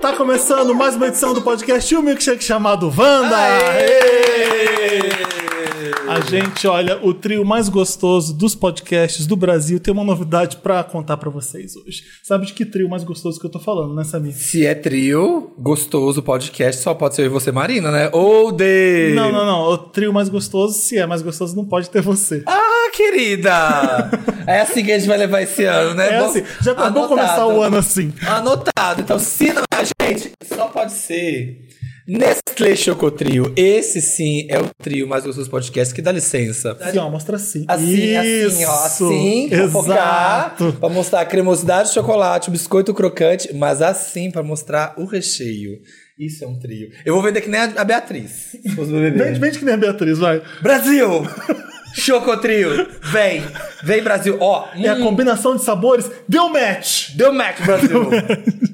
Tá começando mais uma edição do podcast O Milkshake chamado Wanda. A gente, olha, o trio mais gostoso dos podcasts do Brasil tem uma novidade pra contar pra vocês hoje. Sabe de que trio mais gostoso que eu tô falando, né, Samir? Se é trio, gostoso podcast, só pode ser eu e você, Marina, né? Ou de... Não, não, não. O trio mais gostoso, se é mais gostoso, não pode ter você. Ah, querida! é assim que a gente vai levar esse ano, né? É Bom- assim, já tá bom anotado. começar o ano assim. Anotado. Então, se não é, gente, só pode ser... Nestlé Chocotrio. Esse sim é o trio mais gostoso podcast, que dá licença. Assim, ó, mostra assim. Assim, assim, ó. Assim, pra focar, Exato. pra mostrar a cremosidade do chocolate, o biscoito crocante, mas assim pra mostrar o recheio. Isso é um trio. Eu vou vender que nem a a Beatriz. Os BBB. Vende, vende que nem a Beatriz, vai. Brasil! Chocotrio! Vem! Vem, Brasil! Ó, E É a combinação de sabores deu match. Deu match, Brasil!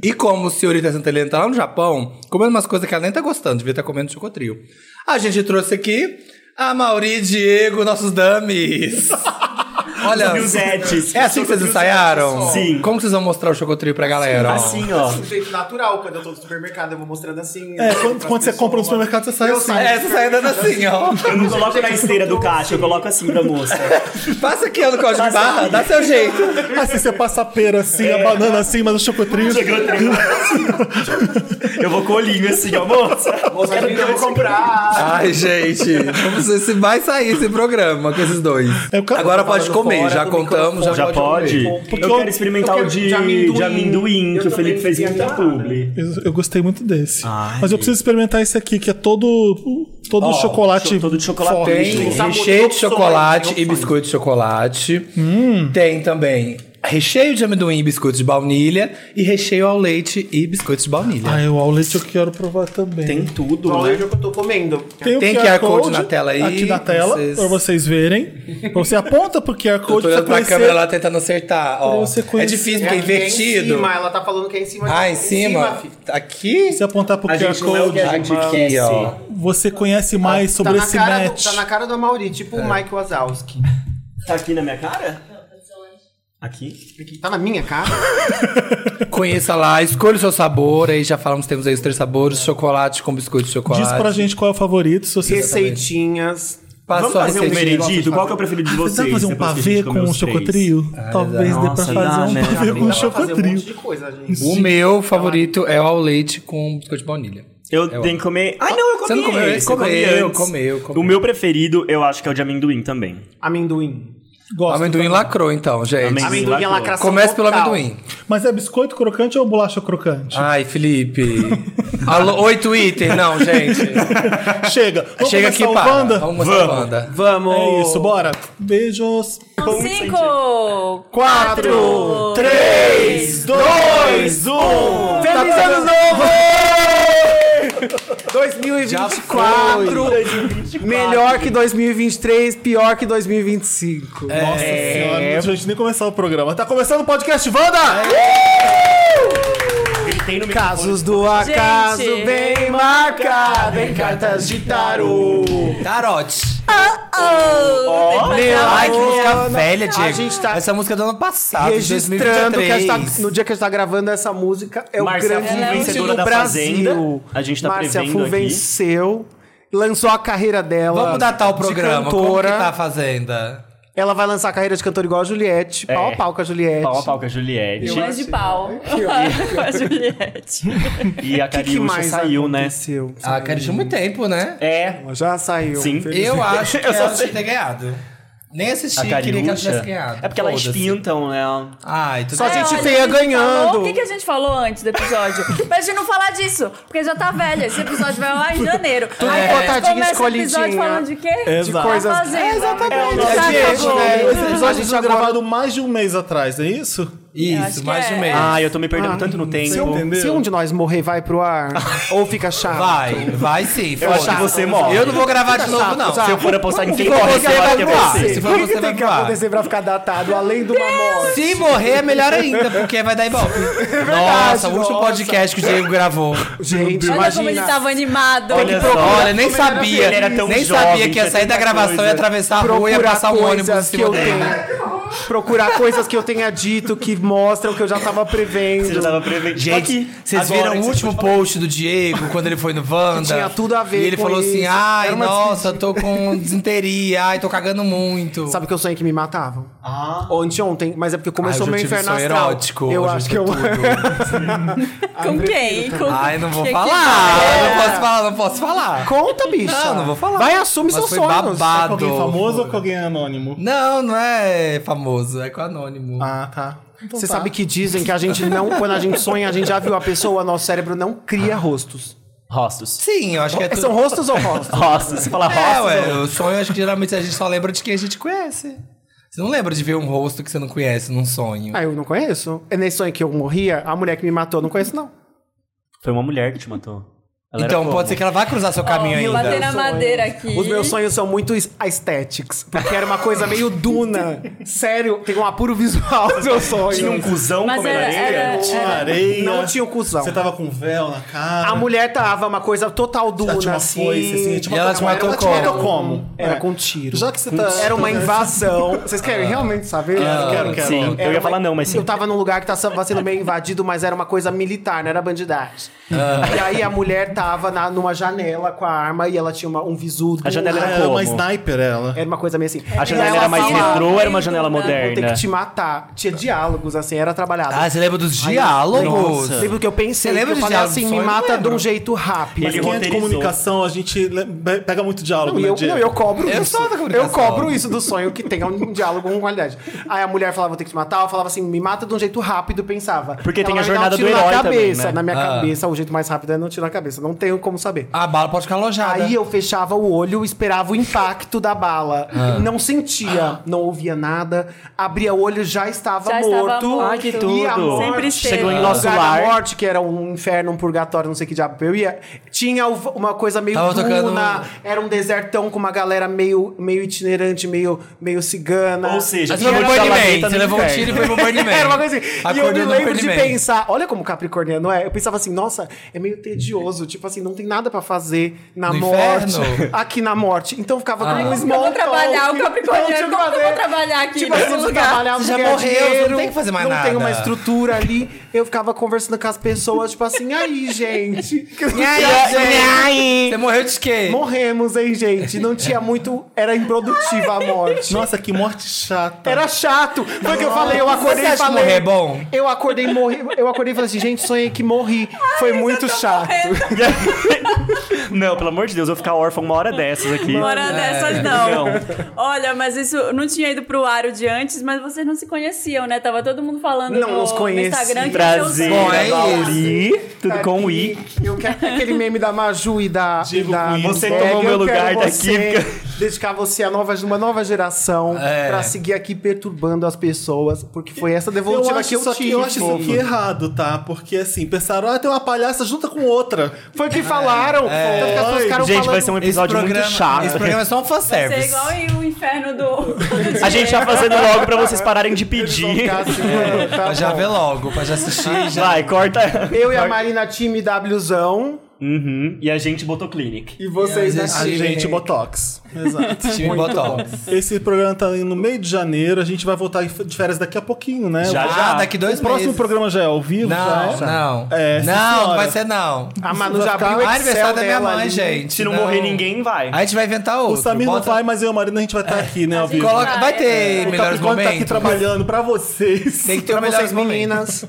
e como senhorita Santelena tá lá no Japão, comendo umas coisas que ela nem tá gostando, devia estar comendo chocotrio. A gente trouxe aqui a Mauri e Diego, nossos dummies. Olha, Os Mildredes. é assim que vocês ensaiaram? Sim. Como que vocês vão mostrar o chocotrio pra galera? Assim, ó. um jeito natural, quando eu tô no supermercado, eu vou mostrando assim. É, quando, quando você compra no supermercado, você sai assim. É, você sai andando assim, ó. Eu não coloco na esteira do caixa, eu coloco assim pra moça. Passa aqui ó, no código de Passa barra, aqui. dá seu jeito. Assim, você passa a pera assim, a banana assim, mas o chocotrinho... Eu vou com o olhinho assim, ó, moça. Mostrando que eu vou comprar. Ai, gente, vamos ver se vai sair esse programa com esses dois. É, o cara Agora tá pode falando comer, fora já do contamos, já, microfone. Já pode? comer. Porque Eu- eu quero experimentar eu quero o de, de amendoim. de amendoim, Eu que o Felipe também fez fiz muita nada. publi. Eu, eu gostei muito desse. Ai. Mas eu preciso experimentar esse aqui, que é todo. todo chocolate. cho- todo de chocolate. forte. Tem Tem recheio de opções, chocolate tem e opções. biscoito de chocolate. Tem também recheio de amendoim e biscoito de baunilha. E recheio ao leite e biscoito de baunilha. Ai, o outlet Ah, eu quero provar também. Tem tudo, Qual é o né? que eu tô comendo? Tem um o Tem QR code na tela aí, Aqui na tela, vocês- pra vocês verem. Pra você aponta pro QR Eu Code tô pra você olhando pra conhecer. câmera lá tentando acertar. ó. você É conhecer. difícil porque é aqui, Em invertido. cima, ela tá falando que é em cima. ah, em Em cima? fi. Aqui? Se apontar pro A QR gente não é o que Code, a gente Aqui, ó. quer você conhece mais tá sobre na esse cara match. É. Do, tá na cara do Mauri, tipo o Mike Wazowski. ser. Tá aqui na minha cara? Aqui? Aqui, Tá na minha cara? Conheça lá, escolha o seu sabor. Aí já falamos, temos aí os três sabores: chocolate com biscoito de chocolate. Diz pra gente qual é o favorito. Se você... Receitinhas. Passa Vamos só a fazer um receitinha. veredito? Qual que é o preferido de Ah, vocês? dá pra fazer um depois que a pavê gente com comeu um os três? chocotrio? Talvez dê pra Nossa, fazer dá, um né? Dá pavê com Dá um pra fazer um monte chocotrio. de coisa, é gente. O meu favorito é o ao leite com biscoito de baunilha. Eu tenho que comer. Ai, não, eu comi. Você não comeu esse? eu comi Comeu, antes. comeu, comeu. O meu preferido, eu acho que é o de amendoim também. Amendoim. Gosto. amendoim lacrou, então, gente. Amendoim. Amendoim é lacrou. lacração Comece pelo total. amendoim. Mas é biscoito crocante ou bolacha crocante? Ai, Felipe. Alô, oi, Twitter. Não, gente. Chega. Vamos Chega começar aqui, o para. Wanda? Vamos começar a banda. Vamos. É isso, bora. Beijos. São cinco, Quatro, Três, dois, um. Feliz ano novo! 2024. Melhor que 2023, pior que 2025. Nossa senhora, não deixa a gente nem começar o programa. Tá começando o podcast Wanda! Tem no Casos do acaso bem marcado em cartas de tarô. Tarote. Oh, Ai, que música velha, Diego. A gente tá Essa música é do ano passado, de Registrando que a gente tá- 2023. no dia que a gente tá gravando essa música é o Márcia grande Fu, hit vencedora do da Brasil. Fazenda. A gente tá Márcia prevendo Fu aqui. venceu, lançou a carreira dela. Vamos datar o de programa. Como que Cantora. tá a Fazenda? Ela vai lançar a carreira de cantora igual a Juliette, pau a pau com a Juliette. É. Pau a pau com a Juliette. Mas de pau. Com a Juliette. E a O que Cariúcha mais saiu, né? aconteceu? Ah, cara, tinha muito tempo, né? É. Ela Já saiu. Sim. infelizmente. Eu acho que Eu só ela sei. tinha que ter ganhado. Nem assisti, A queria que ela Cariúcha. tivesse ganhado. É porque ela Foda-se. espinha, então, né? Ai, tudo Só bem. gente olha, feia é, a gente ganhando. falou- o que, que a gente falou antes do episódio? pra gente não falar disso, porque já tá velha. Esse episódio vai lá em janeiro. Tudo Aí a gente botadinho, começa o episódio escolhidinho. falando de quê? Tá Exato. Da Coisas- Fazenda. Exatamente. Já É disso, tá acabou. né? Esse episódio A gente foi agora- gravado mais de um mês atrás, é isso? acho Isso, que mais de um é. mês. Ah, eu tô me perdendo tanto no tempo. Se um, se um de nós morrer, vai pro ar? ou fica chato? Vai, vai sim. Eu acho que você morre. Eu não vou gravar de novo, não. Se eu for apostar em Como quem que morre, você você vai vai que é voar? você. Se for O que, você, que vai tem que pro ar. acontecer pra ficar datado, além do mamor? Se morrer é melhor ainda, porque vai dar ibope. nossa, o último nossa. podcast que o Diego gravou. Gente, Olha como ele imagina. tava animado. Olha só. Olha, nem sabia. Ele era tão nem jovem, sabia que ia tinha sair da tanta gravação, coisa. ia atravessar a rua e ia Procurar passar um ônibus em coisas que cima eu dele. tenho. procurar coisas que eu tenha dito que mostram que eu já tava prevendo. Você já tava prevendo. Gente, Aqui, vocês agora viram que o você último pode falar. post do Diego quando ele foi no Wanda? Que tinha tudo a ver E ele com falou assim: isso. ai, Era uma nossa, tô com desinteria, ai, tô cagando muito. Sabe que eu sonhei que me matavam? Ah. Ontem, ontem, mas é porque começou Ai, hoje eu meu tive inferno sonho astral. erótico, eu hoje eu acho que tive eu. Com quem? Com Ai, não vou que tá é? que falar, vai? não posso falar, não posso falar. Conta, bicha. Não, não vou falar. Vai, assume Mas seus foi sonhos. É com babado. alguém famoso ou com alguém anônimo? Não, não é famoso, é com anônimo. Ah, tá. Então Você tá. sabe que dizem que a gente não, quando a gente sonha, a gente já viu a pessoa, nosso cérebro não cria rostos. Rostos. Sim, eu acho que é São tudo. rostos ou rostos? Rostos. Você fala né? É, rostos. ué, o sonho acho que geralmente a gente só lembra de quem a gente conhece. Você não lembra de ver um rosto que você não conhece num sonho. Ah, eu não conheço. É nesse sonho que eu morria, a mulher que me matou, eu não conheço, não. Foi uma mulher que te matou. Ela era então como? pode ser que ela vá cruzar seu caminho Ó, ainda. Bater na madeira aqui. Os meus sonhos são muito aesthetics, porque era uma coisa meio duna. Sério, tem um apuro visual nos meus Tinha um sonhos. cuzão Mas comendo era- areia? era- Tinha areia. Não tinha o cuzão. Você tá- tava com véu na cara. A mulher tava uma coisa total duna, ela tinha uma assim. foice, assim. E ela te matou como? Era como? Era É. com tiro. Já que você tá... Ah. Era uma invasão. Vocês querem realmente saber? Quero, quero, quero. Sim, Era eu ia uma- falar não, mas sim. É, Eu tava num lugar que tava sendo assim, meio invadido, mas era uma coisa militar, não era bandidagem. Ah. E aí a mulher tava na- numa janela com a arma e ela tinha uma- um visu. A janela Ah, era Era uma como? sniper, ela. Era uma coisa meio assim. A E janela ela era mais né?" falava, retrô, era uma janela Vou ter Vou ter moderna. que te matar. Tinha diálogos, assim, era trabalhado. Ah, você lembra dos Aí eu- diálogos? Nossa. Lembro que eu Você pensei, lembra que eu de falei diálogos? assim, Só me eu não mata de lembro. um jeito rápido. Mas Ele quem é de roteirizou. comunicação, a gente le- pega muito diálogo, Não, e né, eu, Diego? não, eu cobro Eu isso. sou da comunicação. Eu cobro isso do sonho que tenha um diálogo com qualidade. Aí a mulher falava, vou ter que te matar. Eu falava assim, me mata de um jeito rápido, eu pensava. Porque Ela tem a vai me dar jornada um tiro do na herói cabeça. também, né? Na minha Ah. cabeça, o jeito mais rápido é não tiro na cabeça. Não tenho como saber. A bala pode ficar alojada. Aí eu fechava o olho, esperava o impacto da bala. Não sentia, não ouvia nada. Abria o olho, já estava Já estava morto. morto. Ai, que E a tudo. morte, Sempre esteve. Chegou em o nosso lugar lar. da morte, que era um inferno, um purgatório, não sei que diabo eu ia, tinha uv- uma coisa meio Tava tocando- duna, era um desertão com uma galera meio, meio itinerante, meio, meio cigana. Ou seja, Mas você foi pro Era Burning da Man. tá Lamenta Você no levou um inferno. tiro e foi pro Burning Man. Era uma coisa assim. E eu me Acordou no lembro Burning de Man. pensar, olha como capricorniano é. Eu pensava assim, nossa, é meio tedioso. Tipo assim, não tem nada pra fazer na No morte. inferno? Ah. Aqui na morte. Então eu ficava com um Como que eu small vou trabalhar? talk, O não tinha Capricorniano, o que como que eu fazer. vou trabalhar aqui Tipo assim, nesse você lugar? trabalhava, Você já ganhava morreu, você não tem que fazer mais Não tem nada. uma estrutura ali. Eu ficava conversando com as pessoas, tipo assim, e aí, gente? Então, E aí, gente? Você morreu de quê? Morremos, hein, gente? Não tinha muito... Era improdutiva a morte. Nossa, que morte chata. Era chato. Foi o que eu falei, eu acordei Você e acha falei. morrer é Um bom? Eu acordei e morri. Eu acordei e falei assim, gente, sonhei que morri. Foi muito chato. Não, pelo amor de Deus, eu vou ficar órfão uma hora dessas aqui. Uma hora dessas, não. Olha, mas isso não tinha ido pro ar o de antes, mas vocês não se conheciam, né? Tava todo mundo falando Não no, nos no conheci. Instagram que Prazer, era seu Bom, é isso. Mauri, tudo Tá com o I. Eu quero aquele meme da Maju e da. E Digo da com I. Você Meg, tomou meu eu quero lugar você, daqui, Dedicar você a nova, uma nova geração É. pra seguir aqui perturbando as pessoas. Porque foi essa Eu devolutiva acho, que isso eu aqui, tive. eu acho isso aqui errado, tá? Porque assim, pensaram, ah, tem uma palhaça junta com outra. Foi o que falaram. Tanto que as pessoas ficaram Gente, falando- vai ser um Esse episódio programa, muito chato. esse programa é só um Você é fanservice. igual em o inferno do. do A gente tá fazendo logo pra vocês pararem de pedir. Tá, segurando, tá Pra já bom. ver logo, pra já assistir. Já... Vai, corta. Eu e a Marina, time Wzão. Uhum. E a gente botou clinic. E vocês, né? A Sim. gente, Botox. Exato. Time Botox. Esse programa tá indo no meio de janeiro, a gente vai voltar de férias daqui a pouquinho, né? Já, o Ah, daqui dois próximo meses. programa já é ao vivo? Não, já é? não. É, sim, não, não senhora. vai ser não. A Manu Vai já ficar- abriu o Ah, Excel Aniversário da minha dela mãe, ali. gente. Se não, morrer ninguém, vai. Aí a gente vai inventar outro. O Samir Bota- É. não vai, mas eu e o Marina a gente vai estar aqui, né, ao vivo. Coloca... Ah, é. Vai ter O melhores Capricórnio tá aqui momentos. trabalhando pra vocês. Tem que ter o Pra melhores vocês, momentos. meninas.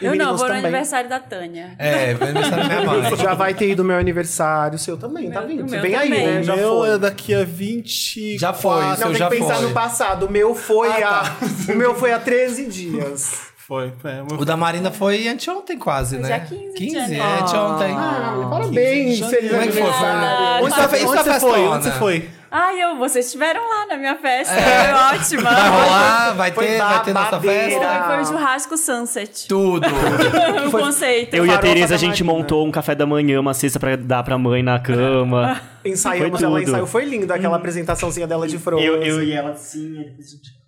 e Eu não, meninos vou no também. aniversário da Tânia. É, vai aniversário da minha mãe. né? Já vai ter ido meu aniversário, seu também, tá Meu- vindo. o Você meu vem aí, também. né? Já meu foi. é daqui a 20. Já foi, o Não, seu tem já que pensar foi. no passado. O meu foi Ah, a. O meu foi há 13 dias. Foi. É, meu- O da Marina foi anteontem quase, Foi né? dia 15 de é janeiro. anteontem. Ah, parabéns, feliz Como é que foi? Foi na- aniversário. Onde você fez Onde sua você foi? festona? Onde você foi? Ai, eu, vocês estiveram lá na minha festa. Foi ótima. Vai rolar, vai Foi ter, vai ter nossa babadeira. festa. Foi, foi Ah. o churrasco Sunset. Tudo. o conceito. Eu e a Farofa Tereza, da a gente Marina. montou um café da manhã, uma cesta pra dar pra mãe na cama. Ensaiamos, Foi ela tudo. Hum. ensaiou. Foi lindo aquela apresentaçãozinha dela de Frozen. Eu, eu e ela assim, aí depois a gente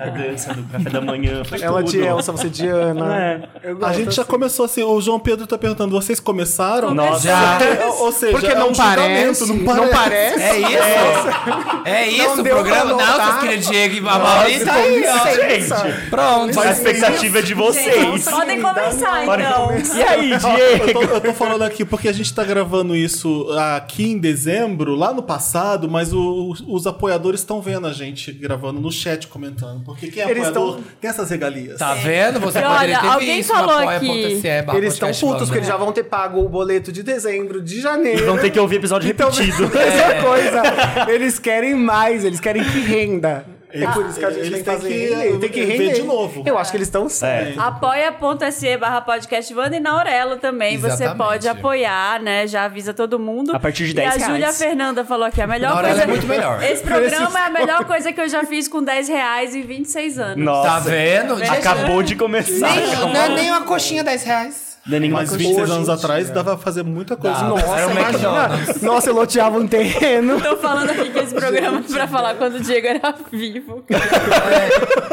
A dança do café da manhã. Faz Ela tudo. de Elsa, você de Ana. É. A gente já começou assim, o João Pedro tá perguntando, vocês começaram? Começamos. Já. Ou seja, Porque é não, um parece, julgamento, não parece. É isso? É, isso o deu programa? pra Não, notar. vocês queriam Diego e a Maurício tá aí, ó. Gente, Pronto. A expectativa é de vocês. Gente, podem conversar, então. E aí, Eu tô, Diego? eu tô falando aqui porque a gente tá gravando isso aqui em dezembro, lá no passado, mas o- os, apoiadores estão vendo a gente gravando no chat, comentando. Porque quem é Eles apoiador tão- tem essas regalias. Tá vendo? Você E poderia olha, ter alguém visto falou na aqui. apoia.se barra eles estão podcast putos, porque né? Wanda. eles já vão ter pago o boleto de dezembro, de janeiro. Vão ter que ouvir episódio Então, repetido. é. mesma coisa. Eles querem mais, eles querem que renda. Eles- é por isso que a gente eles tem que têm que, fazer. render, tem que ver render de novo. Eu acho que eles estão certos. Apoia.se barra podcast Wanda e na Aurelo também. Você Exatamente. pode apoiar, né? Já avisa todo mundo. A partir de E 10 a reais. Júlia Fernanda falou aqui, a melhor Na Aurelo coisa... é muito melhor. Esse programa é a melhor coisa que eu já fiz com 10 reais em 26 anos. Tá Nossa, vendo? acabou de começar. Nem, não é nem uma coxinha 10 reais. Não é nenhuma Tá Mas coisa. 26 anos é. atrás dava pra fazer muita coisa. Dava. Nossa, Era um McDonald's. Imagina, nossa, eu loteava um terreno. Tô falando aqui que esse programa é pra falar quando o Diego era vivo.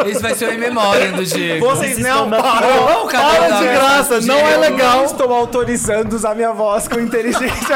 Isso vai ser o em memória do Diego. Vocês não Não, param. cadê o Para da- de graça, não é Diego, legal. Estou autorizando usar minha voz com inteligência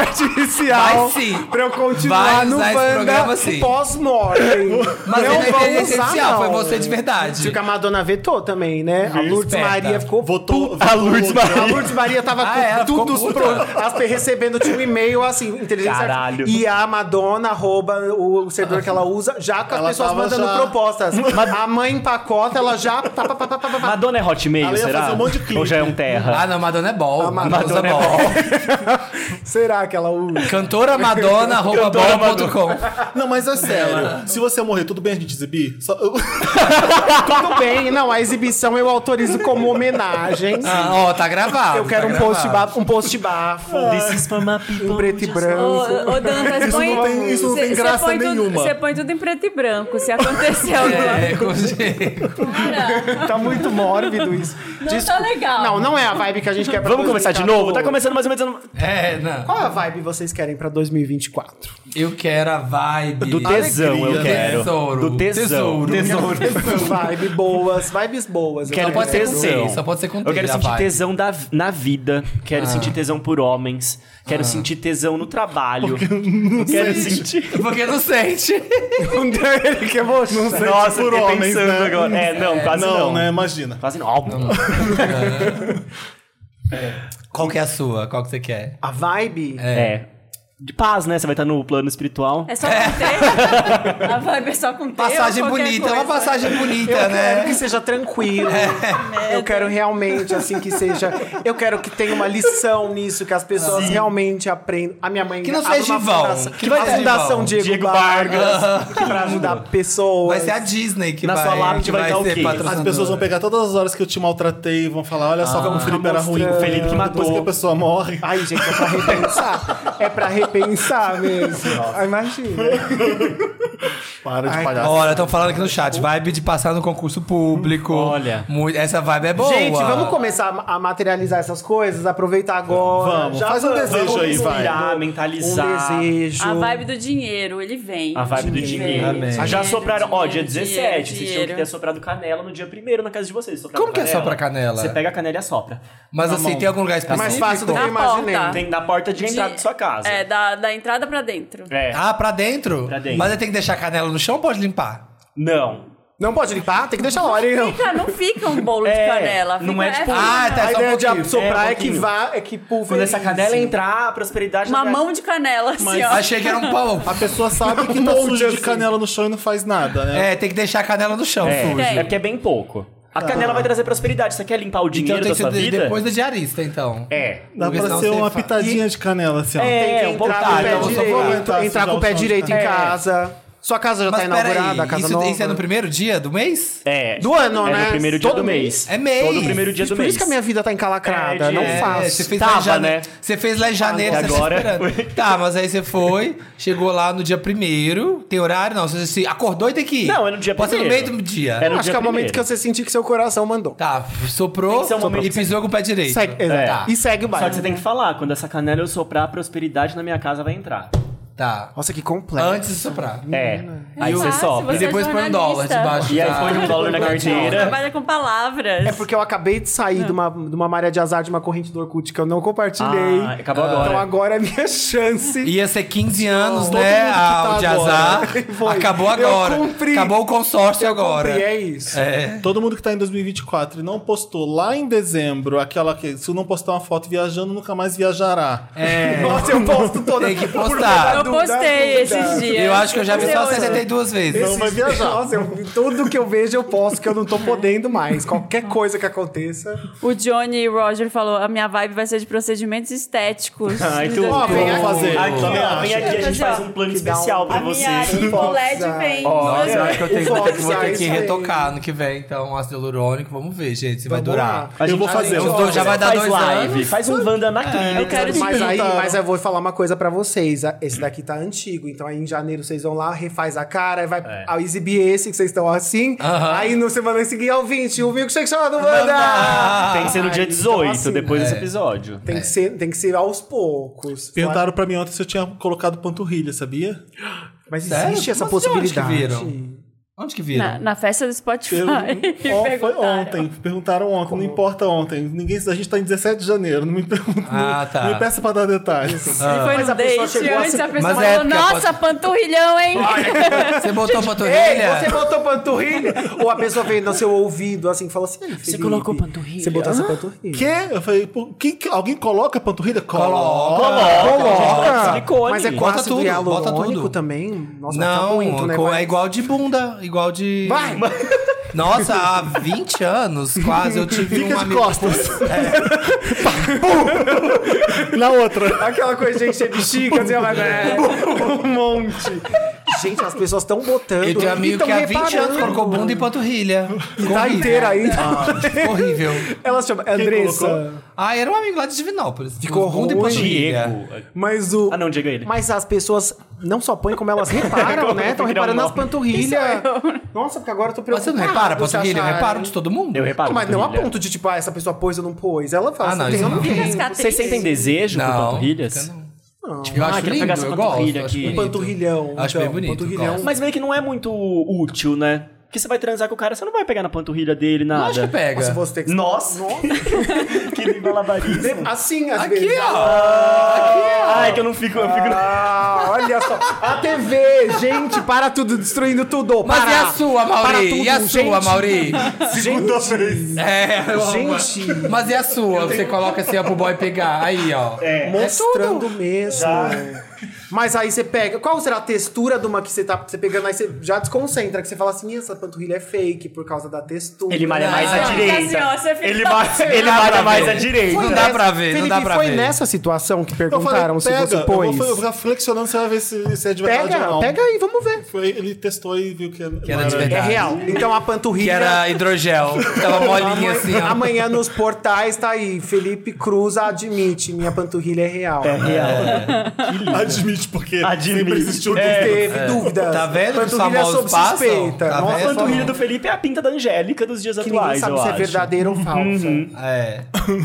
Vai artificial. sim. Pra eu continuar Vai no usar esse programa sim. Wanda pós-mortem. Mas não não é vamos inteligência usar, artificial, não. foi você de verdade. Digo que a Madonna vetou também, né? A Lourdes Esperta. Maria ficou Votou, A Lourdes A Maria. Lourdes Maria tava Ah, com é, ela ficou tudo os puta. pro- as pe- recebendo tipo um e-mail assim, inteligência Caralho. artificial. E a Madonna rouba o, o servidor que ela usa, já com as Ela pessoas tava mandando já- propostas. a mãe empacota, ela já. pá, pá, pá, pá, pá, pá, pá. Madonna é Hotmail, Ela ia será? fazer um monte de clipe. Ou já é um terra? Ah, não, Madonna é bom. Madonna é Será que ela usa? Cantora Madonna, arroba Cantora bom.com. Não, mas é sério. Se você morrer, tudo bem a gente exibir? Só- Tudo bem, não, a exibição eu autorizo como homenagem. Ah, ó, tá gravado. eu quero tá um post, gravado. bafo, um post bafo, Ah. em Um preto e Ô, branco. ô Dantas, Isso põe... não tem- isso não cê- tem cê graça põe tudo- nenhuma. Você põe tudo em preto e branco, se acontecer alguma É, com o Diego. Tá muito mórbido isso. Não tá legal. Não, não é a vibe que a gente quer pra Vamos começar de 2014. novo? Tá começando mais ou menos. É, não. Qual é a vibe vocês querem pra 2024? Eu quero a vibe. Do tesão, eu Alegria, né? quero. Tesouro. Do tesão. Tesouro. Tesouro. Vibe boas, vibes boas. eu Quero também Pode ser quero. com tesão. T, só pode ser com Ah. T. Eu quero a sentir vibe. tesão da- na vida. Quero sentir tesão por homens. Ah. Quero sentir tesão no trabalho. quero sentir. Porque não sente. que um eu vou chutar. Nossa, por eu fiquei homens, pensando né? agora. É, não, quase não. não, né? Imagina. Quase não. Qual que é a sua? Qual que você quer? A vibe? É. De paz, né? Você vai estar no plano espiritual. É só com T. A vibe é só com T. Passagem ou qualquer bonita. É uma coisa. passagem bonita, Eu quero né? que seja tranquilo. É, Eu quero realmente, assim, que seja. Eu quero que tenha uma lição nisso, que as pessoas realmente aprendam. A minha mãe Que não abre seja uma Givão, fundação- que não a seja fundação Givão. Diego, Diego Vargas. pra ajudar pessoas. Vai ser a Disney que Na vai, sua lápide que vai vai estar o ser quê? As patrocinadora. pessoas vão pegar todas as horas que eu te maltratei e vão falar: olha só como o Felipe era ruim, mostrando. o Felipe que matou. Ah, Depois que a pessoa morre. Ai, gente, é pra repensar. é pra repensar mesmo. Ah, Imagina. Para de tá palhaço. Olha, estão falando aqui no chat. Vibe de passar no concurso público. Olha. Muito- essa vibe é boa. Gente, vamos começar a materializar essas coisas, aproveitar agora. Vamos, faz um desejo aí, vamos vai. inspirar, Virar, mentalizar. Um desejo. A vibe do dinheiro, ele vem. A vibe do Dinheiro, dinheiro. Amém. Ah, já dinheiro, sopraram, ó, dia dinheiro, 17. vocês tinham que dinheiro. ter soprado canela no dia primeiro na casa de vocês. Sopraram Como que é sopra canela? Você pega a canela e assopra. Ah. Mas assim, tem algum lugar específico? É Tá mais fácil do que eu Na imaginei. porta. Tem na porta de entrada da sua casa. É, da, da entrada pra dentro. É. Ah, pra dentro? Pra dentro. Mas aí tem que deixar a canela no chão ou pode limpar? Não. Não pode limpar? Tem que deixar lá, hein? Fica, não fica um bolo de É, canela. não fica- é tipo- Ah, fica tá. só A um ideia de pouquinho. soprar É, é, um que pouquinho. vá, é que pulveriza. Quando essa canela entrar, a prosperidade... Uma já- é. mão de canela, assim, ó. Achei que era um pau. A pessoa sabe que tá monte suja de assim. canela no chão e não faz nada, né? É, tem que deixar a canela no chão, É, sujo. Tem. é porque é bem pouco. A canela vai trazer prosperidade. Você quer limpar o Ah. Então dinheiro tem da que sua ser de- vida? depois da diarista, então. É. Dá Porque pra senão ser você uma fa- pitadinha de canela, assim, ó. É, Tem que um pouco entrar com tá, o pé então eu só vou direito. aguentar entrar com o sujar pé o chão. direito É. em casa. Sua casa já tá inaugurada, a casa isso, nova. isso é no primeiro dia do mês? É. Do ano, é né? no primeiro dia Todo do mês. É mês. Todo primeiro dia do Por mês. isso que a minha vida tá encalacrada. É, não é, você faço. fez lá Tava, em janeiro. né? Você fez lá em janeiro, Ah, você agora tá esperando. Tá, mas aí você foi, chegou lá no dia primeiro, tem horário? Não, você se acordou e tem que ir. Não, é no dia Pode ser no primeiro. meio do dia. É no Acho dia que é o momento primeiro. que você sentir que seu coração mandou. Tá, soprou que ser um momento e que você- pisou com o pé direito. Segue, exato. É. E segue o Só baile. que você tem que falar, quando essa canela eu soprar, a prosperidade na minha casa vai entrar. Tá. Nossa, que complexo. Antes de soprar. É. Aí você fácil, sopra. E depois é põe um dólar jornalista. debaixo. E aí da- põe um dólar na carteira. Trabalha com palavras. É porque eu acabei de sair de uma, de uma maré de azar de uma corrente do Orkut que eu não compartilhei. Ah, acabou agora. Então agora é minha chance. Ia ser 15 anos, Todo né? mundo que ah, tá o de agora. azar. Foi. Acabou Eu agora. cumpri. Acabou o consórcio agora. E é isso. É. Todo mundo que tá em 2024 e não postou lá em dezembro aquela que se não postar uma foto viajando, nunca mais viajará. É. Nossa, eu posto toda. Tem que postar. Eu postei esses dias. Eu acho que eu já é vi só Conteúdo. 62 vezes. Não vai viajar. Nossa, eu- tudo que eu vejo eu posto que eu não tô podendo mais. Qualquer coisa que aconteça. O Johnny Roger falou: a minha vibe vai ser de procedimentos estéticos. Ai, De tu- Ó, vem Aqui, aqui, fazer. ó, também vem acho. aqui, a gente Mas, ó, faz um plano especial pra A minha vocês. língua LED vem. Nossa, eu acho que eu tenho, é O vou ter, Fox, vou ter ah, que isso aí. retocar no que vem, então, ácido hialurônico. Vamos ver, gente, se vai durar. Eu vou fazer. Os dois já vai dar faz dois live, anos. faz um Wanda na clínica. Eu quero te Mas aí, perguntaram. mas eu vou falar uma coisa pra vocês. A- Esse daqui tá antigo, então aí em janeiro vocês vão lá, refaz a cara, vai ao exibir esse que vocês estão assim. É. Aham. Aí no semana seguinte, ao 20, o milkshake chamado Wanda! Wanda! Tem que ser no dia Ai, então 18, assim, depois é. desse episódio. Tem, que ser, tem que ser aos poucos. Perguntaram pra mim ontem se eu tinha colocado panturrilha, sabia? Mas Sério? existe essa Mas de onde que possibilidade. viram? Onde que viram? Na, na festa do Spotify. Eu- Ó, foi Perguntaram. ontem. Perguntaram ontem. Não importa ontem. Ninguém, a gente tá em 17 de janeiro. Não me pergunta. Ah, não- tá. Não me peça pra dar detalhes. Ele foi Mas no a pessoa date chegou a antes, se- a pessoa Ah. Mas é falou, porque a nossa, panturrilhão, hein? Você botou Ei, panturrilha? você tá botou panturrilha? Ou a pessoa veio no seu ouvido assim e falou assim: "Ei, Felipe, colocou panturrilha?" Você botou Ah, essa panturrilha. Quê? Eu falei, pô, quem, que- alguém coloca panturrilha? Coloca. tá Coloca. Silicone. Mas é com Bota ácido tudo, bota hialurônico tudo. também? Nossa, mas tá Não, muito, né? co- Vai- é igual de bunda, igual de... Vai! Nossa, há 20 anos quase eu tive Fica um de amigo... costas. Na outra. Aquela coisa de encher bexiga, assim, ela É, vai- um monte. Gente, as pessoas estão botando. Eu tenho um amigo e tão que há 20 anos reparando. colocou bunda e panturrilha. Tá Horrível. Ah, inteira ainda. Horrível. Ela chama colocou? Andressa. Ah, era um amigo lá de Divinópolis. Ficou bunda e ruim. panturrilha. Diego. Mas o. Ah, não, Diego é ele. Mas as pessoas não só põem como elas reparam, né? Estão Virar um reparando nas nome. é. panturrilhas. Nossa, porque agora eu tô Mas preocupada. você não repara a se panturrilha? acharem. Reparo de todo mundo? Eu reparo. Mas não a panturrilha. ponto de, tipo, ah, essa pessoa pôs ou não pôs. Ela fala, Ah, não, você tem isso um não. tempo. Vocês sentem desejo por Não. panturrilhas? Eu acho Ah, quero lindo, pegar essa eu panturrilha gosto. acho aqui. bonito. Panturrilhão. Acho então, bem bonito, Panturrilhão. gosto. Mas meio que não é muito útil, né? Porque você vai transar com o cara, você não vai pegar na panturrilha dele, nada. Acho que pega. Se você tem que... Nossa! que balabarismo. Assim, às Aqui, vezes. ó. Ai, que eu não fico... Eu fico... Ah, olha só. A TV, gente, para tudo, destruindo tudo. Mas para. e a sua, Para Mauri? tudo, e a sua, gente. Mauri? Segunda vez. É, eu amo. Gente. Mas e a sua? Você coloca assim, ó, pro boy pegar. Aí, ó. Mostrando mesmo. Mas aí você pega. Qual será a textura de uma que você tá você pegando? Aí você já desconcentra, que você fala assim: "Ih, essa panturrilha é fake por causa da textura. Ele malha mais à Não, direita. assim, ó, você fica- Ele malha, ele malha mais à direita. Não dá pra ver, não Felipe, dá pra foi ver. nessa situação que Eu perguntaram falei, se você pega. Eu pôs. vou ficar flexionando, você vai ver se, se é de verdade ou Pega, não. pega aí, vamos ver. Foi- Ele testou e viu que, não era de É verdade. real. Então a panturrilha. Que era hidrogel. Tava molinha assim, ó. Amanhã nos portais tá aí. Felipe Cruz admite: minha panturrilha é real. É real. Admite, porque Admite. sempre existiu É. Teve dúvidas. Tá vendo que os Panturrilha famosos sob passam? suspeita. Tá Nossa, vendo? A panturrilha É, do Felipe é a pinta da Angélica dos dias um- que ninguém atuais, sabe eu se acho. Uhum. é verdadeira ou falsa. É.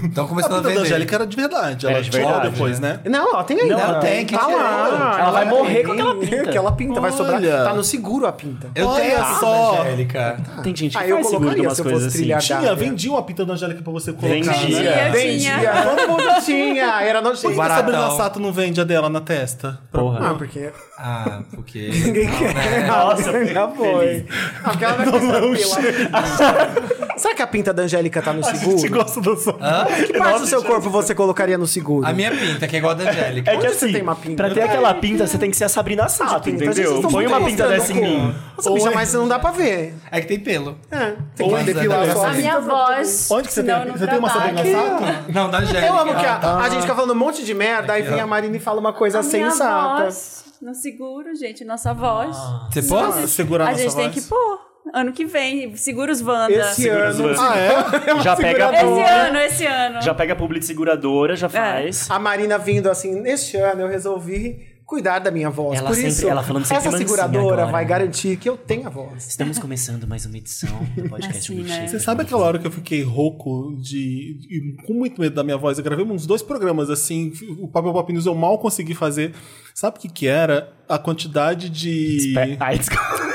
Então A começando a, vida vender. da Angélica era de verdade. Ela É de tirou verdade, depois, né? Não, ela tem ainda. Não, ela tem, que tá tirou. lá. Ela vai morrer com aquela tem, pinta. Que ela pinta, vai sobrar. Olha. Tá no seguro a pinta. Eu Olha tenho a só. só. Angélica. Tem gente que Ah, eu faz seguro de colocaria umas se eu coisas fosse assim. trilhar Tinha, Dália. vendia uma pinta da Angélica pra você colocar. Vendia. Né? Tinha, Vendia. tinha. Todo mundo tinha. Era no Por que a Baratão. Sabrina Sato não vende a dela na testa? Ah, Porra. porque... Ah, porque... Ninguém quer. né? Nossa, já feliz. foi. Ah, porque ela vai pensar pela- Será que a pinta da Angélica tá no A gente seguro? gosta do som. Que parte do seu corpo você colocaria no seguro? A minha pinta, que é igual a da Angélica. É que Onde você assim, tem uma pinta? pra ter Eu aquela pinta, você tem que ser a Sabrina Essa Sato, pinta, gente, vocês entendeu? tão Põe muito uma pinta mostrando dessa em a cor. mim. Nossa, bicha, mas não dá pra ver. É que tem pelo. É, tem Ou que é depilar exatamente. só. A minha voz. Onde que você senão tem? eu não tá Você tem uma trabalho. Sabrina Sato? Não, da Angélica. Eu amo que a, a gente fica falando um monte de merda, Ah. aí vem a Marina e fala uma coisa A minha sensata. voz. No seguro, gente, nossa Ah. voz. Você pode? Segurar a nossa gente tem voz? que pôr. Ano que vem, segura os Wanda. Esse ano. duas. Ah, é? Já pega, Esse a- ano, esse ano. É. já pega a public seguradora, já faz. A Marina vindo assim, neste ano eu resolvi cuidar da minha voz. Ela Por sempre- isso, ela falando sempre essa mansinha seguradora agora. vai garantir que eu tenha voz. Estamos começando mais uma edição do podcast Assim, Milkshake. né? Você sabe aquela hora que eu fiquei rouco de, e com muito medo da minha voz? Eu gravei uns dois programas assim, o Papel Pop News eu mal consegui fazer. Sabe o que que era? A quantidade de Espe- Ai, desculpa.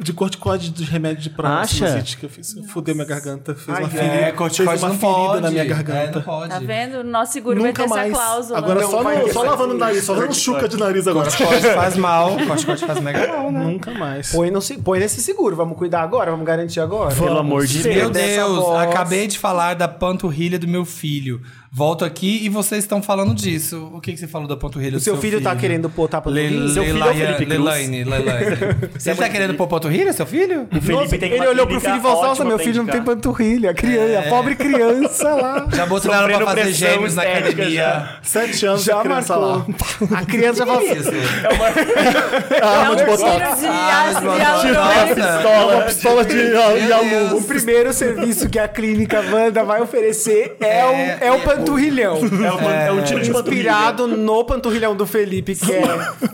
de corticóide dos remédios de pra Acha? sinusite que eu fiz. Eu Fudeu minha garganta, fez Ai, uma é, ferida, fez corticoide uma não ferida pode. na minha É, não garganta. pode. Tá vendo? Nosso seguro Nunca vai ter mais. essa É, cláusula. Agora só, vai no- ter só essa lavando o nariz, só dando chuca de nariz agora. Corticoide faz mal. Corticoide faz mega mal, né? Nunca mais. Põe, no, se- põe nesse seguro, vamos cuidar agora, vamos garantir agora. Pelo amor de Ser Deus. Meu dessa Deus, voz. acabei de falar da panturrilha do meu filho. Volto aqui e vocês estão falando disso. O que, que você falou da panturrilha O do seu filho, tá querendo botar pra Le, Seu filho é o Felipe Cruz. Lelaine, Lelaine. Você tá querendo pôr panturrilha, seu filho? O Felipe tem Ele uma olhou pro filho e clínica falou: Nossa, ótima meu pra filho não tem indicar. panturrilha. A, criança, a pobre criança lá. Já botou ela pra Sofrendo fazer pressão gêmeos na estética academia. Sete anos Já de criança lá. marcou. A criança já falou assim. Isso. é é de um tiro de botox. Ah, mas as- de né? botox. avião. Nossa. Pistola, uma pistola de de aluno. O primeiro serviço que a clínica Wanda vai oferecer é, o, É, é o panturrilhão. É, uma, é um tiro de panturrilha. Inspirado no panturrilhão do Felipe, que é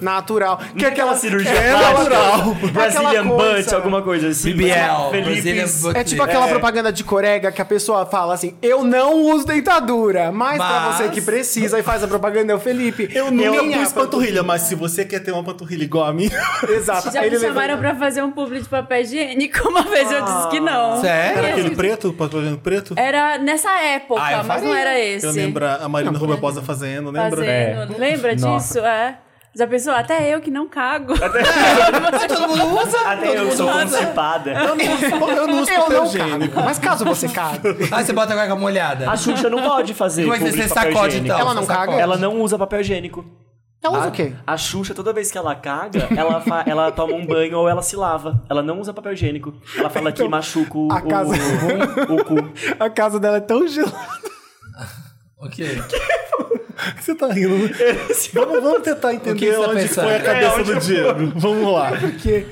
natural. Que é aquela cirurgia é plástica. natural. Brazilian Aquela coisa. Butt, alguma coisa assim. BBL. Brazilian Felipe. Butt É tipo aquela propaganda de corega que a pessoa fala assim: eu não uso dentadura, mas, pra Mas- você que precisa e faz a propaganda é o Felipe. Eu nunca Minha pus panturrilha, mas se você quer ter uma panturrilha igual a minha, Exato. Já Aí me ele levanta- chamaram pra fazer um publi de papel higiênico uma vez eu disse que não. Sério? Era aquele preto, o panturrilha preto, Era nessa época, Ah, eu mas não faria. era É esse. eu lembro a Marina Rubaposa fazendo, lembra? Fazendo. Lembra Nossa. disso? É. Já pensou? Até eu que não cago. Todo mundo usa. Até eu sou constipada. Eu não uso Eu papel não cago. higiênico. Mas caso você cague, Aí você bota agora com a molhada. A Xuxa não pode fazer Como é que publi você de papel sacode higiênico. então? Ela não Você sacode. caga? Ela não usa papel higiênico. ela usa o quê? A Xuxa, toda vez que ela caga, ela, fa- ela toma um banho ou ela se lava. Ela não usa papel higiênico. Ela fala que machuca o, Então, a casa- é o, o cu. A casa dela é tão gelada. Ok. Você tá rindo. né? vamos, vamos tentar é O que entender você tá onde pensando? foi a cabeça do Diego. Vamos lá. Porque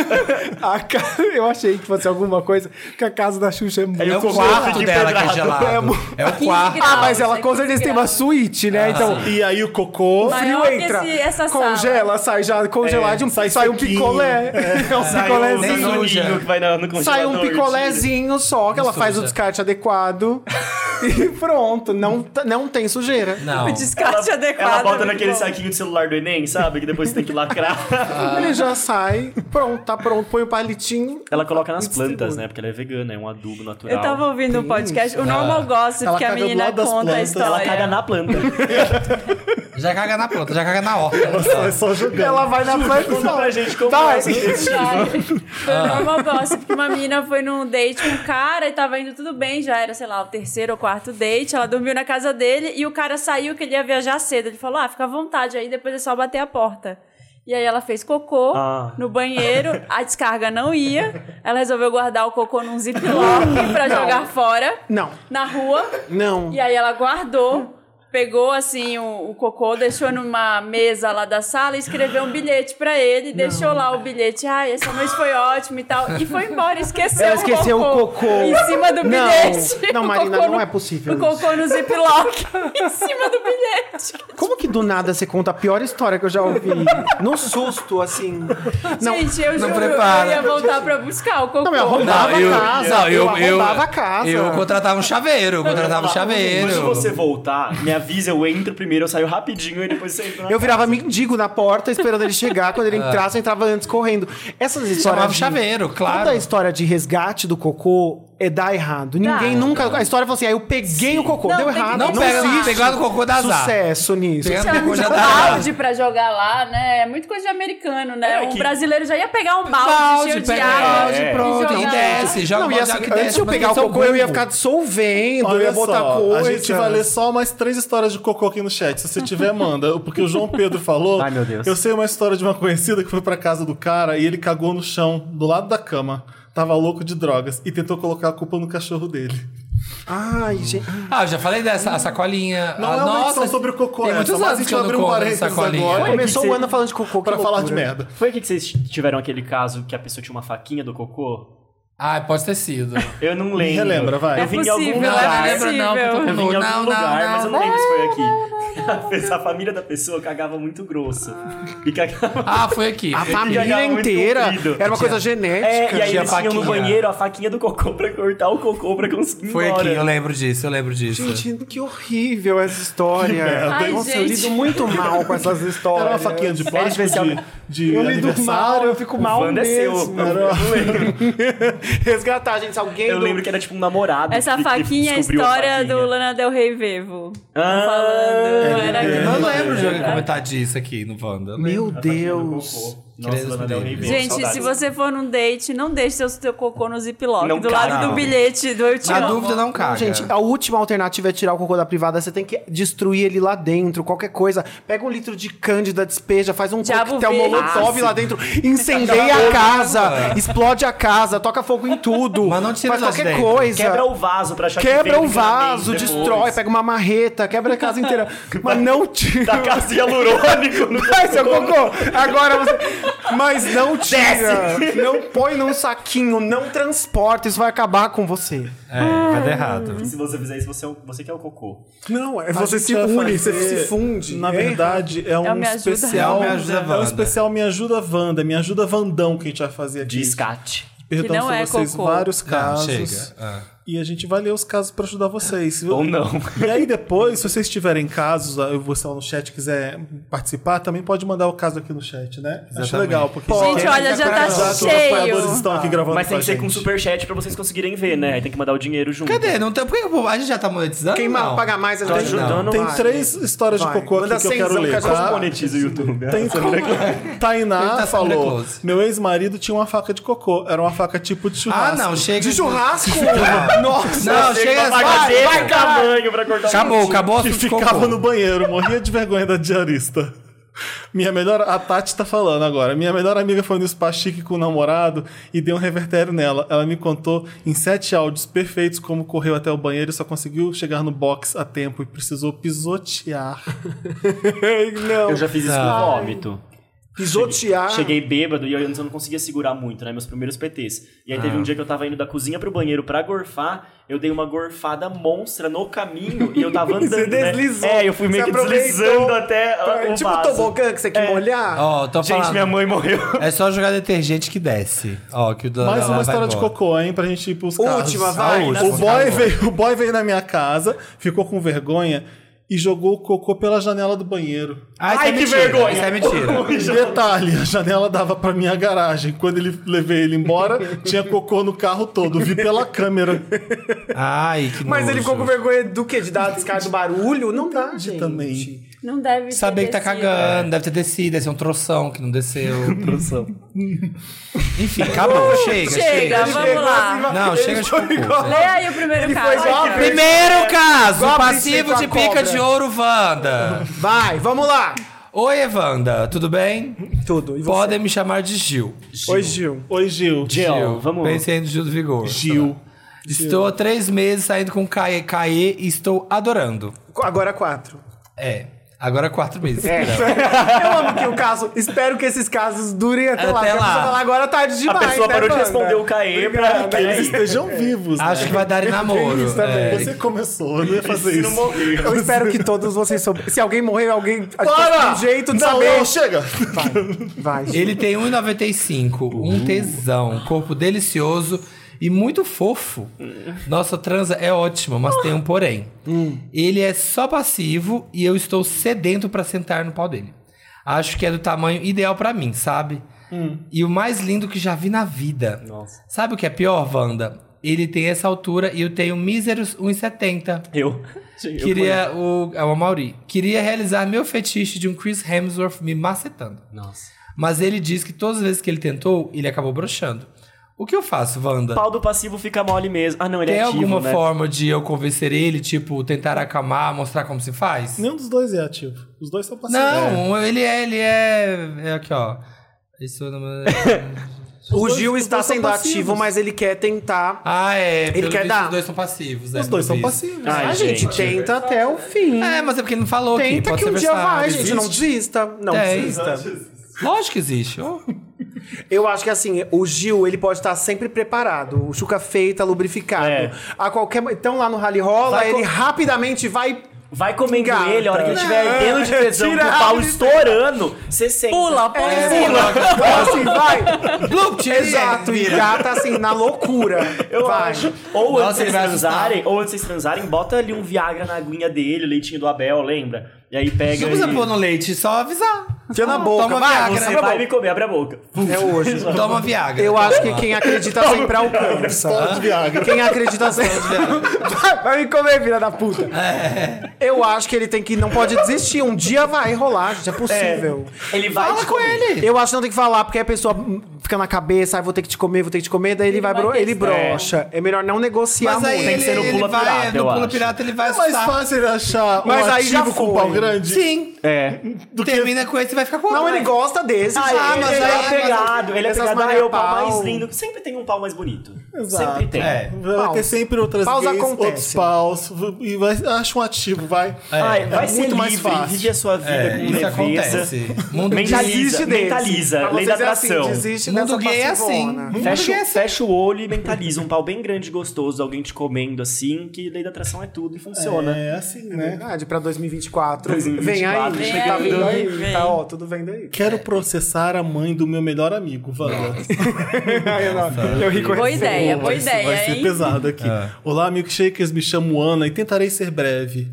a ca- eu achei que fosse alguma coisa, que a casa da Xuxa é muito É o gelada. quarto dela que é pedrado. gelado. É mu- É o quarto. Ah, mas ela com certeza tem uma suíte, né? Então, E aí o cocô. Mas- frio Maior que entra, esse- essa sala. congela, sai já congelado, de um, sai, sai um suquinho. picolé. É, um Sai um picolézinho. nem suja. danoninho que vai na- no Sai congelador, um tira. picolézinho só, que ela faz o suja. descarte adequado. e pronto, não, t- não tem sujeira. Não. O descarte adequado. Ela bota é muito naquele bom. saquinho de celular do Enem, sabe? Que depois você tem que lacrar. Ele já sai, pronto, tá pronto, põe o palitinho. Ela coloca nas plantas, né? Porque ela é vegana, é um adubo natural. Eu tava ouvindo um podcast, o Normal Gossip, Ela que a caga do menina lado das conta a plantas. Ela Ela história. caga na planta. Já caga na planta, já caga na horta. É só jogando. Ela vai na planta e Conta fala, pra gente como Tá, é essa né? Verdade. Foi o normal gossip que uma menina foi num date com um cara e tava indo tudo bem, já era, sei lá, o terceiro ou quarto date. Ela dormiu na casa dele e o cara saiu que ele ia viajar cedo. Ele falou: ah, fica à vontade aí, depois é só bater a porta. E aí ela fez cocô Ah. no banheiro, a descarga não ia. Ela resolveu guardar o cocô num ziplock pra jogar fora. Não. Na rua. Não. E aí ela guardou, pegou assim o, o cocô, deixou numa mesa lá da sala e escreveu um bilhete pra ele, deixou lá o bilhete. Ai, essa noite foi ótima e tal. E foi embora, esqueceu Ela o esqueceu o cocô. cocô. Em cima do Não. bilhete. Não, O Marina, cocô não no- é possível O cocô no ziplock em cima do bilhete. Como que do nada você conta a pior história que eu já ouvi? Num susto, assim. Não, Gente, eu juro, prepara. eu ia voltar pra buscar o cocô. Não, eu arrombava eu, a casa. não, eu, eu, arrombava a casa. eu contratava um chaveiro, eu contratava um chaveiro. Quando você voltar, me avisa, eu entro primeiro, eu saio rapidinho e depois você entra na Eu virava mendigo na porta esperando ele chegar. Quando ele Ah. entrasse, eu entrava antes correndo. Essas histórias. Chamava o chaveiro, claro. Toda a história de resgate do cocô é dar errado. Ninguém nunca. A história falou assim: aí eu peguei o cocô. Não, deu tem que errado. Não Não pega, existe. pegar do cocô da azar. Sucesso nisso. Pega- Tinha Depois já um dá errado. balde pra jogar lá, né? É muito coisa de americano, né? É, um que- brasileiro já ia pegar um balde, Balde, cheio de pega água. balde, e pronto, jogar e lá. desce, joga Não, um É, balde e de assim, água que antes desce. de eu mas pegar o esse é cocô, eu ia burro. ficar dissolvendo, eu Olha ia botar só, coisa. a então. gente vai ler só mais três histórias de cocô aqui no chat. Se você tiver, manda. Porque o João Pedro falou. Ai, meu Deus. Eu sei uma história de uma conhecida que foi pra casa do cara e ele cagou no chão, do lado da cama. Tava louco de drogas e tentou colocar a culpa no cachorro dele. Ai, gente. Ah, eu já falei dessa, a sacolinha. Não ah, é uma nossa, edição sobre o cocô, tem essa, muitos mas a anos gente que eu abriu não um como parênteses sacolinha. agora. Olha, Começou que o cê- ano falando de cocô. que Pra falar de loucura. merda. Foi aqui que vocês tiveram aquele caso que a pessoa tinha uma faquinha do cocô? Ah, pode ter sido. Eu não lembro. relembra, vai. Eu vim de É algum possível, né? Não, é lugar. lembra não, porque eu tô possível. com Eu vim de algum Não, não, lugar, não. mas eu não lembro se foi aqui. A família da pessoa cagava muito grosso. E cagava. Ah, foi aqui. A Cagava família muito inteira comprido. era uma coisa É, e genética. aí Tinha eles faquinha. tinham no banheiro a faquinha do cocô pra cortar o cocô pra conseguir ir Foi embora. aqui, eu lembro disso, eu lembro disso. Gente, que horrível essa história. Ai, Nossa, eu gente. lido muito mal com essas histórias. Era uma faquinha é de plástico especial. de, de Eu lido mal, aniversário. eu fico O mal Wanda é seu. mesmo. Eu não lembro. Resgatar, gente, se alguém Eu do- lembro que era tipo um namorado. Essa que- que faquinha é a descobriu a história faquinha. do Lana Del Rey Vivo. Ah, falando, é era verdade. Eu lembro de alguém comentar disso aqui no Wanda. Meu Deus. Nossa, Lana Del Rey mesmo, Gente, se saudades. você for num date, não deixe seu, seu cocô no ziplock. Não Do cabe. lado do bilhete do Eu Te Na Amo. dúvida, não caga. Gente, a última alternativa é tirar o cocô da privada. Você tem que destruir ele lá dentro, qualquer coisa. Pega um litro de cândida, despeja, faz um Diabo coquetel verde. molotov lá dentro, incendeia a casa, explode a casa, toca fogo em tudo. Mas não tira faz nós qualquer dentro. coisa. Quebra o vaso pra achar que Quebra veio o do vaso, Flamengo destrói, depois. pega uma marreta, quebra a casa inteira. Mas não tira. Da casa hialurônico no Ai, seu cocô, agora você. Mas não tira. Não põe num saquinho, não transporta, isso vai acabar com você. É, vai dar errado. Se você fizer isso, você, é o- você que é o cocô. Não, é você se une, você se funde. Na É. verdade, é um Me Ajuda especial. Wanda. Me Ajuda é um Wanda. especial Me Ajuda Wanda, Me Ajuda Vandão que a gente vai fazer aqui. De escate. Perdão Que não pra é vocês cocô. vários Não, casos. chega. Ah. E a gente vai ler os casos pra ajudar vocês. Ou não. E aí depois, se vocês tiverem casos, ah, eu vou lá no chat quiser participar, também pode mandar o caso aqui no chat, né? Acho Exatamente. legal, porque Gente, olha, já tá Exato, Os apoiadores cheio. estão aqui gravando Mas tem com que a ser com gente. superchat pra vocês conseguirem ver, né? Aí tem que mandar o dinheiro junto. Cadê? Não tem... Por que que o povo- a gente já tá monetizando? Quem não? paga mais, Tô Ah, ajuda Tá ajudando. Tem Vai. três histórias de Vai. cocô Manda aqui que eu quero cenzão, ler, que eu tá? vou Monetiza o YouTube. né? Tem como? Ele Tainá tá sendo falou: close. Meu ex-marido tinha uma faca de cocô. Era uma faca tipo de Ah, churrasco. não, chega. De churrasco? Nossa! Não, chega. Vai, vai, um tamanho pra cortar Acabou, acabou. Que assunto de ficava cocô. no banheiro, morria de vergonha da diarista. Minha melhor. A Tati tá falando agora. Minha melhor amiga foi no spa chique com o namorado e deu um revertério nela. Ela me contou em sete áudios perfeitos como correu até o banheiro e só conseguiu chegar no box a tempo e precisou pisotear. Eu já fiz isso com vômito. Pisotear. Cheguei bêbado e eu antes eu não conseguia segurar muito, né? Meus primeiros PTs. E aí teve um dia que eu tava indo da cozinha pro banheiro pra gorfar, eu dei uma gorfada monstra no caminho e eu tava andando. Você né? deslizou. É, eu fui meio Você que aproveitou deslizando até Pra- o É. Ah, tipo vaso. tobogã que você quer molhar. Ó, tô Gente, falando. minha mãe morreu. É só jogar detergente que desce. Ó, que o da- Mais da- uma vai história de embora. cocô, hein? Pra gente ir pros casos. Última, vai. né? A última. O boy, Acabou. veio, o boy veio na minha casa, ficou com vergonha e jogou o cocô pela janela do banheiro. Ai, isso é Ai, que mentira, vergonha. Isso é mentira. Detalhe, a janela dava pra minha garagem. Quando ele levei ele embora, tinha cocô no carro todo. Vi pela câmera. Ai, que Mas nojo. ele ficou com vergonha do quê? De dar a descarga do barulho? Não dá, gente. também. Não deve ter Saber que tá descido. cagando, deve ter descido, deve ser um troção que não desceu. troção. Enfim, acabou, chega, chega. Chega, vamos lá. Não, chega de cocô. Lê aí o primeiro foi igual a caso. vez. Primeiro caso, Igual a passivo princesa de pica cobra. de ouro, Wanda. Vai, vamos lá. Oi, Evanda, tudo bem? Tudo. E você? Podem me chamar de Gil. Oi, Gil. Oi, Gil. Gil, vamos. Pensei no Gil do Vigor. Gil. Estou há três meses saindo com Caê Caê e estou adorando. Agora quatro. É, agora quatro meses. Eu amo que o caso. Espero que esses casos durem até, lá. Até porque a lá. pessoa fala, agora tá tarde A demais. pessoa né, parou de Wanda? responder o Caê pra que Eles ele estejam vivos. né? Acho que vai dar em namoro. é. Você começou, eu não ia fazer se não isso. morrer. Eu espero que todos vocês soube. Se alguém morrer, alguém. Para! Um jeito de não, saber. não, chega! Vai, Gil. Ele tem 1,95, um tesão, um corpo delicioso e muito fofo. Nossa transa é ótima, mas tem um porém. Ele é só passivo e eu estou sedento pra sentar no pau dele. Acho que é do tamanho ideal pra mim, sabe? E o mais lindo que já vi na vida. Nossa. Sabe o que é pior, Wanda? Ele tem essa altura e eu tenho míseros 1,70. Eu. Eu Queria o. É o Mauri. Queria realizar meu fetiche de um Chris Hemsworth me macetando. Nossa. Mas ele diz que todas as vezes que ele tentou, ele acabou broxando. O que eu faço, O Wanda? pau do passivo fica mole mesmo. Ah, não, ele Tem é ativo, alguma né? forma de eu convencer ele, tipo, tentar acalmar, mostrar como se faz? Nenhum dos dois é ativo. Os dois são passivos. Não, ele é, ele é. É aqui, ó. Isso não. O dois- Gil os está dois são sendo passivos. ativo, mas ele quer tentar. ah, é. pelo quer visto, dar? Os dois são passivos. é, Os dois pelo são visto. passivos. Ai, a gente, gente. tenta até o fim. É, mas é porque ele não falou aqui. tenta Pode que ser um dia versado, vai, gente. existe. Não desista. Não É, desista. Lógico que existe. ó. Eu acho que assim, o Gil, ele pode estar sempre preparado. O Chuca feita, lubrificado. É. A qualquer. Então lá no Rally Rola, Vai ele co- rapidamente vai. Vai comendo Gata. ele, a hora que ele estiver Não. ardendo de tesão, com Tira o pau ele. estourando, você sente. Pula, põe em É. cima. Então, assim, vai. Blup, tira Exato, ele, e vira. gata assim, na loucura. Eu vai. acho. Ou Nossa, antes de ele vocês vai transarem, ou antes de vocês transarem, bota ali um Viagra na aguinha dele, o leitinho do Abel, lembra? E aí pega. Não precisa e- pôr no leite, só avisar. Tira na Ah, boca, Toma vai, Viagra. Você vai me comer, abre a boca. É hoje. Toma Viagra. Eu acho que Toma. quem acredita sempre Ah. alcança. Pode então, Viagra. Quem acredita sempre. Vai- Vai me comer, filha da puta. Eu acho que ele tem que. Não pode desistir. Um dia vai rolar, gente. É possível. Ele vai Fala te com comer. ele. Eu acho que não tem que falar, porque a pessoa hum, fica na cabeça, ah, vou ter que te comer, vou ter que te comer, daí ele, Ele vai, vai bro- ele testando. brocha. É melhor não negociar Mas aí muito. Tem que ele, ser no ele pula vai, pirata, eu no pula acho. pirata ele vai É mais assustar. fácil ele achar um tá. Mas aí já ativo com foi. pau grande. Sim. É. Do que Termina com esse e vai ficar com Não, outro, ele né? gosta desse. Ah, já, ele, mas ele aí- é apegado, ele é Essas apegado. Ah, Maria é o pau Pau. mais lindo. Sempre tem um pau mais bonito. Exato. Sempre tem. É. Vai ter Paus. sempre outras Paus gays, acontece. outros paus. E vai, acha um ativo, vai. Ai, vai é ser muito livre, mais fácil. vive a sua vida É, com isso leveza. acontece. Mundo mentaliza, Desiste desse. mentaliza, Pra lei da vocês é assim, atração. desiste Mundo dessa gay é passivona. assim. Fecha, Porque é o- assim. fecha o olho e mentaliza um pau bem grande, gostoso, alguém te comendo assim, que lei da atração é tudo e funciona. É assim, É né? verdade, pra 2024. 2024, vem vem aí, tá aí, vindo aí. vem. Tá, ó, tudo vendo aí. Quero processar a mãe do meu melhor amigo, Wanda. Eu rico Boa ideia, É boa Vai ideia, ser hein? pesado aqui. Olá, milkshakers, me chamo Ana e tentarei ser breve.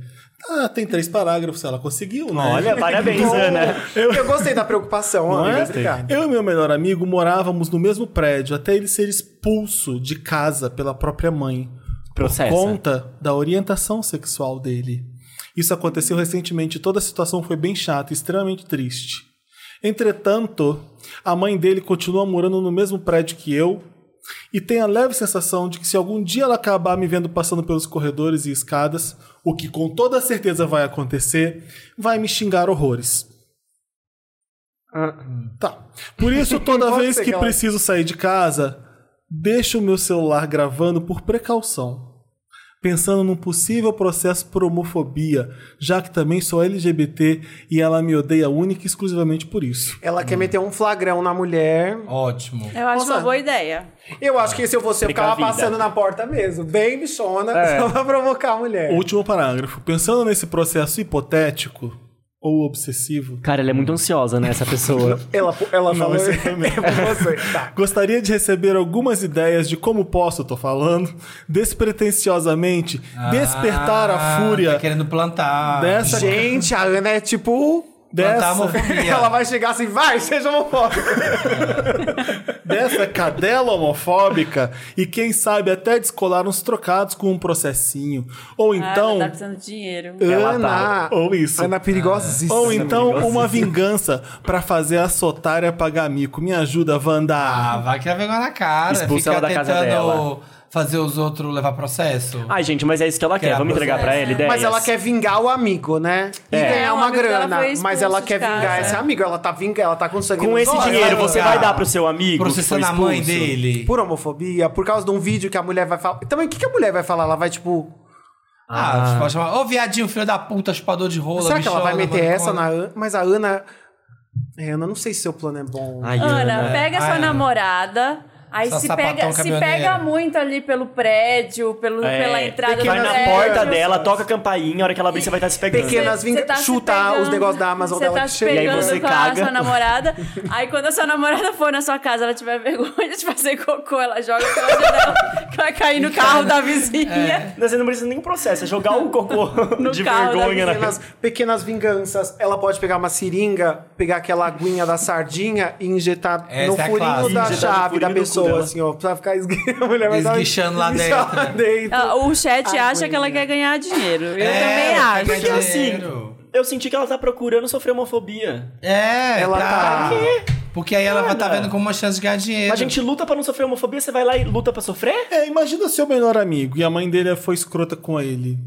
Ah, tem três parágrafos, ela conseguiu, né? Olha, parabéns, Ana. Eu... eu gostei da preocupação, Não Ana. é? Obrigado. Eu e meu melhor amigo morávamos no mesmo prédio até ele ser expulso de casa pela própria mãe Processa. por conta da orientação sexual dele. Isso aconteceu recentemente, toda a situação foi bem chata, e extremamente triste. Entretanto, a mãe dele continua morando no mesmo prédio que eu e tem a leve sensação de que se algum dia ela acabar me vendo passando pelos corredores e escadas, o que com toda certeza vai acontecer, vai me xingar horrores. Tá. Por isso, toda Pode vez ser que que ela- preciso sair de casa, deixo o meu celular gravando por precaução. Pensando num possível processo por homofobia, já que também sou LGBT e ela me odeia única e exclusivamente por isso. Ela quer meter um flagrão na mulher. Ótimo. Eu acho Nossa. uma boa ideia. Eu acho que se eu fosse, eu ficava Precavida. passando na porta mesmo. Bem bichona, É. só pra provocar a mulher. Último parágrafo. Pensando nesse processo hipotético ou obsessivo, Cara, ela é muito ansiosa, né, essa pessoa. Ela, ela falou... esse também. é você, tá. Gostaria de receber algumas ideias de como posso, tô falando, despretensiosamente, despertar a Ah, Tá fúria querendo plantar. dessa Gente, a Ana é tipo... plantar dessa- a homofobia. Ela vai chegar assim, vai, seja homofóbica. dessa cadela homofóbica e quem sabe até descolar uns trocados com um processinho. Ou então. ah, tá precisando de dinheiro. Ela tá Ana... Ou isso. Ana é perigosíssima. Ou então assim. uma vingança pra fazer a sotária pagar mico. Me ajuda, Wanda. Ah, vai que ela vergonha na cara. Fica Expulsa ela da tentando casa dela. fazer os outros levar processo. Ai, gente, mas é isso que ela quer. Quer Vamos entregar pra processar. ela ideias. Mas ela quer vingar o amigo, né? E É. É, ganhar o uma amigo dela grana. foi expulso Mas ela de quer casa. vingar esse amigo. Ela tá vinga, ela tá com sangue Com nos esse olhos. dinheiro, vai você jogar. vai dar pro seu amigo que foi Processando a mãe expulso? dele. Por homofobia, por causa de um vídeo que a mulher vai falar. Também o que, que a mulher vai falar? Ela vai, tipo. Ah, tipo, ela chama. Ô, viadinho, filho da puta, chupador de rola. será que ela bichona, vai meter essa manicona." na Ana? Mas a Ana. É, Ana, não sei se seu plano é bom. né? Ai, Ana, pega Ah, sua Ana. namorada. Aí Só se sapatão pega, se caminhoneira. pega muito ali pelo prédio, pelo, É, pela entrada do Vai prédio. na porta dela, toca a campainha, a hora que ela abrir, você vai estar se pegando. Pequena- Pequenas Cê- vinga- cê se chuta pegando- os negócios da Amazon cê dela tá que se chega. E aí pegando você com a caga. sua namorada. aí quando a sua namorada for na sua casa, ela tiver vergonha de fazer cocô, ela joga pela janela um, que vai cair no carro da vizinha. Você não precisa nem processo, é jogar o cocô No de carro da vergonha né? na Pequenas, pequenas vinganças. Ela pode pegar uma seringa, pegar aquela aguinha da sardinha e injetar Essa no é a furinho clássica. Injetar da no chave furinho da do cu pessoa, dela. assim, ó. Pra ficar esgui... a mulher vai dar uma Esguichando lá esguichada dentro, né? dentro. Ah, O chat acha que ela quer ganhar dinheiro. Eu É. também acho. é quer Porque ganhar assim, É, dinheiro. eu senti que ela tá procurando sofrer homofobia. É, Ela pra- tá- Porque aí ela vai estar Nada. vendo como uma chance de ganhar dinheiro. A gente luta pra não sofrer homofobia, você vai lá e luta pra sofrer? É, imagina seu melhor amigo e a mãe dele foi escrota com ele.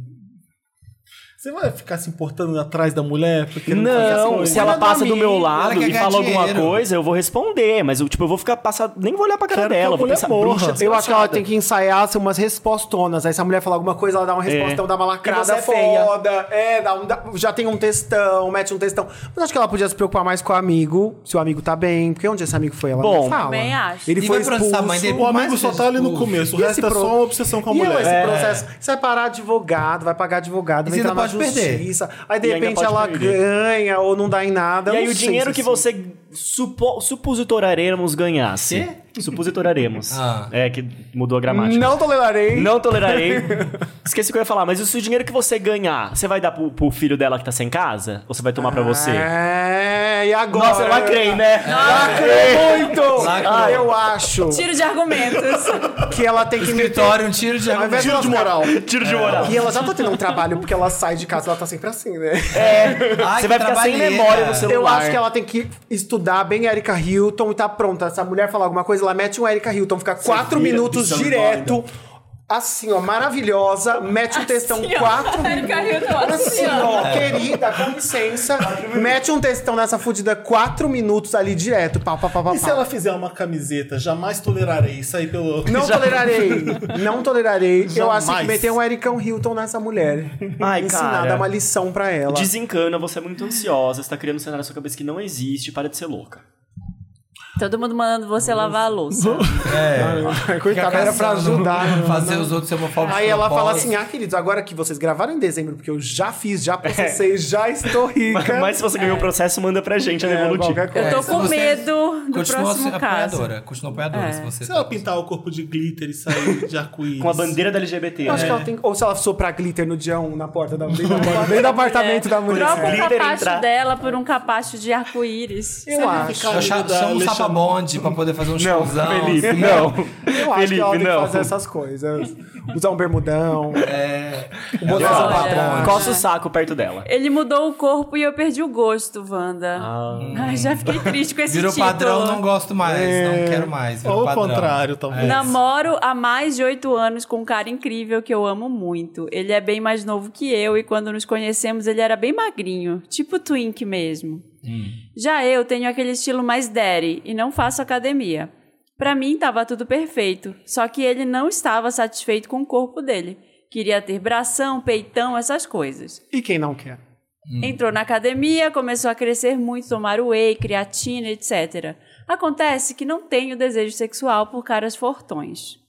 Você vai ficar se importando atrás da mulher? Porque não, faz as Não, coisas? se ela Ela passa do domina, meu ela lado quer e ganhar fala alguma dinheiro. coisa, eu vou responder, mas eu, tipo, eu vou ficar passado, nem vou olhar pra cara Quero que a dela, eu vou mulher pensar, morra. bruxa, Eu acho que ela desgraçada. tem que ensaiar assim, umas respostonas. Aí se a mulher falar alguma coisa, ela dá uma É. resposta, então dá uma E você lacrada é feia. foda. É, dá um- dá- já tem um textão, mete um textão. Mas acho que ela podia se preocupar mais com o amigo, se o amigo tá bem. Porque onde esse amigo foi? Ela Bom, não fala. também acho. Ele E foi vai processar a expulso. mãe dele? O amigo Mais só tá ali no Jesus. começo, o E resto esse é pro- só uma obsessão com a E eu, mulher. esse É. processo, você vai parar advogado, vai pagar advogado, E vai você entrar não na pode pode perder. justiça. Aí de E ainda repente pode ela perder. ganha ou não dá em nada. E eu aí não o sei dinheiro se que isso- você supo, supositoraremos ganhasse. Supositoraremos. Ah. É, que mudou a gramática. Não tolerarei. Não tolerarei. Esqueci o que eu ia falar, mas e se o dinheiro que você ganhar, você vai dar pro, pro filho dela que tá sem casa? Ou você vai tomar pra você? É, e agora? Nossa, eu lacrei, né? Lacrei muito! Lacrou. Ah, eu acho Tiro de argumentos. que ela tem que meter- Vitória, um tiro de Ao invés é Tiro de ela ficar- moral. Tiro de moral. E ela já tá tendo um trabalho, porque ela sai de casa, ela tá sempre assim, né? Ai, que Você vai ficar sem trabalheira. memória no Então, celular. Eu acho que ela tem que estudar bem Erika Hilton e tá pronta. Se a mulher falar alguma coisa, ela mete um Erika Hilton, fica quatro vira minutos bichão direto, assim, ó, maravilhosa, mete um textão Assim, ó. quatro Erika Hilton, Assim, assim, ó. ó, É. querida, com licença, mete um textão nessa fudida quatro minutos ali direto, pá, pá, pá, pá, E se pá. ela fizer uma camiseta, jamais tolerarei sair pelo. Não Já- tolerarei, não tolerarei. Eu acho que Jamais. meter um Ericão Hilton nessa mulher. Ai, ensinar, cara. É. dar uma lição pra ela. Desencana, você é muito ansiosa, você tá criando um cenário na sua cabeça que não existe, para de ser louca. Todo mundo mandando você lavar a louça. Coitada, Fica era pra caçando, ajudar. não- né? Fazer os outros ser homofóbicos. Aí ela fala propósito. assim: ah, queridos, agora que vocês gravaram em dezembro, porque eu já fiz, É. já processei, já estou rica. Mas se você ganhou o processo, manda pra gente, é, É, devolutivo. qualquer Eu coisa. tô se com você medo do Continua próximo caso. apoiadora. Continua apoiadora, se você... Se ela pintar o corpo de glitter e sair de arco-íris. Com a bandeira da LGBT. Eu acho né? que ela tem. Ou se ela soprar glitter no dia 1 na porta da É. dentro do- dentro do apartamento da Troca mulher. o Glitter capacho entrar. dela por um capacho de arco-íris. Eu acho. Cara, Eu cha- da Chama um Alexandre- sapabonde pra poder fazer um showzão. Felipe, não. Eu acho que Felipe, ela tem que não. fazer essas coisas. Usar um bermudão. um É, botar Olha, sapabonde. Coça o saco perto dela. Ele mudou o corpo e eu perdi o gosto, Wanda. Ai, já fiquei triste com esse Virou título. padrão, não gosto mais. Não quero mais. Virou Ou é o padrão. contrário, talvez. Namoro há mais de oito anos com um cara incrível que eu amo muito. Ele é bem mais novo que eu e quando nos conhecemos ele era bem magrinho, tipo twink mesmo. Já eu tenho aquele estilo mais daddy e não faço academia. Pra mim tava tudo perfeito, só que ele não estava satisfeito com o corpo dele. Queria ter bração, peitão, essas coisas. E quem não quer? Entrou na academia, começou a crescer muito, tomar whey, creatina, etc. Acontece que não tenho desejo sexual por caras fortões.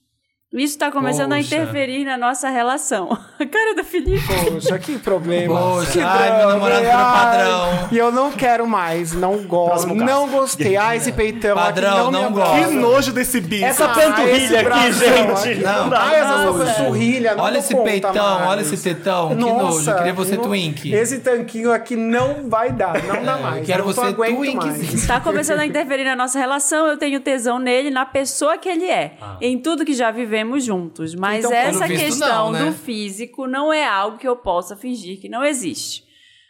Isso está começando a Poxa. interferir na nossa relação. A cara do Felipe. Poxa, que problema. Poxa, que ai, meu drama, namorado virou ai. padrão. E eu não quero mais, não gosto, Próximo caso. não gostei. Ah, esse peitão Padrão, aqui não, me não abraça. Que gosto. nojo desse bicho. Essa Ah, panturrilha esse aqui, bração gente. aqui. Não. Ai, essa sua panturrilha, não Olha dou esse conta peitão, mais. olha esse tetão. Que nojo. Eu queria você não- twink. Esse tanquinho aqui não vai dar, não dá É, mais. eu quero eu não você aguento twinkzinho. mais. Está Tá começando a interferir na nossa relação. Eu tenho tesão nele, na pessoa que ele é, em tudo que já vivemos juntos. Mas Então, pelo essa visto, questão não, né? do físico não é algo que eu possa fingir que não existe.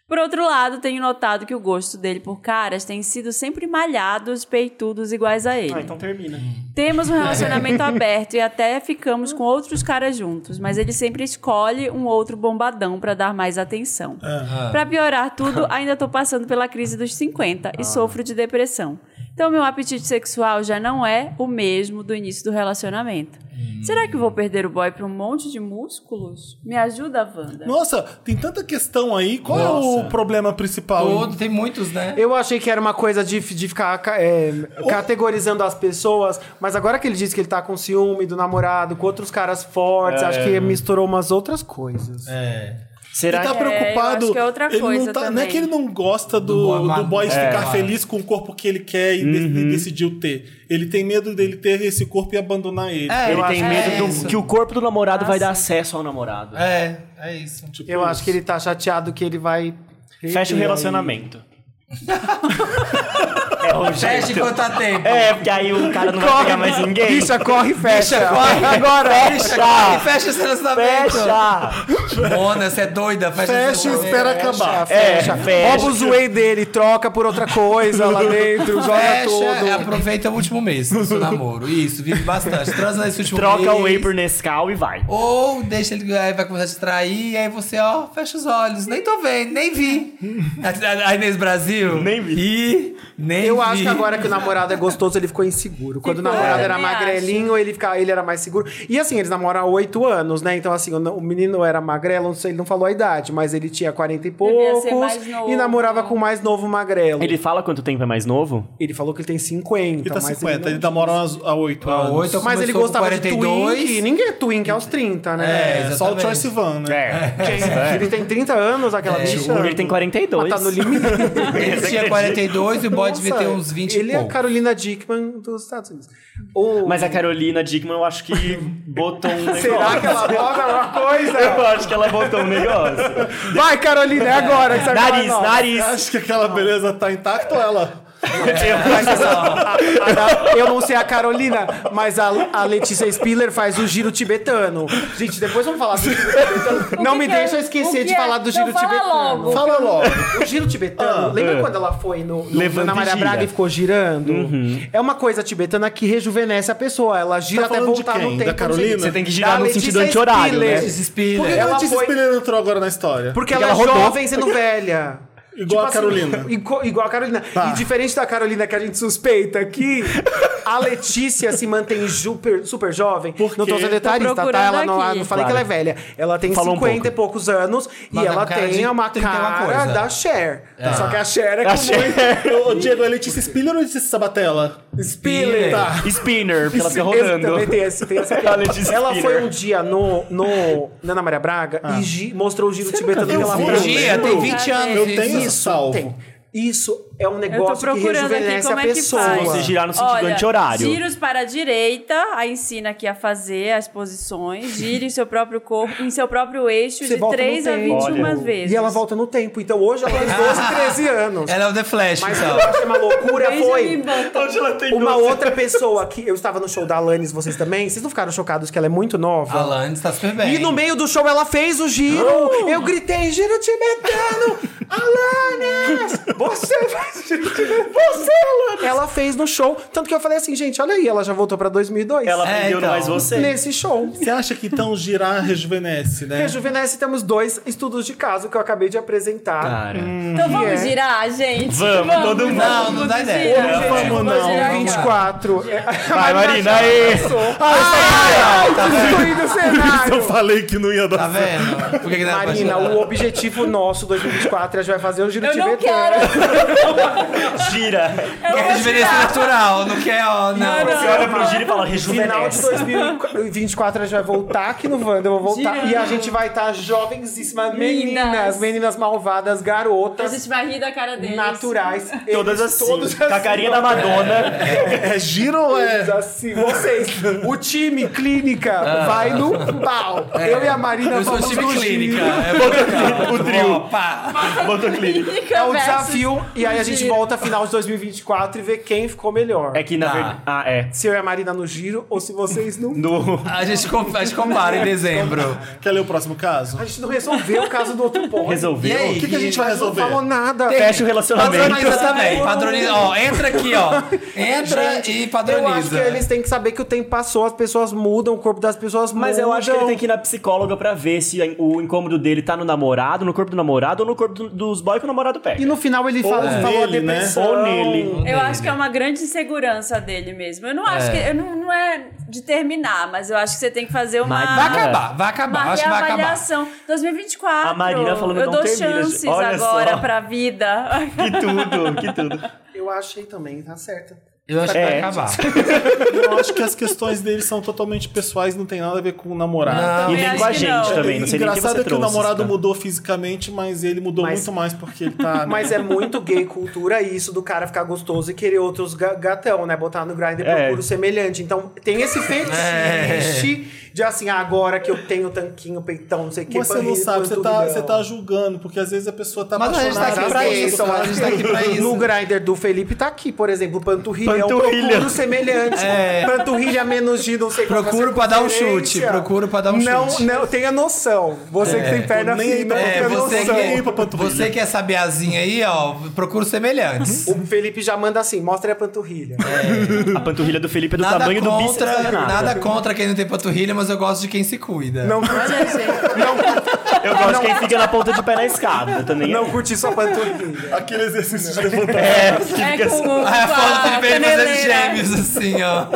Por outro lado, tenho notado que o gosto dele por caras tem sido sempre malhados, peitudos iguais a ele. Ah, então termina. Temos um relacionamento aberto e até ficamos com outros caras juntos, mas ele sempre escolhe um outro bombadão pra dar mais atenção. Pra piorar tudo, ainda tô passando pela crise dos 50 e sofro de depressão. Então meu apetite sexual já não é o mesmo do início do relacionamento. Será que vou perder o boy pra um monte de músculos? Me ajuda, Wanda. Nossa, tem tanta questão aí. Qual é Nossa. o problema principal? Todo, tem muitos, né? Eu achei que era uma coisa de, de ficar ca- é, categorizando as pessoas, mas agora que ele disse que ele tá com ciúme do namorado, com outros caras fortes, acho que misturou umas outras coisas. É. Ele Será tá que... preocupado. eu acho que é outra ele coisa não, tá, não é também. que ele não gosta do, Do do, boy- boy é. ficar feliz com o corpo que ele quer e de- decidiu ter. Ele tem medo dele ter esse corpo e abandonar ele. tá É, Ele eu tem acho que é medo isso. do, que o corpo do namorado vai dar acesso ao namorado. É, é isso. Tipo, Eu acho que ele tá chateado que ele vai. Fecha o relacionamento. é o jeito. Fecha enquanto há tempo. É, porque aí o cara não vai pegar mais ninguém. Bicha, corre e fecha. corre. agora. Fecha, corre, fecha esse relacionamento. Fecha! Mona, você é doida. Fecha, esse Fecha e relacionamento. espera acabar. Fecha. É, fecha. Rouba o zoei dele, troca por outra coisa lá dentro, joga Fecha, todo. é, aproveita o último mês do seu namoro. Isso, vive bastante. Transa nesse último mês. Troca o whey por Nescau e vai. Ou deixa ele, aí vai começar a te trair, e aí você, ó, fecha os olhos. Nem tô vendo, nem vi. A- a- a Inês Brasil. Nem vi. Ih, nem eu acho vi. que agora que o namorado é gostoso, ele ficou inseguro. Quando o namorado eu era também magrelinho, ele, ficava, ele era mais seguro. E assim, eles namoram há oito anos, né? Então, assim, o n- o menino era magrelo, não sei, ele não falou a idade, mas ele tinha 40 e Devia poucos. ser mais novo. né? E namorava com o mais novo magrelo. Ele, Ele fala quanto tempo é mais novo? falou que ele tem 50. Ele tá Então, mas 50, Ele ele namora umas- há 8 Há anos. oito, Mas ele então Começou com gostava de 42. twink. Ninguém é twink aos 30, né? É, É só o exatamente. Choice Van, né? Gente, ele tem 30 anos, aquela bicha. Ele É. tem 42. Mas tá no limite. Ele tinha 42 e o boy devia Nossa, ter uns 20 Ele e é a pouco. Carolina Dickman dos Estados Unidos. Ou- Mas a Carolina Dickman, eu acho que botou um negócio. Será que ela bota alguma coisa? Eu acho que ela botou um negócio. Vai, Carolina, é agora que você vai Nariz, falar, não. nariz. Acho que aquela beleza tá intacta ou ela? Eu não sei a Carolina, mas a, a Letícia Spiller faz o giro tibetano. Gente, depois vamos falar do giro tibetano. O Não que me que é? deixa eu O que esquecer de é? falar do Então giro fala tibetano. logo. Fala logo. O giro tibetano, lembra quando ela foi no, no Levanta Ana e Maria gira. Braga e ficou girando? É uma coisa tibetana que rejuvenesce a pessoa. Ela gira Tá até falando de voltar no quem? tempo. Da Carolina? gente. Você tem que girar Da no Letícia sentido anti-horário, né? Spiller. Esse Por que Spiller. a Ela É Letícia foi- Spiller entrou agora na história? Porque ela, ela é rodou. jovem sendo velha. Igual Tipo a assim, Carolina. igu- igual a Carolina. E diferente da Carolina que a gente suspeita aqui, a Letícia se mantém super, super jovem. Por Não tô quê? sendo detalhista, procurando tá? Ela não, aqui. não falei que ela é velha. Ela tem Falou um 50 e pouco. poucos anos Mas e tá ela com cara tem de uma 31 cara coisa. da Cher. Só que a Cher é A com Cher. Ô, ô, Diego, é Letícia Spiller ou Letícia Sabatella? Spiller. Tá. Spinner, porque ela fica Esse- esse rodando. também tem esse- tem essa A piada. Letícia Ela Spiller. foi um dia no, no na Ana Maria Braga e gi- mostrou o giro tibetano que viu um ela esse fez. vídeo? Dia, tem 20 anos. Eu isso. tenho isso salvo. Tem. Isso é um Eu tô negócio que procurando aqui rejuvenesce como a é que pessoa. faz. Você girar no sentido Olha, anti-horário. Giros para a direita, a ensina aqui a fazer as posições. Gire em seu próprio corpo, em seu próprio eixo, Você de volta no 3 a tempo. 21 Olha. vezes. E ela volta no tempo. Então hoje ela tem 12, 13 anos. Ela é o The Flash, Mas o que então. eu achei uma loucura Benjamin foi. Button. Então, Uma outra pessoa que eu estava no show da Alanis, vocês também. Vocês não ficaram chocados que ela é muito nova? A Alanis tá super bem. E no meio do show ela fez o giro. Eu gritei, giro tibetano! Alanis! Você faz giro tibetano! Você, Alanis! Ela fez no show. Tanto que eu falei assim, gente, olha aí, ela já voltou pra 2002. Ela É, aprendeu no então. mais você. Nesse show. Você acha que então girar Tá rejuvenesce, né? Rejuvenesce, temos dois estudos de caso que eu acabei de apresentar. Cara. Então vamos é. girar, gente? Vamos, todo mundo. Não, não dá ideia. girar. Não, Vamos vamos não. girar, cara. 24. É, tá Vai, Marina, aí! tá Destruindo o Eu cenário. falei que não ia dar Tá certo. vendo? Por que tá que não era pra Marina, girar? o objetivo nosso 2024 é a gente vai fazer um giro Eu tibetano. não quero. Ah, Gira! Porque é diferença natural, não quer, ó, não. Você olha pro Gira e fala, Final de rejuvenesce. 2024 a gente vai voltar aqui no Wanda, eu vou voltar. Gira. E a gente vai estar jovensíssimas, meninas, Meninas. meninas, malvadas, Então A garotas, gente vai rir da cara deles. naturais. Todas Eles assim. todos com a carinha da Madonna. É giro ou Todos é? assim. Vocês, o time clínica vai no pau. Eu e a Marina Eu sou vamos time no clínica. giro. É bom o trio. Opa! Clínica um É o versus desafio. E aí a gente giro. volta final de 2024 e vê quem ficou melhor. É que na Tá. verdade. Ah, é. Se eu e a Marina no giro ou se vocês não. No... A gente, com- a gente compara em dezembro. Quer ler o próximo caso? A gente não resolveu o caso do outro ponto. E Resolveu. aí? O que, que a gente vai Não resolver? falou nada. Fecha o relacionamento. Padroniza também. Padroniza. Ó, entra aqui, ó. Entra e Eu acho que padroniza. eles têm que saber que o tempo passou, as pessoas mudam, o corpo das pessoas muda. Mas eu acho que ele tem que ir na psicóloga pra ver se a- o incômodo dele tá no namorado, no corpo do namorado ou no corpo do- dos boys que o namorado pega. Tá E no final ele fala, Ou falou a nele, né? depressão. Ou nele. Eu acho que é uma grande insegurança dele mesmo. Eu não acho que. Eu não, não é de terminar, mas eu acho que você tem que fazer uma. Mas Vai acabar, vai acabar. Uma acho que vai acabar. reavaliação. 2024. A Marina falando, Eu não dou termina, gente. chances Olha agora só. pra vida. Que tudo, que tudo. Eu achei também, tá certa. Eu acho que vai É. acabar. Eu acho que as questões dele são totalmente pessoais, não tem nada a ver com o namorado. E Também nem acho com a que gente não. também, não sei nem o que Engraçado é você que o trouxe, namorado tá? mudou fisicamente, mas ele mudou Mas- muito mais porque ele tá. Mas é muito gay cultura isso do cara ficar gostoso e querer outros ga- gatão, né? Botar no grinder É. procura o semelhante. Então tem esse É. fetiche de assim, ah, agora que eu tenho tanquinho, peitão, não sei o que. você não barriga, sabe, você tá, panturrilhão. você tá julgando, porque às vezes a pessoa tá Mas a gente tá aqui apaixonada. Mas pra às isso, vezes, mas a gente tá aqui pra No isso. grinder do Felipe tá aqui, por exemplo, panturrilha. Panturrilha. Eu procuro semelhante. Panturrilha menos de não sei qual É. Procuro vai ser a pra dar um preferência. chute, procuro pra dar um não, chute. Não, tenha noção. Você que tem perna nem aí fina, pra- É, tenha você noção. Aí pra que, panturrilha. você que é sabiazinha aí, ó, procura os semelhantes. O Felipe já manda assim, mostra a panturrilha. A panturrilha do Felipe é do Nada tamanho do bíceps. é contra, da Renata. nada contra quem não tem panturrilha, mas eu gosto de quem se cuida. Não, Olha, gente. não, Eu gosto de quem fica na ponta de pé na escada também. Não curti só panturrilha. Aquele exercício de levantar. É com, com Ah, Aí a foto a do Felipe fazendo caneleira. gêmeos, assim, ó.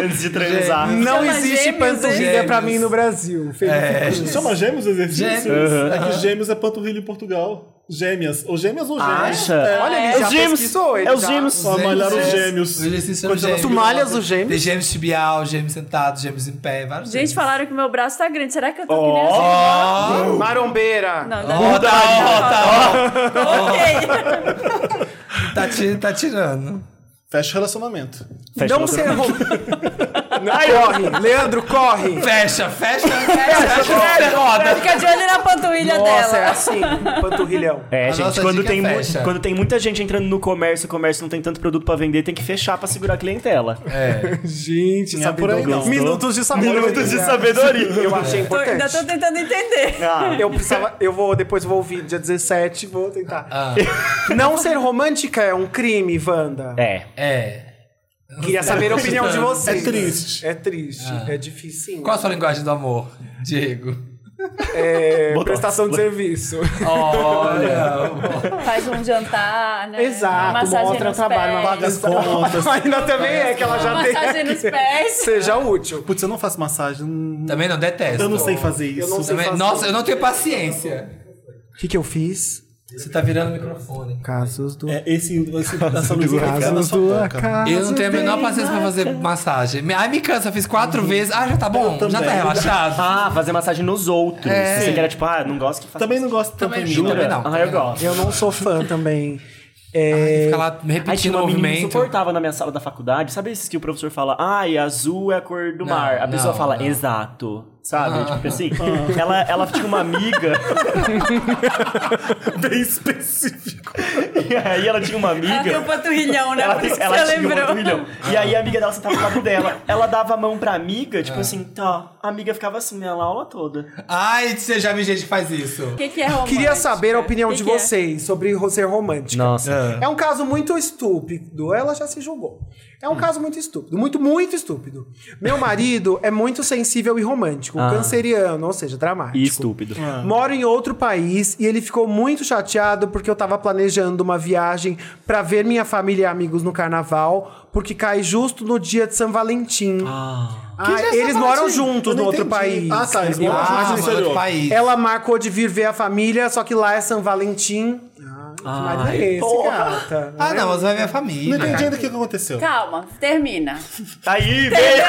antes de transar. Não Chama existe gêmeos, hein? panturrilha pra mim Gêmeos. no Brasil. Felipe Cruz. Chama gêmeos o exercício? Gêmeos. É que gêmeos é panturrilha em Portugal. Gêmeas. Ou gêmeas ou gêmeos. Acha? Olha, ele É já os gêmeos. pesquisou, ele É os já- gêmeos. Ó, malharam os é. gêmeos. Os exercícios são Continua- gêmeos. Tu malhas os Tem gêmeos? gêmeos tibial, gêmeos sentado, gêmeos em pé, vários Gente, gêmeos. falaram que meu braço tá grande. Será que eu tô oh. Ó, Ah. Marombeira. Não, ainda ó, tá, ó, Ok. tá, tá, ti- tá tirando. Fecha o relacionamento. Fecha Não você. se Corre, Leandro, corre. Fecha, fecha, fecha, fecha. Fica de olho na panturrilha Nossa, é dela. assim, panturrilhão. É, A gente, nossa quando dica tem, é mu- fecha. quando tem muita gente entrando no comércio, o comércio não tem tanto produto pra vender, tem que fechar pra segurar a clientela. Gente, Não é por aí, sabedoria. não. Minutos de sabedoria. Minutos de sabedoria. Eu achei Tô- ainda tô importante. tentando entender. Ah, Eu precisava, eu vou, depois vou ouvir dia 17, vou tentar. Ah. Não ser romântica é um crime, Wanda. é. É. Queria saber a opinião de vocês. É triste. É triste, é difícil. Qual a sua linguagem do amor, Diego? É, Botox. prestação de serviço. Olha, Faz um jantar, né? Uma Exato, massagem mostra nos trabalho, pés. uma Paga as contas. Ainda também é que ela já Massagem tem. nos pés. Seja útil. Putz, eu não faço massagem. hum, também não detesto. Eu não sei fazer isso. Eu não sei. Também- fazer. nossa, eu não tenho paciência. O que, que eu fiz? Você tá virando o microfone. Casos do. É, esse, esse, essa luz fica na Casos sua do boca. acaso. Eu não tenho a menor paciência pra fazer massagem. Me- Ai, me cansa, fiz quatro vezes. Ah, já tá bom, já tá também. relaxado. Ah, fazer massagem nos outros. É. Você quer, tipo, ah, não gosto que faça. Também não gosto tanto Também de jura? mim. né? também não, Ah, eu também não. gosto. Eu não sou fã também. É... Fica lá Aí tinha repetindo o uma menina que movimento. insuportável na minha sala da faculdade. Sabe esses que o professor fala, ai, azul é a cor do Não, mar? A pessoa não, fala, não. exato. Sabe? Tipo assim, ela, ela tinha uma amiga. Bem específico. E aí ela tinha uma Ela tem um amiga. panturrilhão, né? Ela, Por tem- isso que ela você tinha um lembrou. milhão. E aí a amiga dela sentava do lado dela. Ela dava a mão pra amiga, tipo assim, tá. A amiga ficava assim, né, na aula toda. Ai, você já viu gente que faz isso. O que, que é romântico? Queria saber a opinião Que de que é? vocês sobre ro- ser romântica. Nossa. É um caso muito estúpido. Ela já se julgou. É um caso muito estúpido. Muito, muito estúpido. Meu marido é muito sensível e romântico. Canceriano, ou seja, dramático. E estúpido. Moro em outro país e ele ficou muito chateado porque eu tava planejando uma viagem pra ver minha família e amigos no carnaval, porque cai justo no dia de São Valentim. Ah, eles moram juntos é Eu não no outro entendi. país. Ah, tá, eles Eu moram acho juntos. mais Ah, no mas outro exterior. país. ela marcou de vir ver a família, só que lá é São Valentim. Ah, que marido é esse, gata? Ah, não, mas vai ver a Não família. entendi ainda o que que aconteceu. Calma, termina. Aí veio.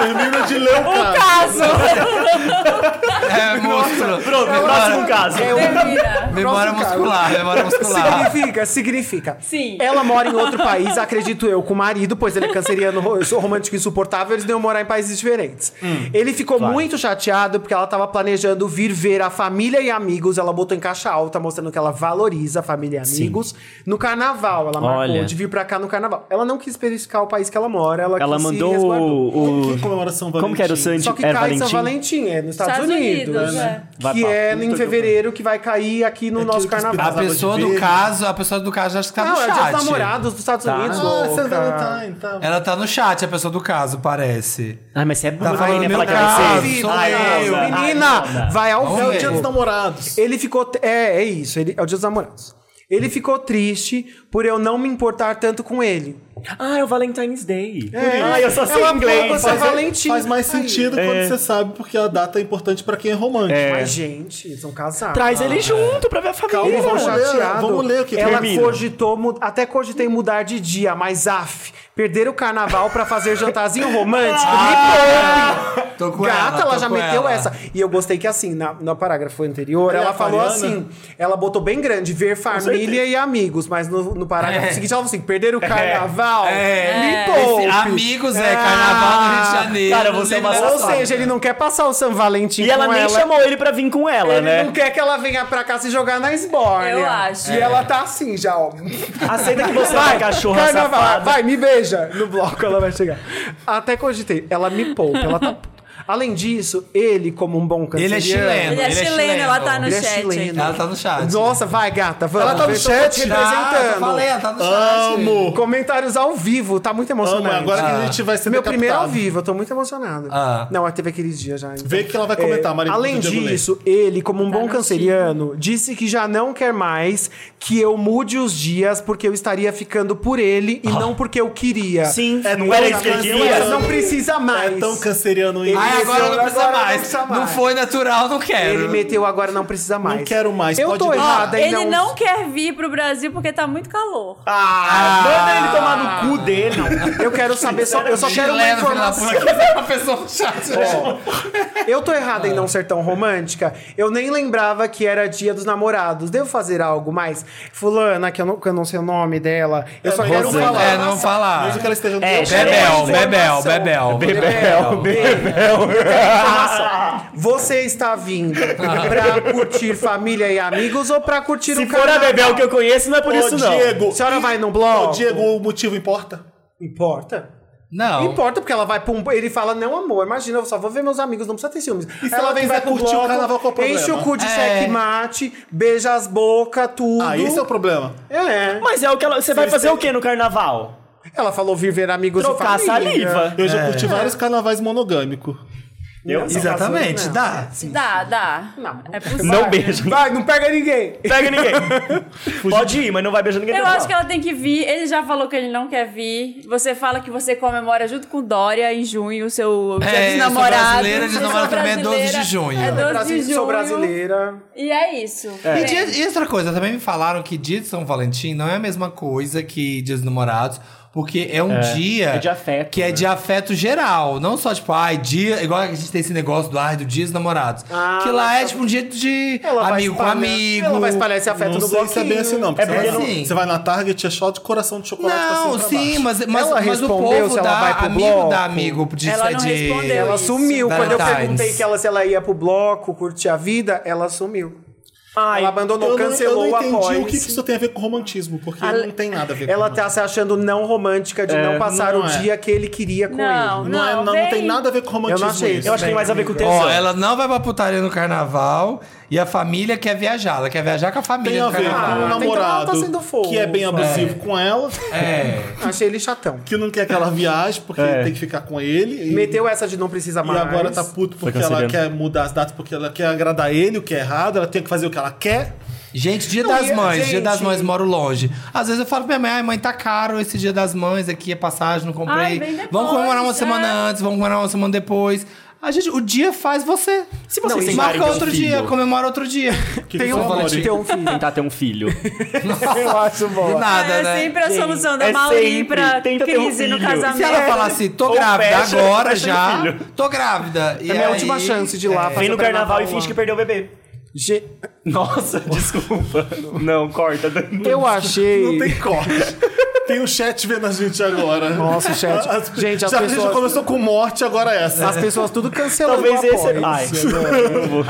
Termina de ler o caso. Caso! É, monstro. Pronto, próximo caso. termina. Memória um Próximo caso. muscular, memória muscular. Significa, significa. Sim. Ela mora em outro país, acredito eu, com o marido, pois ele é canceriano, ro- eu sou romântico e insuportável, eles deviam morar em países diferentes. Hum, ele ficou muito chateado porque ela tava planejando vir ver a família e amigos, ela botou em caixa alta, mostrando que ela valoriza a família e amigos. No carnaval, ela marcou Olha. de vir pra cá no carnaval. Ela não quis especificar o país que ela mora, ela, Ela quis se mandou resguardou. o. Que comemoração Como que era o Sandy? Só que era cai em São Valentim? Valentim, é nos Estados, Estados Unidos, é. Vai Que pra é puta em que fevereiro que vai cair aqui É no que nosso eu quis carnaval. A Tava de pessoa do verde. caso, a pessoa do caso acho que tá no Não, é chat. dia dos namorados dos Estados Tá. Unidos. Ah, louca. San Valentine, tá. Ela tá no chat, a pessoa do caso, parece. Ah, mas você é burro Tá também, falando né? meu Falar que caso, é Sim, você. sou Ai, eu. Elza, ai, Menina, Elza. vai ao Vamos É o ver. dia dos véu. namorados. Ele ficou. t- É, é isso. Ele, é o dia dos namorados. Ele ficou triste por eu não me importar tanto com ele. Ah, é o Valentine's Day. Ai, eu só sei Ela inglês. é São Valentim. Faz mais Aí. sentido quando você sabe, porque a data é importante pra quem é romântico. Mas, gente, eles são casados. Traz ele junto pra ver a Calma, família. Ele ficou vamos ler, chateado. vamos ler o que Ela termina. cogitou, mu- até cogitei mudar de dia, mas af, perder o carnaval pra fazer jantarzinho romântico. Ah! me poupe. Tô com Gata, ela, ela, tô já com meteu ela. essa. E eu gostei que assim, na, no parágrafo anterior, Olha ela a falou Mariana. assim: ela botou bem grande, ver família e amigos, mas no, no parágrafo É. seguinte ela falou assim: perder o carnaval. É. Me poupe. Ah. Esse amigos é carnaval no Rio de Janeiro. Cara, você é uma Ou safada. seja, ele não quer passar o São Valentim E ela com nem ela. chamou ele pra vir com ela, É, Ele né? não quer que ela venha pra cá se jogar na esbórnia. Eu acho. E É. ela tá assim já, ó. Aceita que você é uma cachorra carnaval, safada. vai, me beija. No bloco ela vai chegar. Até cogitei. Ela me poupa, ela tá... puta. Além disso, ele, como um bom Ele canceriano... é chileno. Ele é chileno, ela tá no Ele é chat. chileno. ainda. Ela tá no chat. Nossa, vai, gata, vamos. Ela tá no Eu tô te chat. Ah, eu representando. falei, ela tá no chat. Amo! Comentários ao vivo, tá muito Amo, emocionante. agora que a gente vai ser Meu decapitado. primeiro ao vivo, eu tô muito emocionado. Ah. Não, teve aquele dia já. então. Vê que ela vai comentar, Maria Além do Diego disso, ele, como um Tá bom no canceriano, disse que já não quer mais que eu mude os dias porque eu estaria ficando por ele e não porque eu queria. Sim, É, Ah. não não era era isso que eu canceriano. queria. Mas não precisa Lê. mais. É tão canceriano isso. Ai, agora não precisa Agora não mais. precisa Não mais. foi natural, não quero. Ele meteu agora não precisa mais. quero mais, Eu pode tô dar. errada em Ele não quer vir pro Brasil porque tá muito calor. Ah, manda ele tomar no cu dele. Eu quero saber só, eu só quero uma Chileno, filho da informação. puta, que é uma pessoa no chat. Eu tô errada em não ser tão romântica. Eu nem lembrava que era dia dos namorados. Devo fazer algo mais? Fulana, que eu não, que eu não sei o nome dela. Eu só quero Rosana. um falar. É, não falar. Mesmo que ela esteja no É, meu Bebel, Bebel, Bebel, Bebel, Bebel. Bebel, Bebel. Eu quero informação. Você está vindo pra curtir família e amigos ou pra curtir Se o for a carnaval? Bebel que eu conheço, não é por Ô, isso, não. Diego. A senhora vai num blog? Ô, Diego, o motivo importa? Importa. Não. Importa, porque ela vai pra um... Ele fala, não, amor, imagina, eu só vou ver meus amigos, não precisa ter ciúmes. se ela quiser pro curtir o carnaval, qual é o problema? Enche o cu de É. checkmate, beija as bocas, tudo. Ah, esse é o problema. É. Mas é o que ela. Você vai fazer o que no carnaval? Ela falou viver amigos Trocar e família. saliva. Eu já curti vários carnavais monogâmicos. Eu Exatamente, Não. dá. Dá, dá. Não. É possível. Não beija. Vai, não pega ninguém. Pega ninguém. Pode ir, mas não vai beijar ninguém. Eu não. acho que ela tem que vir. Ele já falou que ele não quer vir. Você fala que você comemora junto com Dória em junho, o seu É, dia dos eu sou namorados. brasileira, dia dos Eu sou namorados também é 12 de brasileira, junho. É 12 de Brasi- junho. Sou brasileira. E é isso. E, Bem, dia- e outra coisa, também me falaram que dia de São Valentim não é a mesma coisa que dia dos namorados, porque é um dia. é de afeto, Que é né? de afeto geral. Não só, tipo, ai, dia. Igual a gente tem esse negócio do ai, do dia dos namorados. Ah, que lá é tipo um dia de Ela vai amigo com espalhar- amigo. Ela vai espalhar esse afeto Não no sei se é bloquinho. bem assim, não. Porque É você, porque vai, não- você vai na Target, é só de coração de chocolate pra cima Não, e pra sim, baixo. mas, mas, Ela mas o respondeu povo se ela dá vai pro amigo bloco? dá amigo de Ela não de- respondeu. é Ela Isso. sumiu. Quando eu Valentine's. perguntei que ela, se ela ia pro bloco, curtir a vida, ela sumiu. Ai, ela abandonou, eu não, cancelou eu não o entendi apoio. o que, que isso tem a ver com romantismo, porque Ale- não tem nada a ver Ela com tá se achando não romântica de não passar não o é. dia que ele queria com Não, ele. Não, é- não, não vem. tem nada a ver com romantismo achei. isso. Eu acho que tem mais a ver com Ó, o é. tesão. ela não vai pra putaria no carnaval e a família quer viajar. Ela quer viajar com a tem família a no ver com carnaval. um então ela namorado tá sendo fofa. que é bem abusivo com ela, É. Achei ele chatão. que não quer que ela viaje porque É. tem que ficar com ele. E, Meteu essa de não precisa e mais. agora tá puto porque ela cancelando. quer mudar as datas, porque ela quer agradar ele, o que é errado, ela tem que fazer o que ela quer. Gente, dia Não, das e- mães, dia gente- das mães moro longe. Às vezes eu falo pra minha mãe, ai mãe, tá caro esse dia das mães aqui, a passagem, não comprei. Ai, vem depois, vamos comemorar uma é. semana antes, vamos comemorar uma semana depois. A gente, o dia faz você. Se Não, vocês tentarem isso- Marca ter um outro filho, dia, comemora outro dia. Que Tem isso é um, amor, filho, hein? tem um filho. Tentar ter um filho. Eu acho bom. De nada, é né? sempre a Gente, solução da é Mauri sempre. pra Tenta ter um crise no filho. casamento. Se ela falar assim, tô Ou grávida fecha- agora fecha já, o filho. tô grávida. É a minha última chance de ir É. lá. Vem fazer no o carnaval e lá. finge que perdeu o bebê. Ge- Nossa, desculpa. Não, corta. Eu Não achei. tem corte. tem o chat vendo a gente agora. Nossa, o chat. As- Gente, as já, a gente já pessoas- começou com morte, agora é essa. As pessoas tudo cancelando. Talvez o esse. apoio. Ai.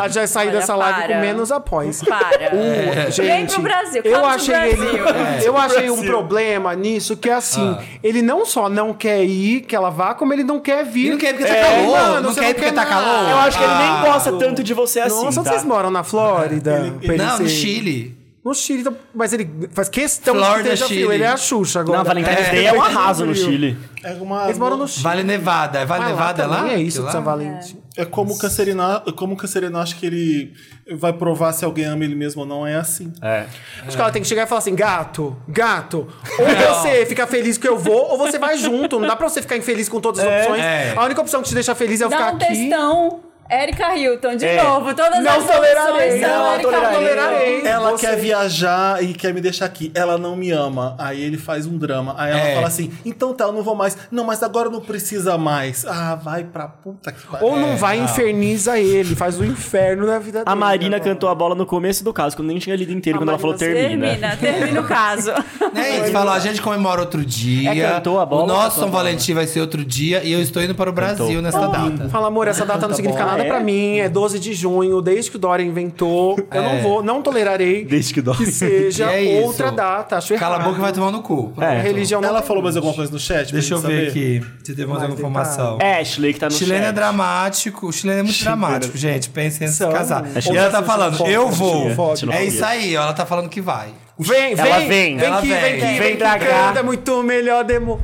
A gente vai sair Olha, dessa live para. com menos apoios. Para. Vem Uh, Gente, pro Brasil. eu come achei pro Brasil. ele, eu achei um Brasil. problema nisso que é assim, ele não só não quer ir que ela vá, como ele não quer vir. É, E não quer porque tá calor, mano, não você quer porque tá nada. calor. Eu acho que ele Ah. nem gosta tanto de você assim. Nossa, onde tá? vocês moram na Flórida? é. Não, no Pensei. Chile. No Chile, então, mas ele faz questão Flórida, que esteja frio. Chile. Ele é a Xuxa agora. né? Não, Valentine's É. Day é um arraso no Chile. É, uma, Eles moram no Chile. Vale Nevada. Vale Ah, Nevada é lá? também É isso, Sei lá. de São Valente. é como o Cancerina, é como o Cancerina acha que ele vai provar se alguém ama ele mesmo ou não, é assim. É. Acho que ela tem que chegar e falar assim, gato, gato, ou você fica feliz que eu vou, ou você vai junto. Não dá pra você ficar infeliz com todas as opções. é. A única opção que te deixa feliz é eu Dá ficar um aqui. textão. Erika Hilton, de É. novo. Todas Não as é tolerarei, soluções são não Erika tolerarei. Hilton. Ei, Ela você- quer viajar e quer me deixar aqui. Ela não me ama. Aí ele faz um drama. Aí ela É. fala assim: então tá, eu não vou mais. Não, mas agora não precisa mais. Ah, vai pra puta que pariu. É. Ou não vai, inferniza ele, faz o inferno na vida dele. A Marina né? cantou a bola no começo do caso, quando nem tinha lido inteiro, A quando ela falou Marina termina. Termina, termina o caso. Né? Eles falam, a gente comemora outro dia. É, cantou a o bola ou nosso cantou a São bola? Valentim vai ser outro dia e eu estou indo para o Brasil nessa data. Fala, amor, essa data não significa bom. nada pra mim, é 12 de junho, desde que o Dória inventou. Eu não vou, não tolerarei Desde que dói. que seja E é isso. outra data. Acho Cala a errado. boca e vai tomar no cu. A Religião não Ela tem falou mais limite. alguma coisa no chat? pra Deixa eu gente ver saber? aqui se teve mais alguma informação. Ashley, que tá no Chileno chat. é dramático, o chileno é muito dramático, gente. Pensem em se São. casar. Acho E que ela é tá falando, eu vou. xenofobia. É isso aí, ó, ela tá falando que vai. Vem, vem, Ela vem. vem, Ela aqui, vem. vem, aqui, Vem vem, aqui, pra cá. canta, é muito melhor demo.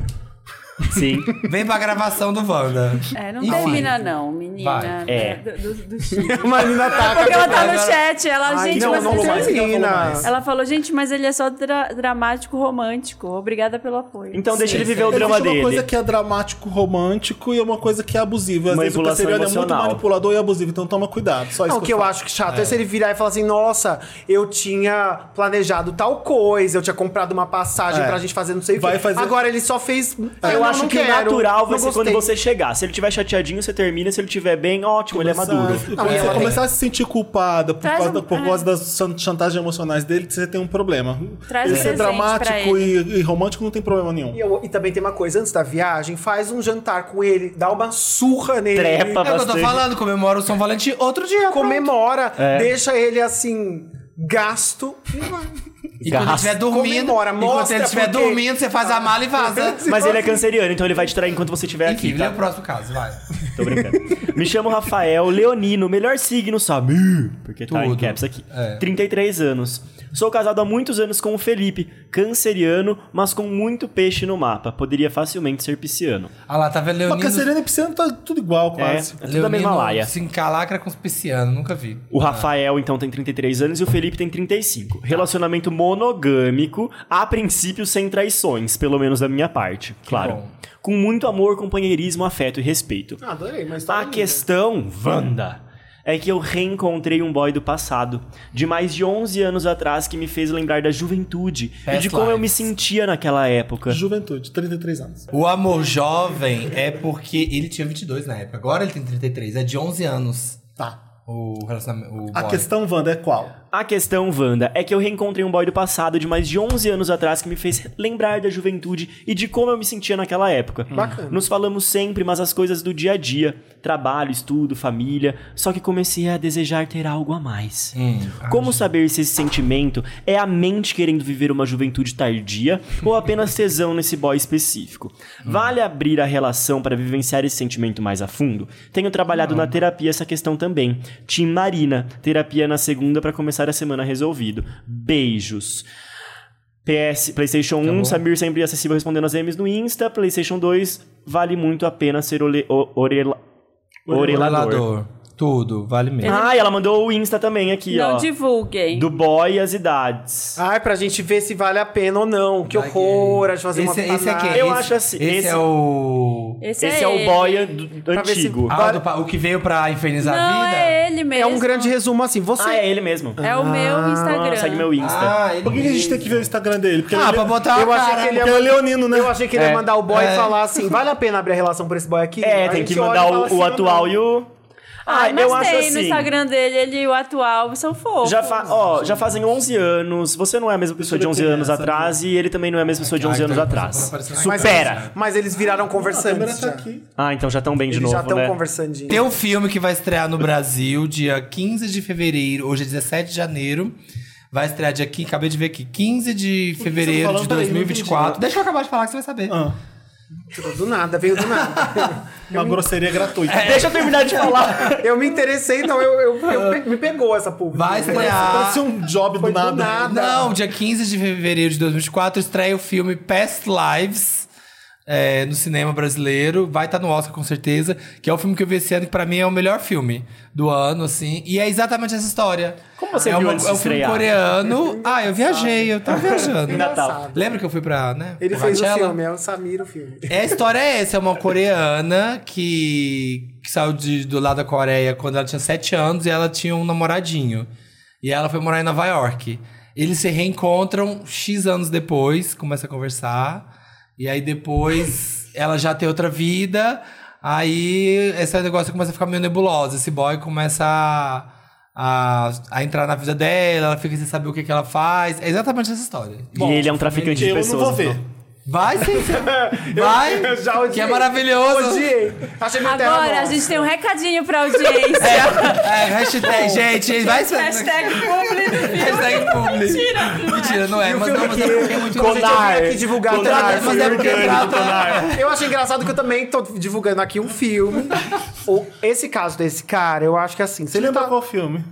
Sim. Vem pra gravação do Wanda. É, não Enfim. termina, não, menina. Vai. É. né, Do, do, do Chile. A menina tá. Porque ela tá no Agora- chat, ela, gente, não, mas não ele- mais, não mais. Ela falou, gente, mas ele é só dra- dramático romântico. Obrigada pelo apoio. Então deixa ele viver o Existe drama uma dele. coisa que é dramático, romântico e uma coisa que é abusiva. Às vezes o Manipulação canceriano é muito emocional. manipulador e abusivo, então toma cuidado. Só isso Não, o que eu falo. acho que chato é. se ele virar e falar assim: nossa, eu tinha planejado tal coisa, eu tinha comprado uma passagem É. pra gente fazer não sei o Vai quê. fazer- Agora ele só fez. Eu acho que o natural vai ser quando você chegar. Se ele tiver chateadinho, você termina. Se ele tiver bem, ótimo, ele é maduro. Não, e você tá ela tem- começar a se sentir culpada por Traz causa, um- da- por é. causa das chan- chantagens emocionais dele, você tem um problema. Traz ele um ser presente pra dramático ele. e, e romântico não tem problema nenhum. E, eu- e também tem uma coisa, antes da viagem, faz um jantar com ele, dá uma surra nele. Trepa É o que eu tô bastante. falando, comemora o São Valentim outro dia. pronto. Comemora, deixa ele assim, gasto. E quando ele estiver dormindo, Comemora, e quando mostra ele estiver porque- dormindo, você faz a mala e vaza. Mas ele é canceriano, então ele vai te trair enquanto você estiver Enfim, né? aqui. lê Tá? o próximo caso, vai. Tô brincando. Me chamo Rafael Leonino, melhor signo, sabe? Porque tá em Tudo. caps aqui. É. 33 anos. Sou casado há muitos anos com o Felipe, canceriano, mas com muito peixe no mapa. Poderia facilmente ser pisciano. Olha lá, tá vendo Mas Leonino... canceriano e pisciano tá tudo igual, É, é quase. tudo da mesma laia. se encalacra com os piscianos, nunca vi. O Rafael, então, tem 33 anos e o Felipe tem 35. Tá. Relacionamento monogâmico, a princípio sem traições, pelo menos da minha parte, claro. bom. Com muito amor, companheirismo, afeto e respeito. Ah, Adorei, mas tá A questão, Wanda, é que eu reencontrei um boy do passado, de mais de 11 anos atrás, que me fez lembrar da juventude e Past de como eu me lives. sentia naquela época. Juventude, 33 anos. O amor jovem é porque ele tinha 22 na época. Agora ele tem 33, é de 11 anos. Tá. O relacionamento... O A boy. questão, Wanda, é qual? A questão, Wanda, é que eu reencontrei um boy do passado de mais de 11 anos atrás que me fez lembrar da juventude e de como eu me sentia naquela época. Bacana. Nos falamos sempre, mas as coisas do dia a dia, trabalho, estudo, família, só que comecei a desejar ter algo a mais. Hum. Ah, como saber se esse sentimento é a mente querendo viver uma juventude tardia ou apenas tesão nesse boy específico? Vale abrir a relação para vivenciar esse sentimento mais a fundo? Tenho trabalhado na terapia essa questão também. Tim Marina, terapia na segunda para começar a semana resolvido. Beijos. PS, PlayStation 1, Samir sempre acessível respondendo as M's no Insta. PlayStation 2, vale muito a pena ser ole, o- orela, orelador. Orelador. Tudo, vale mesmo. Ah, e ela mandou o Insta também aqui, não ó. divulguem. Do boy e as idades. Ai, pra gente ver se vale a pena ou não. Que horror, a gente fazer esse, uma esse é quem? Eu Esse- acho assim, Esse, esse- é o... Esse, Esse é, é o ele. boy do- Pra ver se- antigo. Ah, do pa- o que veio pra infernizar a Não, vida? é ele mesmo. É um grande resumo assim. Você. Ah, é ele mesmo. É o meu Instagram. Ah, segue meu Insta. Ah, ele Por que que a gente tem que ver o Instagram dele? Porque Ah, ele- pra botar eu a achei cara. que ele ia Porque é leonino, né? Eu achei que ele É. ia mandar o boy É. e falar assim: vale a pena abrir a relação por esse boy aqui? É, A tem que gente olha mandar e fala o, assim, o atual e o. Ah, Ai, mas eu tem acho assim. no Instagram dele, ele e o atual são fofos. Já, fa ó, já fazem 11 anos, você não é a mesma pessoa de 11 anos atrás e ele também não é a mesma pessoa de 11 anos tá atrás. Mas- Supera! Mas eles viraram conversando. Câmera tá aqui. Ah, então já estão bem de né? Eles novo, já estão né? conversandinho. Tem um filme que vai estrear no Brasil dia 15 de fevereiro, hoje é 17 de janeiro. Vai estrear dia aqui, acabei de ver aqui, 15 de fevereiro falando? de Peraí, não 2024. entendi. Deixa eu acabar de falar que você vai saber. Ah, Do nada, veio do nada. uma grosseria gratuita. Deixa eu terminar de falar. eu me interessei, então eu, eu- eu pe- me pegou essa pública. Vai estrear. Parece um job do Foi do nada. nada. Não, dia 15 de fevereiro de 2024 estreia o filme Past Lives. é, no cinema brasileiro, vai estar no Oscar com certeza, que é o filme que eu vi esse ano, que pra mim é o melhor filme do ano, assim, e é exatamente essa história. Como você é viu uma- antes de É um filme estrear? coreano. Ah, eu viajei, eu tava viajando. Natal. Lembra que eu fui pra, né? Ele pra fez o Coachella? filme, é o Samir o filme. É, a história é essa, é uma coreana que, que saiu de- do lado da Coreia quando ela tinha 7 anos e ela tinha um namoradinho. E ela foi morar em Nova York. Eles se reencontram X anos depois, começa a conversar. E aí depois ela já tem outra vida. Aí esse negócio começa a ficar meio nebulosa. Esse boy começa a, a, a entrar na vida dela, ela fica sem saber o que, que ela faz. É exatamente essa história. e ele é um traficante de Eu pessoas. não vou ver. então. Vai, Cícero. Vai. já odiei. que é maravilhoso. Odiei. Achei meu terra Agora a bom. gente tem um recadinho pra audiência. É, é, hashtag, gente, vai ser. Hashtag publi do filme. Hashtag publi. Mentira, não é. Mentira, não é, mas não, mas é porque é muito Como a gente Mas veio aqui divulgar é- Tenar, Mas é porque é pra- Eu acho engraçado que eu também tô divulgando aqui um filme. O- Esse caso desse cara, eu acho que assim. Se Você ele lembra tá... qual filme?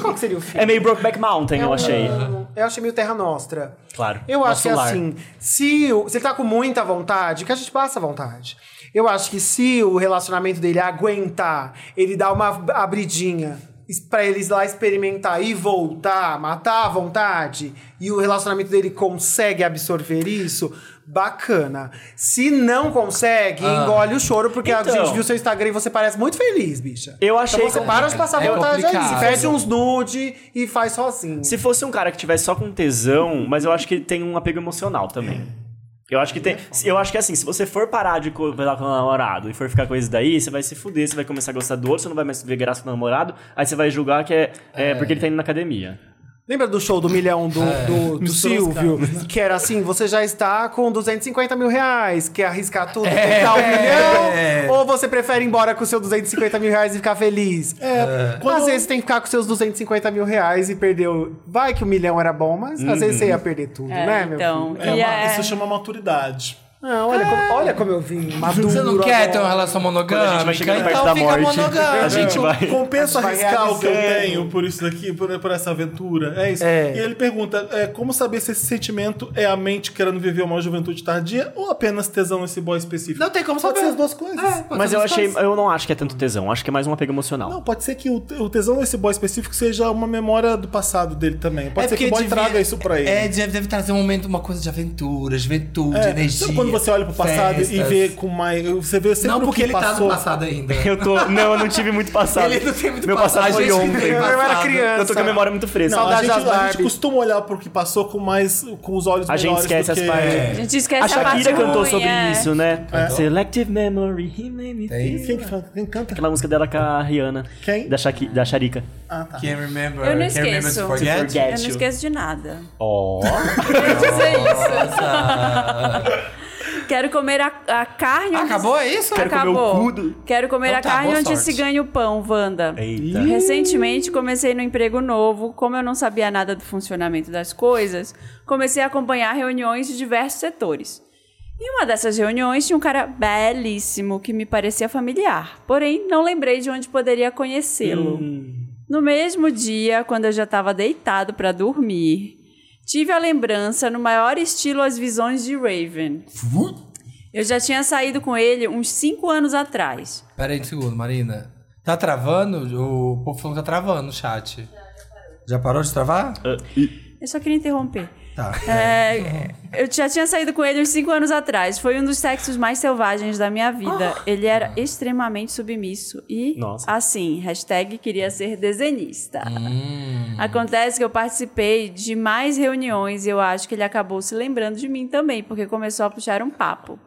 Qual que seria o filme? É meio Brokeback Mountain, eu achei. Eu achei meio Terra Nostra. Claro. um Eu acho Nosso que lar. assim, se, o- se ele tá com muita vontade, que a gente passa vontade. Eu acho que se o relacionamento dele aguentar, ele dá uma abridinha es- pra eles lá experimentar e voltar, matar a vontade, e o relacionamento dele consegue absorver isso, bacana. Se não consegue, engole o choro, porque a Ah. Então. gente viu seu Instagram e você parece muito feliz, bicha. Eu achei Então você que- para de passar é vontade aí, complicado. pede uns nude e faz sozinho. Se fosse um cara que tivesse só com tesão, mas eu acho que ele tem um apego emocional também. Eu acho que É tem. Eu acho que assim, se você for parar de conversar com o namorado e for ficar com esse daí, você vai se fuder, você vai começar a gostar do outro, você não vai mais ver graça com o namorado, aí você vai julgar que é, é porque ele tá indo na academia. Lembra do show do milhão do, É. do, do Silvio? Que era assim, você já está com 250 mil reais, quer arriscar tudo, tentar um É. milhão? Ou você prefere ir embora com seus 250 mil reais e ficar feliz? É. Às vezes tem que ficar com seus 250 mil reais e perder o... Vai que o milhão era bom, mas às vezes você Uhum. ia perder tudo, É, né, meu então, filho? É e uma- é- Isso chama maturidade. Não, olha, como, olha como eu vim maduro. Você não quer ter uma agora. relação Quando a gente vai monogâmica, chegando perto então da fica morte, monogâmico. a gente vai. Compensa Vai arriscar o que eu realizando. tenho por isso daqui, por, por essa aventura. É isso. É. E ele pergunta: é, como saber se esse sentimento é a mente querendo viver uma juventude tardia ou apenas tesão nesse boy específico? Não tem como pode saber. É, ser as duas coisas. Mas eu achei. Eu não acho que é tanto tesão, acho que é mais um apego emocional. Não, pode ser que o, o tesão desse boy específico seja uma memória do passado dele também. Pode ser que o boy É devia- traga isso pra ele. É, deve, deve trazer um momento, uma coisa de aventura, juventude, É, energia. sabe quando você olha pro passado e festas. vê com mais. Você vê sempre Não o porque que ele tá passou. no passado ainda. Eu tô. Não, eu não tive muito passado. Ele não tem muito Meu passado, passado, foi gente. ontem. Eu Eu era criança. Eu tô com a memória muito fresca. Não, a, Saudade gente, das a gente Barbie. costuma olhar pro que passou com mais com os olhos A gente melhores esquece do que... as partes. A É. gente esquece A Shakira parte ruim, cantou sobre é. isso, né? Selective Memory, he made me feel. Quem, que fala? Quem canta? Aquela música dela com a Rihanna. Quem? Da, Shaki, da Sharika. Can't remember. Eu não can't remember to esqueço. forget. Forget Eu não you. esqueço de nada. Ó. Quero dizer Ah, isso. Quero comer a, a carne. onde- Acabou, é isso? Quero comer o Acabou. cu do- Quero comer Então a tá, carne boa onde sorte. se ganha o pão, Wanda. Eita. Recentemente comecei no emprego novo. Como eu não sabia nada do funcionamento das coisas, comecei a acompanhar reuniões de diversos setores. Em uma dessas reuniões tinha um cara belíssimo que me parecia familiar, porém não lembrei de onde poderia conhecê-lo. No mesmo dia, quando eu já estava deitado para dormir, tive a lembrança, no maior estilo, as visões de Raven. Eu já tinha saído com ele uns cinco anos atrás. Pera aí um segundo, Marina. Tá travando? O povo falou que tá travando o chat. Já parou de travar? Eu só queria interromper. Tá. É, eu já tinha saído com ele uns cinco anos atrás. Foi um dos sexos mais selvagens da minha vida. Ele era extremamente submisso e, Nossa. assim, hashtag queria ser desenhista. Hum. Acontece que eu participei de mais reuniões e eu acho que ele acabou se lembrando de mim também, porque começou a puxar um papo.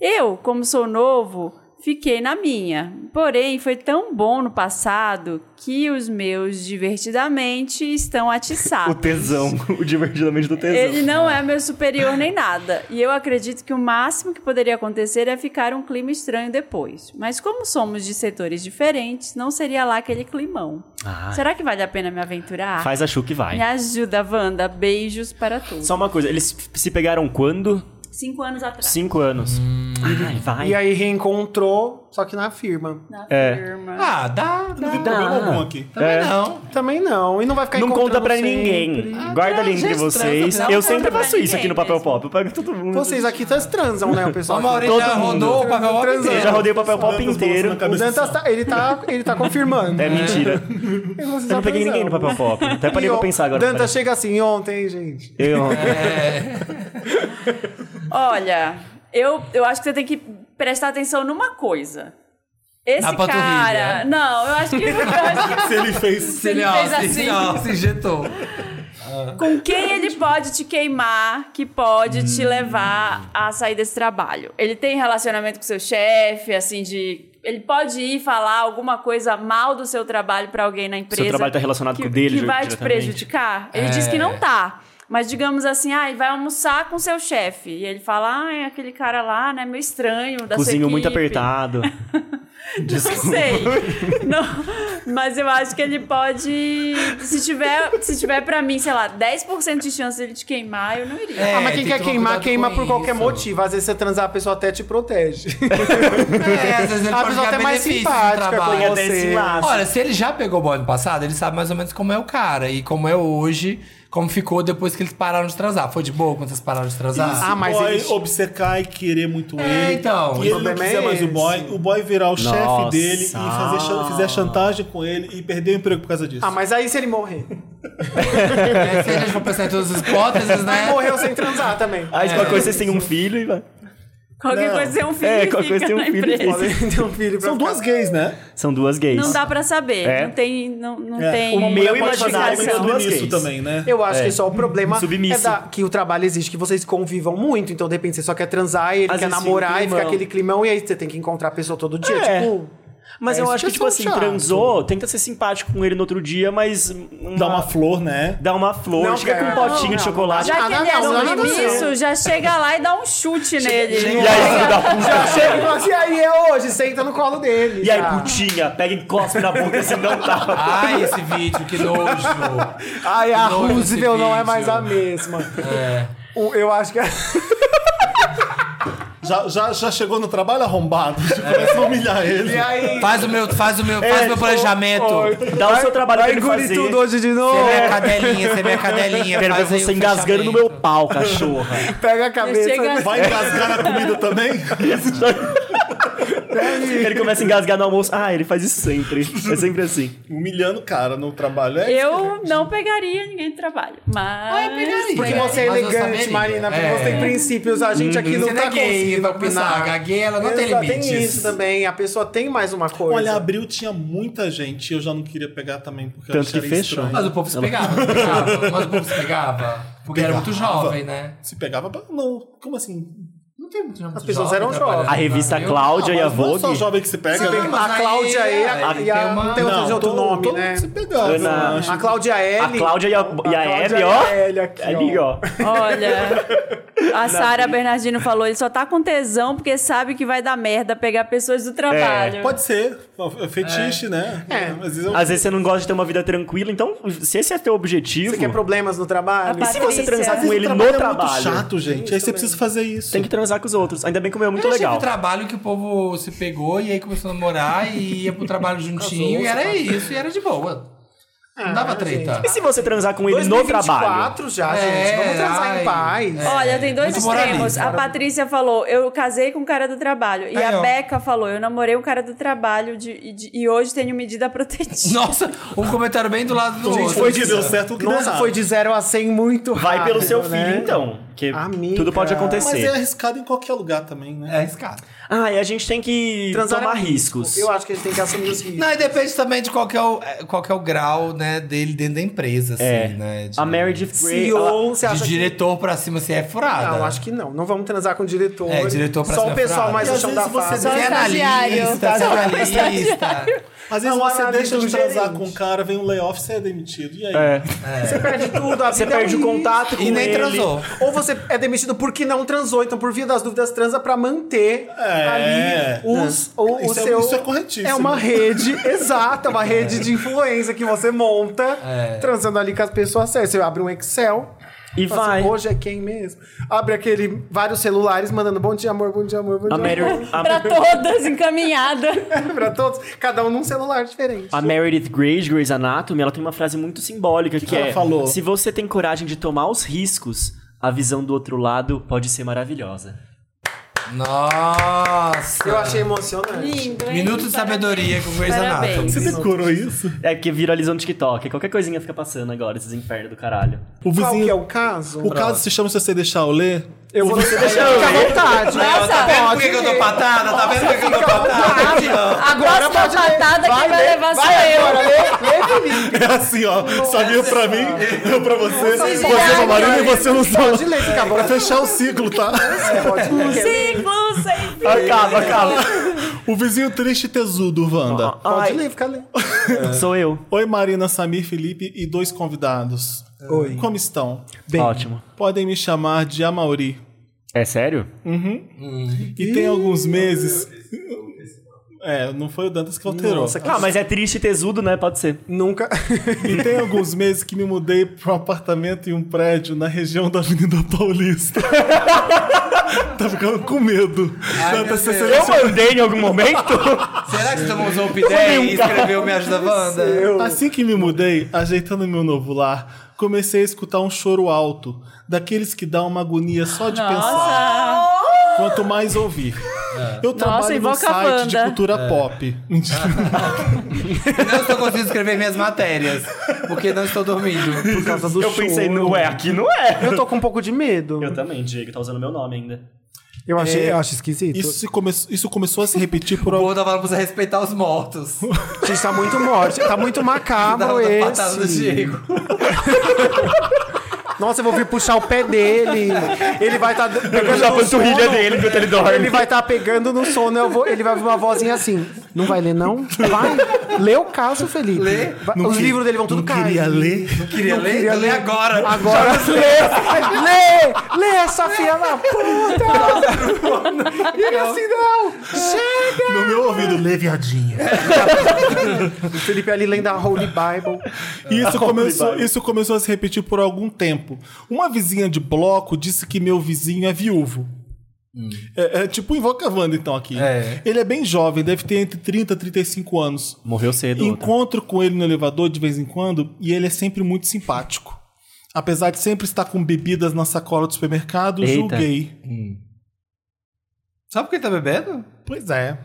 Eu, como sou novo, fiquei na minha. Porém, foi tão bom no passado que os meus divertidamente estão O atiçados. tesão. O divertidamente do tesão. Ele não é meu superior nem nada. E eu acredito que o máximo que poderia acontecer é ficar um clima estranho depois. Mas como somos de setores diferentes, não seria lá aquele climão. Ah. Será que vale a pena me aventurar? Faz a Chu que vai. Me ajuda, Wanda. Beijos para todos. Só uma coisa, eles f- se pegaram quando? Cinco anos atrás. Cinco anos. Ai, vai. E aí reencontrou, só que na firma. Na É. firma. Ah, dá, dá. Tem problema algum aqui. Também não. Também não, e não vai ficar Ah. Não conta encontrando pra sempre. ninguém. Guarda ali já entre é estranho, vocês. não Eu conta sempre pra faço isso ninguém aqui no papel mesmo. pop. Eu pego todo mundo. Vocês aqui trans- transam, né, o Só pessoal? a aqui? Maurício já rodou o papel mó Transando. Eu inteiro. já rodei o papel pop inteiro. Na O cabeça Dantas do tá, ele, tá, ele tá confirmando. É mentira. Eu não Eu não peguei ninguém no papel pop. Até parei pra pensar agora. Dantas chega assim ontem, gente. Eu... Olha, eu, eu acho que você tem que prestar atenção numa coisa. Esse Na panturrilha. né? cara. Não, eu acho que. Eu acho que Se ele fez. se ele fez assim. ó, se injetou. Com quem ele pode te queimar, que pode Hum. te levar a sair desse trabalho? Ele tem relacionamento com seu chefe, assim, de. Ele pode ir falar alguma coisa mal do seu trabalho pra alguém na empresa. trabalho tá relacionado que, com o dele Que vai te diretamente? prejudicar? Ele É. diz que não tá. Mas digamos assim, ai, vai almoçar com seu chefe. E ele fala, ai, aquele cara lá, né, meio estranho, da Cozinho sua muito equipe. apertado. Não sei. Não, mas eu acho que ele pode. Se tiver, se tiver pra mim, sei lá, 10% de chance dele te queimar, eu não iria. É, Ah, mas É, tem quem que quer tomar queimar, cuidado queima com por qualquer isso. motivo. Às vezes você transar, a pessoa até te protege. É, às vezes ele A pode pessoa ganhar até mais benefício no simpática com um trabalho. Tem até esse laço. Olha, se ele já pegou bode passado, ele sabe mais ou menos como é o cara e como é hoje, como ficou depois que eles pararam de transar. Foi de boa quando vocês pararam de transar? Se Ah, o mas boy eles- obcecar e querer muito É, ele. então, o E ele não problema quiser é mais o boy. esse. O boy virar o chefe Nossa. dele e fazer, chan- fizer chantagem com ele e perder o emprego por causa disso. Ah, mas aí se ele morrer. É, se a gente for pensar em todas as hipóteses, né? Morreu sem transar também. É. Aí, qualquer coisa, vocês têm um filho e vai. Qualquer não. coisa tem um filho É, é, qualquer coisa tem um na filho e empresa. Podem ter um filho pra São duas gays, né? São duas gays. Não dá pra saber. É. Não tem. Não, não É, tem. uma mulher meu é pode fazer imaginário muito são duas nisso gays. também, né? Eu acho que só o problema É. Submissa. é da- que o trabalho exige que vocês convivam muito. Então, de repente, você só quer transar, e ele Às quer vezes fica um namorar, e fica climão. aquele climão, e aí você tem que encontrar a pessoa todo dia. É. Tipo, Mas eu isso acho que que, tipo é assim, chato. transou, tenta ser simpático com ele no outro dia, mas. uma- Dá uma flor, né? Dá uma flor, Não, chega com um cara, potinho não, de não, chocolate. Já que nada ele é Ah, não, nada não. submisso, já chega lá e dá um chute nele. E aí, filho da puta? já chega e fala assim, aí é hoje, senta no colo dele. Tá. E aí, já. putinha, pega e cospe na boca assim, dá um tapa. Ai, Ah, esse vídeo, que nojo. Ai, a Nossa, Roosevelt não é mais vídeo. É. a mesma. O- eu acho que... é Já, já, já chegou no trabalho arrombado, já começa a humilhar ele. E aí... Faz o meu, faz o meu, faz o meu planejamento. Dá o seu trabalho pra Ah, Vai ele engolir fazer. tudo hoje de novo. Você é minha cadelinha, você é minha cadelinha. Quero ver faz aí você o engasgando no fechamento. meu pau, cachorra. Pega a cabeça. chega- assim, Vai engasgar a comida também? ele começa a engasgar no almoço. Ah, ele faz isso sempre. É sempre assim. Humilhando o cara no trabalho. É Eu não pegaria ninguém de trabalho. Mas. Ah, eu pegaria. Porque você é Mas eu elegante, saberia. Marina. Porque você tem princípios. A gente aqui não Você não tá é gay, conseguindo vai opinar. A opinar. gay, ela não tem Exato, limites. Tem isso também. A pessoa tem mais uma coisa. Olha, abril tinha muita gente e eu já não queria pegar também, porque eu Tanto acharia que fechou. estranho. Mas o povo se pegava, não pegava. Mas o povo se pegava. Porque era muito jovem, né? Se pegava, pra- não. Como assim? Não tem muito jovem. As pessoas eram jovens. A revista Ah, Cláudia e a Mas não é só Vogue. jovem que se pega, Se né? pega- a mas Cláudia aí- é- E, a, aí e a- tem uma- não tem outro, Não, de outro todo- nome, todo né? mundo se pegava. Ana- eu acho. A Cláudia A L. Cláudia e a, Ah, e é a Cláudia Hebe, e a ó. é Hebe aqui, Ali, ó. Olha, a Sara Bernardino falou, ele só tá com tesão porque sabe que vai dar merda pegar pessoas É. do trabalho. Pode ser. É Fetiche, né? É. Às vezes eu... Às vezes você não gosta de ter uma vida tranquila, então se esse é teu objetivo, Você quer problemas no Ah, trabalho? Rapaz, se você Patrícia. transar Às com vezes ele o no É trabalho, muito chato, gente. aí você precisa fazer isso. tem que transar com os outros. Ainda bem que o meu é muito Eu achei legal. um trabalho que o povo se pegou e aí começou a namorar e ia pro trabalho juntinho e era isso, e era de boa. Ah, Não dava treta. E se você transar com ele no trabalho? 2024 já, É, gente. Vamos transar ai. em paz. É. Olha, tem dois muito extremos. moralista. A Patrícia falou, eu casei com um cara do trabalho. E Aí, a ó. Beca falou, eu namorei um cara do trabalho de- e, de- e hoje tenho medida protetiva. Nossa, um comentário bem do lado do Gente, outro. foi que deu certo o que deu Nossa, errado. foi de 0 a 100 muito rápido. Vai pelo seu filho, né? então. Que Amiga. tudo pode Mas é acontecer. arriscado em qualquer lugar também, né? É arriscado. Ah, e a gente tem que Transar tomar é um risco. riscos. Eu acho que a gente tem que assumir os riscos. Não, e depende também de qual que é o, eh, qual que é o grau né, dele dentro da empresa, assim, É. né? De, A Meredith Grey, ela- CEO, você de acha que diretor pra cima, assim, é furada. Não, acho que não. Não vamos transar com o diretor. É, diretor pra Só cima o pessoal é mais frase. o chão E da às vezes você fase. Você é analista, um você é analista. Às vezes Não, você analisa deixa de um transar gerente. com um cara, vem um layoff, você é demitido. E aí? É. Você perde tudo, a Você vida é um perde o lixo. contato com E nem ele. transou. Ou você é demitido porque não transou, então por via das dúvidas transa pra manter É. ali os, o, o Isso é- seu... isso é corretíssimo. É uma rede, exata, uma rede de influência que você monta, É. transando ali com as pessoas certas. Você abre um Excel... E fala vai. assim, Hoje é quem mesmo? Abre aquele, vários celulares mandando bom dia, amor, bom dia, amor, bom A dia, amor. Meredith, pra a, todas, encaminhada. pra todos, cada um num celular diferente. a Meredith Grey, de Grey's Anatomy, ela tem uma frase muito simbólica que, que ela é: falou? Se você tem coragem de tomar os riscos, a visão do outro lado pode ser maravilhosa. Nossa. Eu achei emocionante. Lindo, hein? Minuto de sabedoria com o Grey's Parabéns. Anatomy. Você decorou isso? É porque viralizou no TikTok. Qualquer coisinha fica passando agora, esses infernos do caralho. O Qual que é vizinho. o caso? O caso se chama Se Você Deixar Eu Ler. Eu vou você deixar É. fica à vontade. Aí, ó, tá vendo por que que eu tô patada? Tá vendo por que que eu tô patada? Te amo. A próxima patada que vai ler, levar sou vai eu. agora, lê, lê, Felipe. É assim, ó. Sabia pra mim, eu pra você, você pra Ai, Marina e ai. você não só. Pode ler, fica Pra à vontade. fechar o ciclo, tá? Pode ler. Ciclo sem fim. Acaba, acaba. O vizinho triste e tesudo, Wanda. Ai, Pode ler, fica lendo. É. sou eu. Oi, Marina, Samir, Felipe e dois convidados. Oi. Como estão? Ótimo. Podem me chamar de Amauri. É sério? E tem alguns meses. É, não foi o Dantas que alterou. Nossa, que Ah, mas é triste e tesudo, né? Pode ser. nunca. E tem alguns meses que me mudei para um apartamento em um prédio na região da Avenida Paulista. tá ficando com medo. Dantas, você Eu seleciona- mandei em algum momento? Será que você tomou um Zolpidem e escreveu Me Ajuda Wanda? Assim que me mudei, ajeitando meu novo lar, comecei a escutar um choro alto, daqueles que dá uma agonia só de pensar. Nossa! Quanto mais ouvir. É. Eu trabalho num invoca a site de Wanda. cultura pop. Mentira. Não estou conseguindo escrever minhas matérias, porque não estou dormindo. Por causa do Eu pensei, choro. não é, aqui não é. Eu tô com um pouco de medo. É, Eu também, Diego, tá usando meu nome ainda. Eu, achei, eu acho esquisito. Isso, se come... Isso começou a se repetir por O algum povo tá falando pra você respeitar os mortos. Gente, tá muito morte. Tá muito macabro Dava da patada do esse. Diego. Nossa, eu vou vir puxar o pé dele. Ele vai tá pegando Já a no panturrilha sono. dele, enquanto ele Ele dorme. vai estar pegando no sono, eu vou- ele vai ouvir uma vozinha assim. Não vai ler, não? Vai. Lê o caso, Felipe. Lê. Vai- Os livros dele vão tudo cair. queria ler. Não queria ler? Queria ler Ah. agora. Agora lê! Lê! Lê essa filha da puta! E ele assim, não! Chega! No meu ouvido, lê, viadinha. O Felipe ali lendo a Holy Bible. E Isso começou, isso começou a se repetir por algum tempo. Uma vizinha de bloco disse que meu vizinho é viúvo. É, é tipo invoca Wanda, então, aqui. É. Ele é bem jovem, deve ter entre 30 e 35 anos. Morreu cedo. Encontro com ele no elevador de vez em quando e ele é sempre muito simpático. Apesar de sempre estar com bebidas na sacola do supermercado, Eita. julguei. Sabe por que ele tá bebendo? Pois é.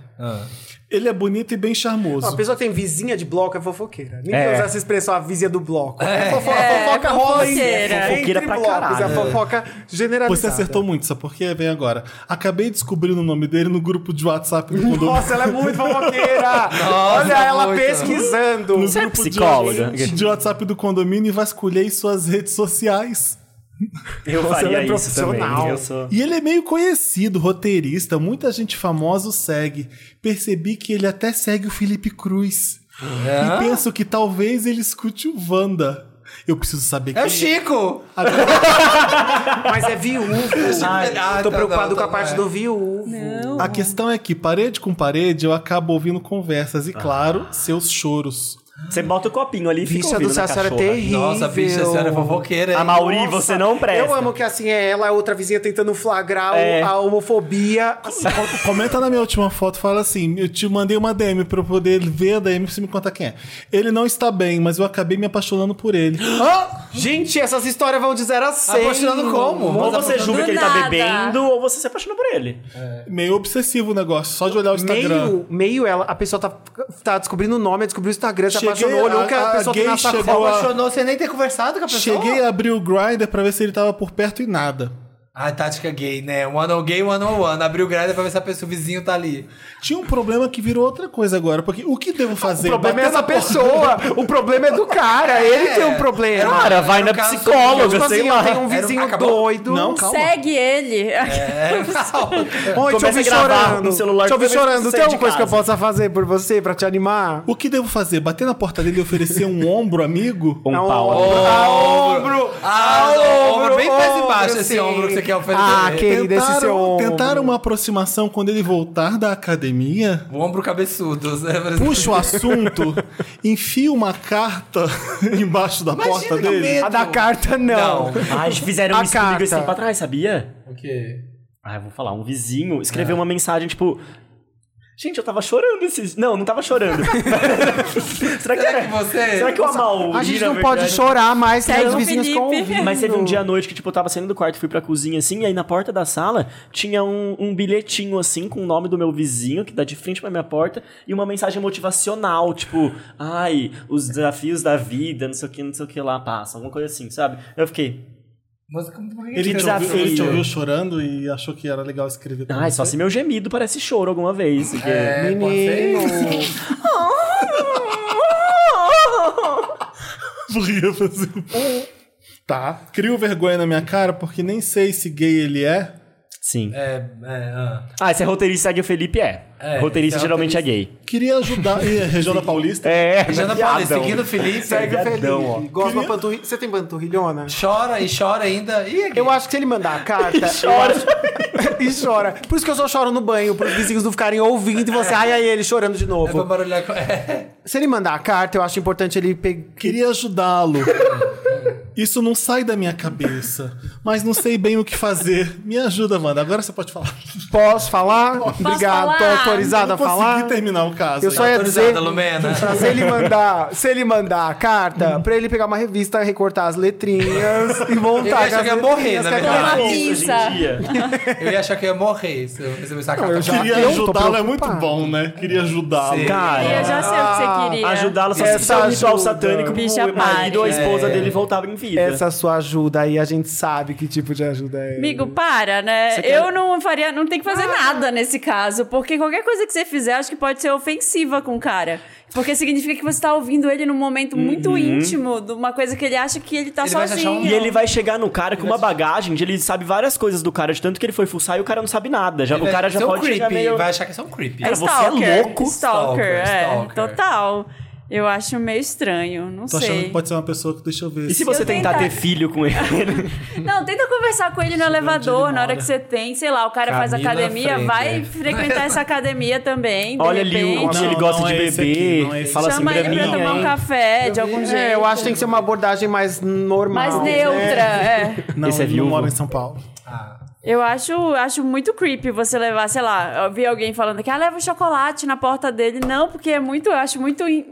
Ele é bonito e bem charmoso. Uma pessoa que tem vizinha de bloco é fofoqueira. Ninguém É. usa essa expressão, a vizinha do bloco. É. fofo- É, a fofoca é rola em fofoqueira. entre Fofoqueira pra blocos. É a caralho. fofoca generalizada. Você acertou muito, sabe por quê? Vem agora. Acabei descobrindo o nome dele no grupo de WhatsApp do condomínio. Nossa, ela é muito fofoqueira! Olha ela muito. pesquisando. no Você é grupo de psicóloga? WhatsApp- de WhatsApp do condomínio e vasculhei suas redes sociais. Eu ela faria é isso também. profissional. Eu sou... E ele é meio conhecido, roteirista, muita gente famosa o segue. Percebi que ele até segue o Felipe Cruz. E penso que talvez ele escute o Wanda. Eu preciso saber É o quem Chico! Mas é viúvo. Ai, Ah, tô tá, preocupado não, com a tá, parte vai. do viúvo. A questão é que, parede com parede, eu acabo ouvindo conversas e, claro, seus choros. Você bota o copinho ali e fica Bicha do ouvindo na Sassara é cachorra. terrível. Nossa, bicha, a senhora é fofoqueira. hein? A Mauri, Nossa, você não presta. Eu amo que assim é ela, a outra vizinha tentando flagrar o- É. a homofobia. Assim, Co- Comenta na minha última foto, fala assim: eu te mandei uma DM pra eu poder ver a DM pra você me contar quem é. Ele não está bem, mas eu acabei me apaixonando por ele. Hã? gente, essas histórias vão de 0 a 100. Apaixonando como? Ou você julga do que ele tá nada. bebendo, ou você se apaixona por ele. Meio obsessivo o negócio, só de olhar o Instagram. Meio, meio ela, a pessoa tá, tá descobrindo o nome, descobriu o Instagram, se Cheguei, apaixonou, olhou que a, a- a pessoa tem na gay sacola. chegou a- Apaixonou sem nem ter conversado com a pessoa? Cheguei a abrir o Grindr pra ver se ele tava por perto e nada. Ah, tática gay, né? One on gay, one on one. Abriu o grade pra ver se a pessoa, o vizinho tá ali. Tinha um problema que virou outra coisa agora, porque o que devo fazer? O problema é Bater essa na porta? pessoa, o problema é do cara, ele tem um problema. Cara, vai era na um caso psicóloga, tipo sei assim, lá. eu tenho um vizinho doido. Não, calma. Segue ele. É, não. Oi, deixa eu Começa ouvir a gravar chorando. no celular Deixa pra eu ouvir ver se chorando. você Tem sai de alguma coisa que eu casa. possa fazer por você pra te animar? O que devo fazer? Bater na porta dele e oferecer um ombro amigo? Um Não, pau. a ombro! Ah, a ombro, bem mais embaixo esse sim. ombro que você quer oferecer. Ah, querida, esse seu Tentaram, ombro. tentaram uma aproximação quando ele voltar da academia? O ombro cabeçudo, né? Puxa o assunto, enfia uma carta embaixo da porta que dele. medo. A da carta, não. Ai, fizeram A isso comigo esse carta. tempo atrás, sabia? O quê? Ah, eu vou falar, um vizinho escreveu É. uma mensagem, tipo... Gente, eu tava chorando esses... Não, não tava chorando. Será que, Será era- que você... Será que o Amauri, A gente na não pode verdade- chorar mais que Segue os o vizinhos Felipe. com ouvindo. Mas teve um dia à noite que, tipo, eu tava saindo do quarto, fui pra cozinha, assim, e aí na porta da sala tinha um, um bilhetinho, assim, com o nome do meu vizinho, que dá de frente pra minha porta, e uma mensagem motivacional, tipo, ai, os desafios da vida, não sei o que, não sei o que lá passam, alguma coisa assim, sabe? Eu fiquei, Mas como- por que tá Ele que te, desafio? ouviu, ele te ouviu chorando e achou que era legal escrever. pra ai, você? só se meu gemido parece choro alguma vez. porque- É, pode ser? Ria pra cima. Tá. Crio vergonha na minha cara porque nem sei se gay ele é. Sim. É, é, ah. Ah, esse é roteirista segue o Felipe, é. É, roteirista esse é geralmente é gay. Queria ajudar. E a região da Paulista? É, Jana viadão. Paulista, seguindo o Felipe, Segue o Viadão, ó. Felipe. Gosta de uma panturrilha. Você tem panturrilhona? chora e chora ainda. E é gay. Eu acho que se ele mandar a carta. Chora. e chora. Por isso que eu só choro no banho, para os vizinhos não ficarem ouvindo e você. Ai, ai, ele chorando de É pra novo. barulhar com... É. Se ele mandar a carta, eu acho importante ele pe- Queria ajudá-lo. Isso não sai da minha cabeça, mas não sei bem o que fazer. Me ajuda, Amanda. Agora você pode falar. Posso falar? Obrigado. Tô falar? autorizada não a consegui falar? terminar o caso. Eu aí. só ia dizer. Autorizada, Lumena. pra se ele mandar, se ele mandar a carta, pra ele pegar uma revista, recortar as letrinhas e Eu montar acho com as que ia letrinhas, morrer, na né? que é verdade. aquela- Uma Hoje pizza. em dia. Eu ia achar que eu ia morrer se eu recebesse essa carta. eu já- Queria Eu tô ajudá-lo é muito preocupada. bom, né? Queria ajudá-lo. Sim. Eu Cara, já sei o que você queria. ajudá-lo só Essa se fizer um ritual ajuda. satânico É. Bicha pro marido ou a pare. esposa dele voltar em vida. Essa sua ajuda aí, a gente sabe que tipo de ajuda é. Amigo, para, né? Uhum. Você quer- Ah. Eu não faria, não tem que fazer nada nesse caso, porque qualquer coisa que você fizer, acho que pode ser ofensiva com o cara. Porque significa que você tá ouvindo ele num momento muito íntimo, de uma coisa que ele acha que ele tá Ele vai se achar sozinho. Uhum. E ele vai chegar no cara com uma bagagem de ele sabe várias coisas do cara, de tanto que ele foi fuçar e o cara não sabe nada. Já, Ele o vai- cara já você é um pode chegar creepy, meio... vai achar que você é um creepy. É Cara, você é louco? Stalker, Stalker, é, stalker. total. Eu acho meio estranho, não Tô achando sei. que pode ser uma pessoa que deixa eu ver. E se você eu tentar tentar- ter filho com ele? Não, tenta conversar com ele no elevador, na hora que você tem, sei lá, o cara faz Camila academia, Frender. vai frequentar essa academia também. de Olha ali o repente. que ele Não, gosta não de é esse beber. aqui, não é esse fala assim Chama pra ele mim, pra tomar um hein? café de algum jeito. É, eu acho que tem que ser uma abordagem mais normal. Mais né? neutra, é. Não, Esse é ele viúvo. não mora em São Paulo. Eu acho, acho muito creepy você levar, sei lá, eu vi alguém falando que ah, leva o chocolate na porta dele. Não, porque é muito, eu acho muito in-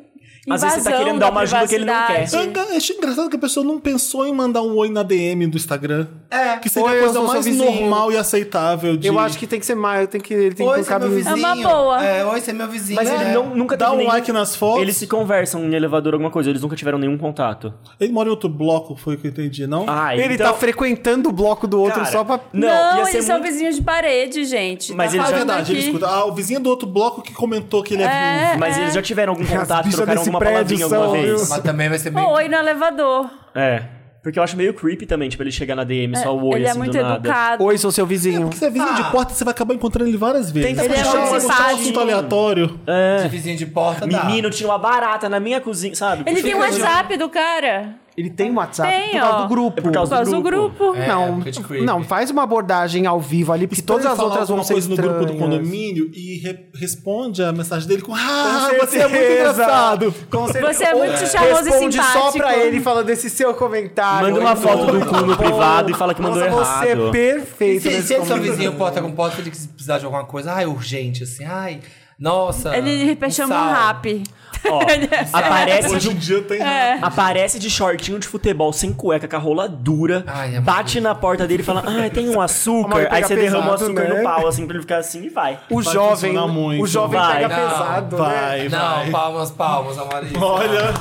invasão Às vezes você tá querendo dar da uma ajuda que ele não privacidade. Sim. É engra- Eu achei engraçado que a pessoa não pensou em mandar um oi na DM do Instagram. É, Que seria oi, a eu coisa sou seu mais vizinho. normal e aceitável de... Eu acho que tem que ser mais. Tem que, ele tem que Oi, você é buscar meu vizinho. É uma boa. É, oi, você é meu vizinho. Mas é. ele não, nunca Dá teve um nenhum- like nas fotos. Ele, Eles se conversam em elevador alguma coisa, eles nunca tiveram nenhum contato. mora em outro bloco, foi o que eu entendi, não? Ah, Ele então, tá frequentando o bloco do outro cara, só pra. Não, Não, ia eles ser são muito- vizinhos de parede, gente. Mas tá eles Ah, é já- falando verdade, ele aqui. escuta. Ah, o vizinho do outro bloco que comentou que ele é, viúvo. Mas eles já tiveram algum contato, bichas trocaram desse alguma prédio palavrinha alguma são, vez. Mas também vai ser meio... Um Oi no elevador. É. Porque eu acho meio creepy também, tipo, ele chegar na DM só o oi ele é assim muito do nada. educado. Oi, sou seu vizinho. Porque você é vizinho Ah. de porta, você vai acabar encontrando ele várias vezes. Tenta Ele puxar é um um simpático. assunto aleatório. É. De vizinho de porta, dá. Menino, tinha uma barata na minha cozinha, sabe? Ele tem um o Puxa, WhatsApp do cara. Ele tem WhatsApp Tem, por causa ó. do grupo. É por causa Por causa do grupo. É, Não, porque é creepy. não, faz uma abordagem ao vivo ali, porque todas Ele as fala outras vão alguma ser coisa no grupo do estranhas. condomínio e re- responde a mensagem dele com Ah, Com você é muito certeza. engraçado. Com certeza. Você é muito Ou charmoso e responde só simpático. pra ele falando desse seu comentário. Manda uma foto do cu no privado e fala que mandou Nossa, você é errado. perfeito. Se, nesse se ele sou comentário. vizinho porta com porta, ele precisar de alguma coisa, ai, urgente, assim, ai, nossa. Ele um chama um sal. rap. É. é Ó, aparece, um- Hoje em dia tem. É. aparece de shortinho de futebol sem cueca, com a rola dura, Ai, é muito bate na porta dele e fala, ah, tem um açúcar. Aí pega você derrama o pesado, açúcar né? no pau, assim, pra ele ficar assim e vai. O Vai jovem, funcionar muito. o jovem Vai, pega não, pesado, né? Vai, vai. Não, palmas, palmas, Amarisa. Olha,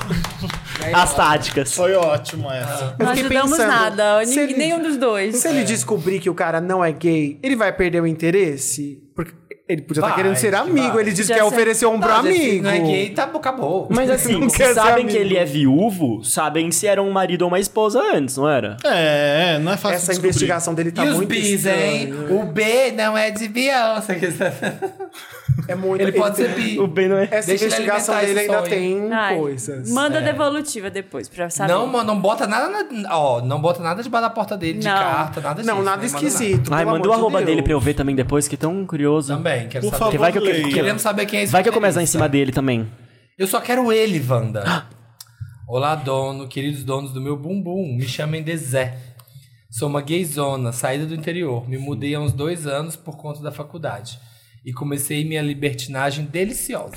As táticas. foi ótimo essa. Não fiquei ajudamos pensando, nada. se nin- ele- Nenhum dos dois. Se ele descobrir que o cara não é gay, ele vai perder o interesse? Porque ele podia estar Vai, querendo ser amigo. vai. Ele disse Já que é sei. oferecer um Não, pro gente, amigo. Não é gay, tá, acabou. Mas assim, Não se quer ser sabem amigo. que ele é viúvo, sabem se era um marido ou uma esposa antes, não era? É, não é fácil. Essa descobrir. investigação dele tá e os muito bis, hein? estranha. O B não é de Beyoncé. É muito Ele pode ser bi. O bem não é. Essa Deixa ele investigação alimentar dele esse ainda sonho. tem Ai, coisas. Manda devolutiva depois pra saber. Não, mano, não bota nada na, ó, não bota nada debaixo da porta dele, de Não. carta, nada disso. Não, nada né? Manda esquisito. Ai, manda pelo amor o de arroba Deus. dele pra eu ver também depois, que é tão curioso. nada. Também, quero Por saber. favor, vai que eu quero- leia. Querendo saber quem é esse Vai que eu começo a dar em roteirista. cima dele também. Eu só quero ele, Wanda. Olá, dono, queridos donos do meu bumbum. Me chamem de Zé. Sou uma gayzona, saída do interior. Me mudei há uns dois anos por conta da faculdade. E comecei minha libertinagem deliciosa.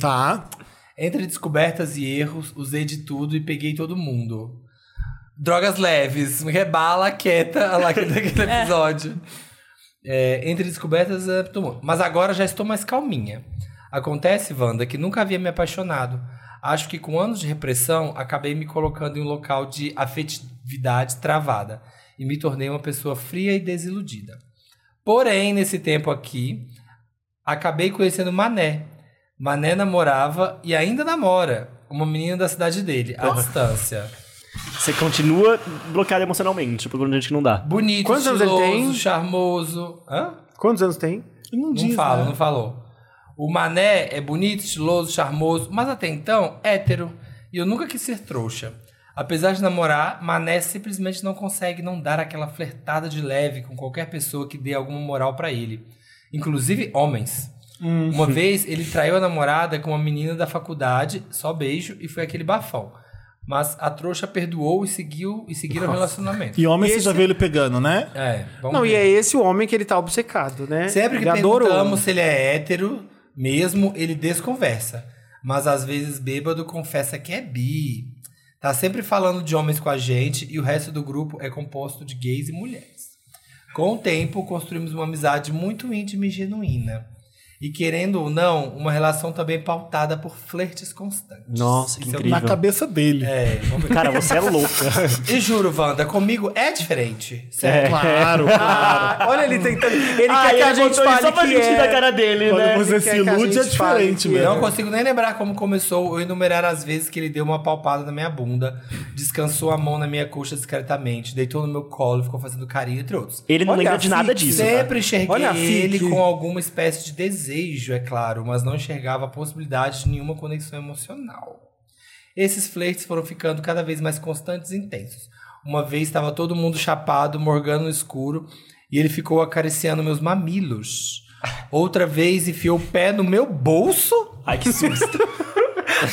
Tá. Entre descobertas e erros, usei de tudo e peguei todo mundo. Drogas leves, rebala, quieta, lá que- daquele episódio. É, entre descobertas, é, todo mundo. mas agora já estou mais calminha. Acontece, Wanda, que nunca havia me apaixonado. Acho que com anos de repressão, acabei me colocando em um local de afetividade travada e me tornei uma pessoa fria e desiludida. Porém, nesse tempo aqui, acabei conhecendo Mané. Mané namorava e ainda namora uma menina da cidade dele, à distância. Você continua bloqueado emocionalmente, por onde a gente não dá. Bonito, Quantos anos ele estiloso, tem? charmoso. Hã? Quantos anos tem? Não, né? fala, não falou. O Mané é bonito, estiloso, charmoso, mas até então, hétero. E eu nunca quis ser trouxa. Apesar de namorar, Mané simplesmente não consegue não dar aquela flertada de leve com qualquer pessoa que dê alguma moral pra ele. Inclusive homens. Uma vez ele traiu a namorada com uma menina da faculdade, só beijo, e foi aquele bafão. Mas a trouxa perdoou e seguiu e seguiram o relacionamento. E homem você já vê ele pegando, né? É, vamos Não, ver. e é esse o homem que ele tá obcecado, né? Sempre que ele adorou. perguntamos se ele é hétero, mesmo, ele desconversa. Mas às vezes bêbado confessa que é bi. Tá sempre falando de homens com a gente e o resto do grupo é composto de gays e mulheres. Com o tempo, construímos uma amizade muito íntima e genuína. E querendo ou não, uma relação também pautada por flertes constantes. Nossa, que Isso é o- Na Incrível. cabeça dele. É, vamos ver. Cara, você é louca. E juro, Wanda, comigo é diferente. Sério. Claro, claro. Ah, olha ele tentando. Ele Ah, quer que ele a gente botou isso fale só pra que gente é. rir da cara dele, né? Quando você Ele se quer que a ilude, é gente fale diferente, que é. velho. Eu não consigo nem lembrar como começou eu enumerar as vezes que ele deu uma palpada na minha bunda, descansou a mão na minha coxa discretamente, deitou no meu colo, ficou fazendo carinho, entre outros. Ele não Olha lembra a de nada fique. disso. Sempre enxerguei Olha a ele fique. com alguma espécie de desejo, é claro, mas não enxergava a possibilidade de nenhuma conexão emocional. Esses flertes foram ficando cada vez mais constantes e intensos. Uma vez estava todo mundo chapado, morgando no escuro, e ele ficou acariciando meus mamilos. Outra vez enfiou o pé no meu bolso Ai, que susto.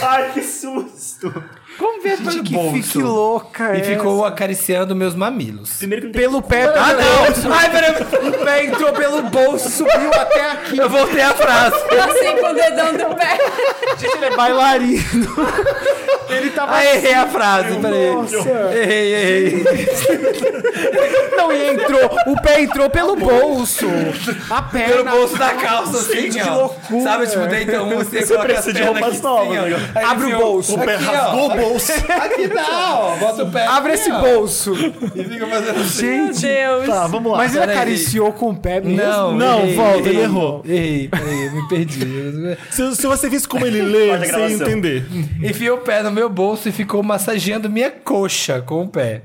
Ai, que susto. Como ver Gente, que bolso. fique louca e é. ficou acariciando meus mamilos. Primeiro que não tem Pelo pé. Ah, não! Ai, peraí. O pé entrou pelo bolso, subiu até aqui. Eu voltei a frase. Assim com o dedão do pé. Ele é bailarino. Ele tava. assim, Ah, errei a frase, peraí. Errei, errei. Não, e entrou. O pé entrou pelo bolso. A Pelo perna. bolso da calça, assim, Gente, ó. que loucura. Sabe, tipo, deita um, você, Você coloca as precisa de pernas roupas aqui, novas, assim, ó. né? Aí Abre enfia o bolso. O pé Aqui, ó. rasgou o bolso. Aqui dá, ó. Bota o pé Abre aqui, esse ó. bolso. E fica fazendo assim. Meu Gente. Deus. Tá, vamos lá. Mas ele Peraí. acariciou com o pé mesmo? Não, Não, errei, volta, ele errei. errou. Errei, peraí, me perdi. Se, se você visse como ele lê, Faz a você ia gravação. entender. Enfiou o pé no meu bolso e ficou massageando minha coxa com o pé.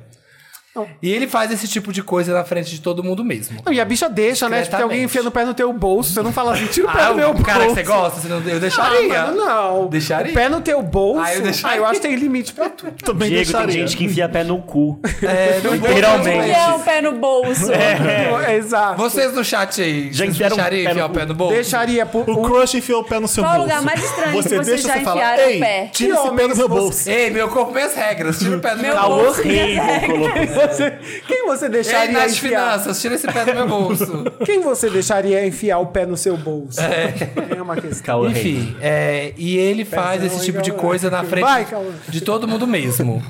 E ele faz esse tipo de coisa na frente de todo mundo mesmo. Não, e a bicha deixa, né? Tipo, tem alguém Discretamente. enfiando o pé no teu bolso. Você não fala assim, tira o pé Ah, do meu o bolso. cara que você gosta, você não, eu deixaria. Ah, mano, não. Deixaria? O pé no teu bolso? Ah, Ah, eu eu, deixaria. acho que tem limite pra tudo. Também Diego, deixaria. tem gente que enfia pé no cu. É, não vou- Que Literalmente. é um pé no bolso. É. Exato. Vocês no chat aí, Já vocês deixariam enfiaram um pé no enfiar o cu? pé no bolso? Deixaria um por O crush enfiou o pé no seu Qual o bolso. lugar mais estranho que você vocês deixa, já você fala, enfiaram o Ei, pé?" tira esse pé homens do meu você- bolso. Ei, meu corpo e as regras, tira o pé do meu, Meu Tá bolso. bolso. Nossa, horrível, que colocou. você... Quem você Ei, deixaria nas enfiar? finanças, tira esse pé do meu bolso. Quem você deixaria enfiar o pé no seu bolso? É, uma questão. Cauê. Enfim, é, e ele faz esse tipo de Cauã. coisa na frente Vai, Cauã. de todo mundo mesmo.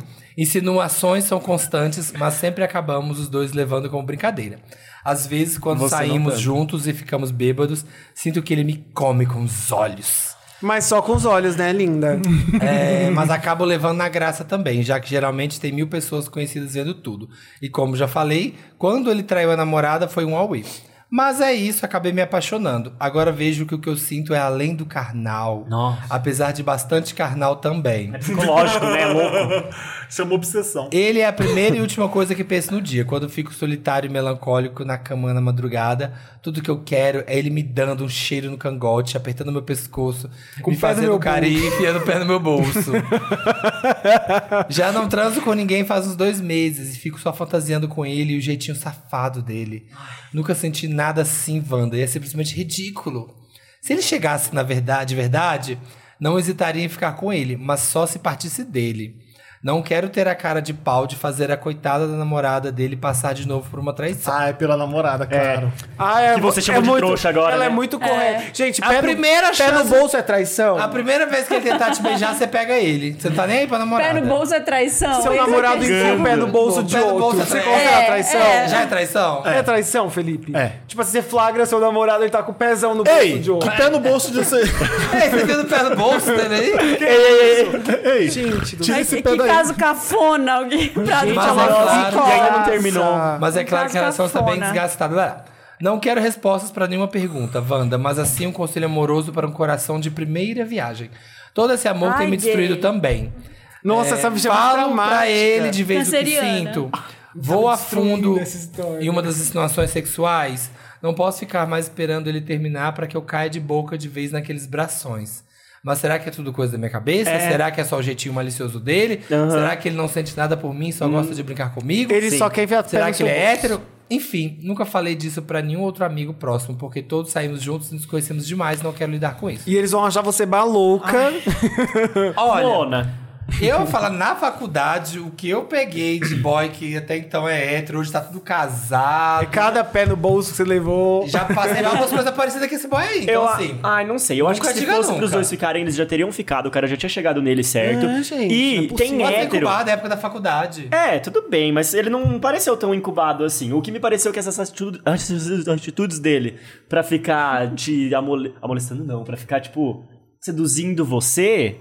Insinuações são constantes, mas sempre acabamos os dois levando como brincadeira. Às vezes, quando saímos juntos e ficamos bêbados, sinto que ele me come com os olhos. Mas só com os olhos, né, linda? É, mas acabo levando na graça também, já que geralmente tem mil pessoas conhecidas vendo tudo. E como já falei, quando ele traiu a namorada foi um all-in. Mas é isso, acabei me apaixonando. Agora vejo que o que eu sinto é além do carnal. Nossa. Apesar de bastante carnal também. Psicológico, né? é Louco. Chamou obsessão. Ele é a primeira e última coisa que penso no dia. Quando fico solitário e melancólico na cama na madrugada, tudo que eu quero é ele me dando um cheiro no cangote, apertando meu pescoço, me o pé no fazendo meu carinho e enfiando o pé no meu bolso. Já não transo com ninguém faz uns dois meses e fico só fantasiando com ele e o jeitinho safado dele. Nunca senti nada assim, Wanda, e é simplesmente ridículo. Se ele chegasse na verdade, verdade, não hesitaria em ficar com ele, mas só se partisse dele. Não quero ter a cara de pau de fazer a coitada da namorada dele passar de novo por uma traição. Ah, é pela namorada, claro. Ah, é, Que você chama de trouxa agora, Ela é né? muito correta. Gente, A pé, primeira no, pé no chance- bolso é traição? A primeira vez que ele tentar te beijar, você pega ele. Você não tá nem aí pra Pé namorada. no bolso é traição. Seu Isso é namorado traição. enfia o pé no bolso Pé de no bolso outro. é Você traição. considera É, traição? é. Já é traição? É traição, Felipe? É. Tipo assim, você flagra seu namorado, ele tá com o pezão no bolso Ei, de que outro. pé no bolso de você. É, você tem o pé no bolso, tá vendo aí? Ei, Gente, do tira Ai, esse que pé daí. caso cafona alguém pra Mas é chamar claro E ainda não terminou. Mas é claro que a relação está bem Cascafona. desgastada. Blá, blá. Não quero respostas para nenhuma pergunta, Wanda, mas assim um conselho amoroso para um coração de primeira viagem. Todo esse amor Ai, tem me destruído gay. também. Nossa, essa bicha é muito Falo pra dramática. ele de vez o que Canceriana. Tá sinto. Vou a fundo essa história. em uma das insinuações sexuais. Não posso ficar mais esperando ele terminar pra que eu caia de boca de vez naqueles brações. Mas será que é tudo coisa da minha cabeça? Será que é só o jeitinho malicioso dele? Será que ele não sente nada por mim, só gosta de brincar comigo? Ele só quer ver a Será pele que do ele é rosto. hétero? Enfim, nunca falei disso pra nenhum outro amigo próximo, porque todos saímos juntos e nos conhecemos demais, não quero lidar com isso. E eles vão achar você maluca. Olha, Mona. Eu falar na faculdade o que eu peguei de boy que até então é hétero, hoje tá tudo É casado. Cada pé no bolso que você levou. Já passei algumas coisas parecidas com esse boy aí. Então, Eu, a- assim. ai, não sei. Eu acho que nunca se diga fosse nunca. pros dois ficarem, eles já teriam ficado. O cara já tinha chegado nele, certo? É, gente, não e é possível. tem Mas hétero. incubado, é época da faculdade. É, tudo bem, mas ele não pareceu tão incubado assim. O que me pareceu que essas atitude- atitudes, dele pra ficar te amole, amolestando, não, pra ficar, tipo, seduzindo você.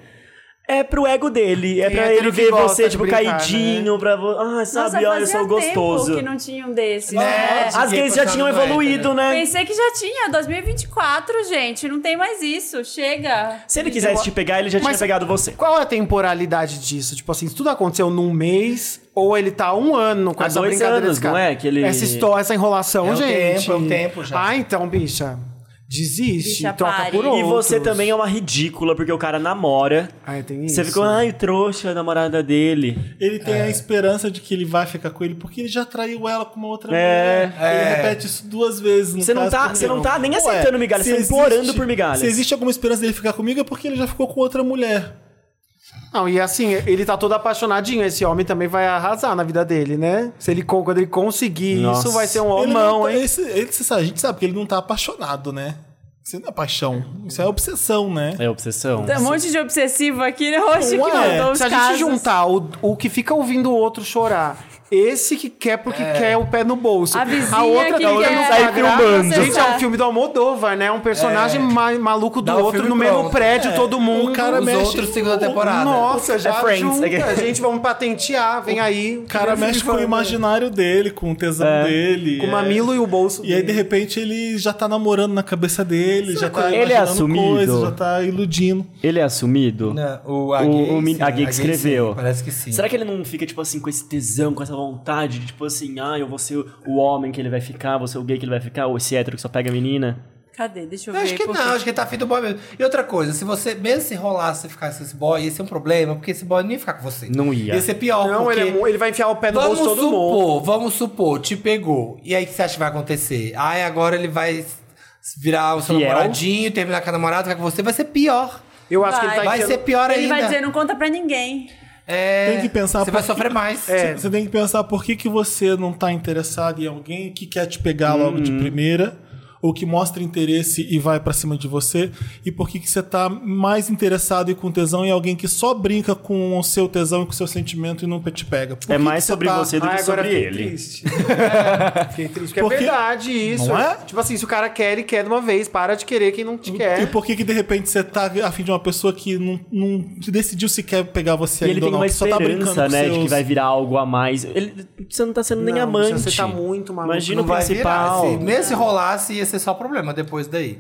É pro ego dele, é Tem pra hétero ele que ver gosta você, de tipo, brincar, né? caidinho, pra. vo- Ah, Nossa, sabe, olha, eu fazia sou tempo gostoso. que não tinha um desses. Né? É. É, né? não- As gays já tinham Ninguém evoluído, né? Pensei que já tinha, 2024, gente. Não tem mais isso. Chega. Se ele quisesse te pegar, ele já tinha Mas- pegado você. Qual é a temporalidade disso? Tipo assim, se tudo aconteceu num mês, ou ele tá há um ano com Há essa dois brincadeira anos, desse cara. não é? Que ele- Essa história, essa enrolação, É um gente. tempo, é um tempo já. Ah, então, bicha. Desiste, Bicha, troca pare. por outro. E E você também é uma ridícula, porque o cara namora. Ah, tem isso. Você ficou, ai, trouxa, a namorada dele. Ele tem É. a esperança de que ele vai ficar com ele, porque ele já traiu ela com uma outra É. mulher. Ele repete isso duas vezes. no Você não caso tá- comigo. você não tá nem Ué, aceitando migalha, se você tá existe- implorando por migalha. Se existe alguma esperança dele ficar comigo, é porque ele já ficou com outra mulher. Não, e assim, ele tá todo apaixonadinho. Esse homem também vai arrasar na vida dele, né? Se ele, con- quando ele conseguir Nossa. isso, vai ser um ele homão, não tá- hein? esse- ele- você sabe, a gente sabe que ele não tá apaixonado, né? Isso não é paixão. Isso é obsessão, né? É obsessão. Tem um monte de obsessivo aqui, né? Hoje que Ué, mandou os Se a gente casos. juntar o, o que fica ouvindo o outro chorar, esse que quer porque quer o pé no bolso, A vizinha outra que da outra quer não sai filmando. processar. É. Gente, é um filme do Almodóvar, né? É Um personagem ma- maluco do Dá o outro filme no mesmo pronto. prédio, todo mundo. o cara Os mexe- outros segunda temporada. Nossa, já Friends. junta. gente, vamos patentear, vem aí. O cara mexe com o imaginário dele, com o tesão dele. é. Com o é. mamilo e o bolso. E aí, de dele. repente, ele já tá namorando na cabeça dele, já tá Ele é imaginando assumido? coisa, já tá iludindo. Ele é assumido? Não, o, a O- gay, o men- sim, a gay que sim, escreveu. parece que sim. Será que ele não fica, tipo assim, com esse tesão, com essa vontade de, tipo assim, ah, eu vou ser o homem que ele vai ficar, vou ser o gay que ele vai ficar, ou esse hétero que só pega a menina? Cadê? Deixa eu Eu ver. um acho que porque- não, acho que ele tá afim do boy mesmo. E outra coisa, se você mesmo se enrolasse e ficasse com esse boy, esse é um problema, porque esse boy não ia ficar com você. Não ia. Ia ser pior, Não, porque... ele, é mu- ele vai enfiar o pé no Vamos bolso todo mundo. supor, vamos supor, te pegou. E aí o que você acha que vai acontecer? Ai, agora ele vai s- virar o seu Fiel. namoradinho, terminar com a namorada, ficar com você, vai ser pior. Eu acho que ele tá Vai. Vai enfiando- ser pior Ele ainda. vai dizer, não conta pra ninguém. É, Tem que pensar Você vai porque- sofrer mais. É. Você- Você tem que pensar por que, que você não tá interessado em alguém que quer te pegar logo de Uhum. primeira, ou que mostra interesse e vai pra cima de você, e por que, que você tá mais interessado e com tesão em alguém que só brinca com o seu tesão e com o seu sentimento e não te pega. Por é que que mais sobre tá- você do Ah, que é sobre fiquei ele. Triste. fiquei triste. Porque Porque- é verdade isso. Não é? Tipo assim, se o cara quer, ele quer de uma vez. Para de querer quem não te E quer. por que que de repente você tá a fim de uma pessoa que não, não decidiu se quer pegar você E ele ainda ou tem não, uma que só tá brincando esperança, com né, de seus- que vai virar algo a mais. Ele, você não tá sendo nem Não, amante. você tá muito maluco, Imagina não o Vai virar. principal. Se mesmo se rolasse, ia ser só problema depois daí.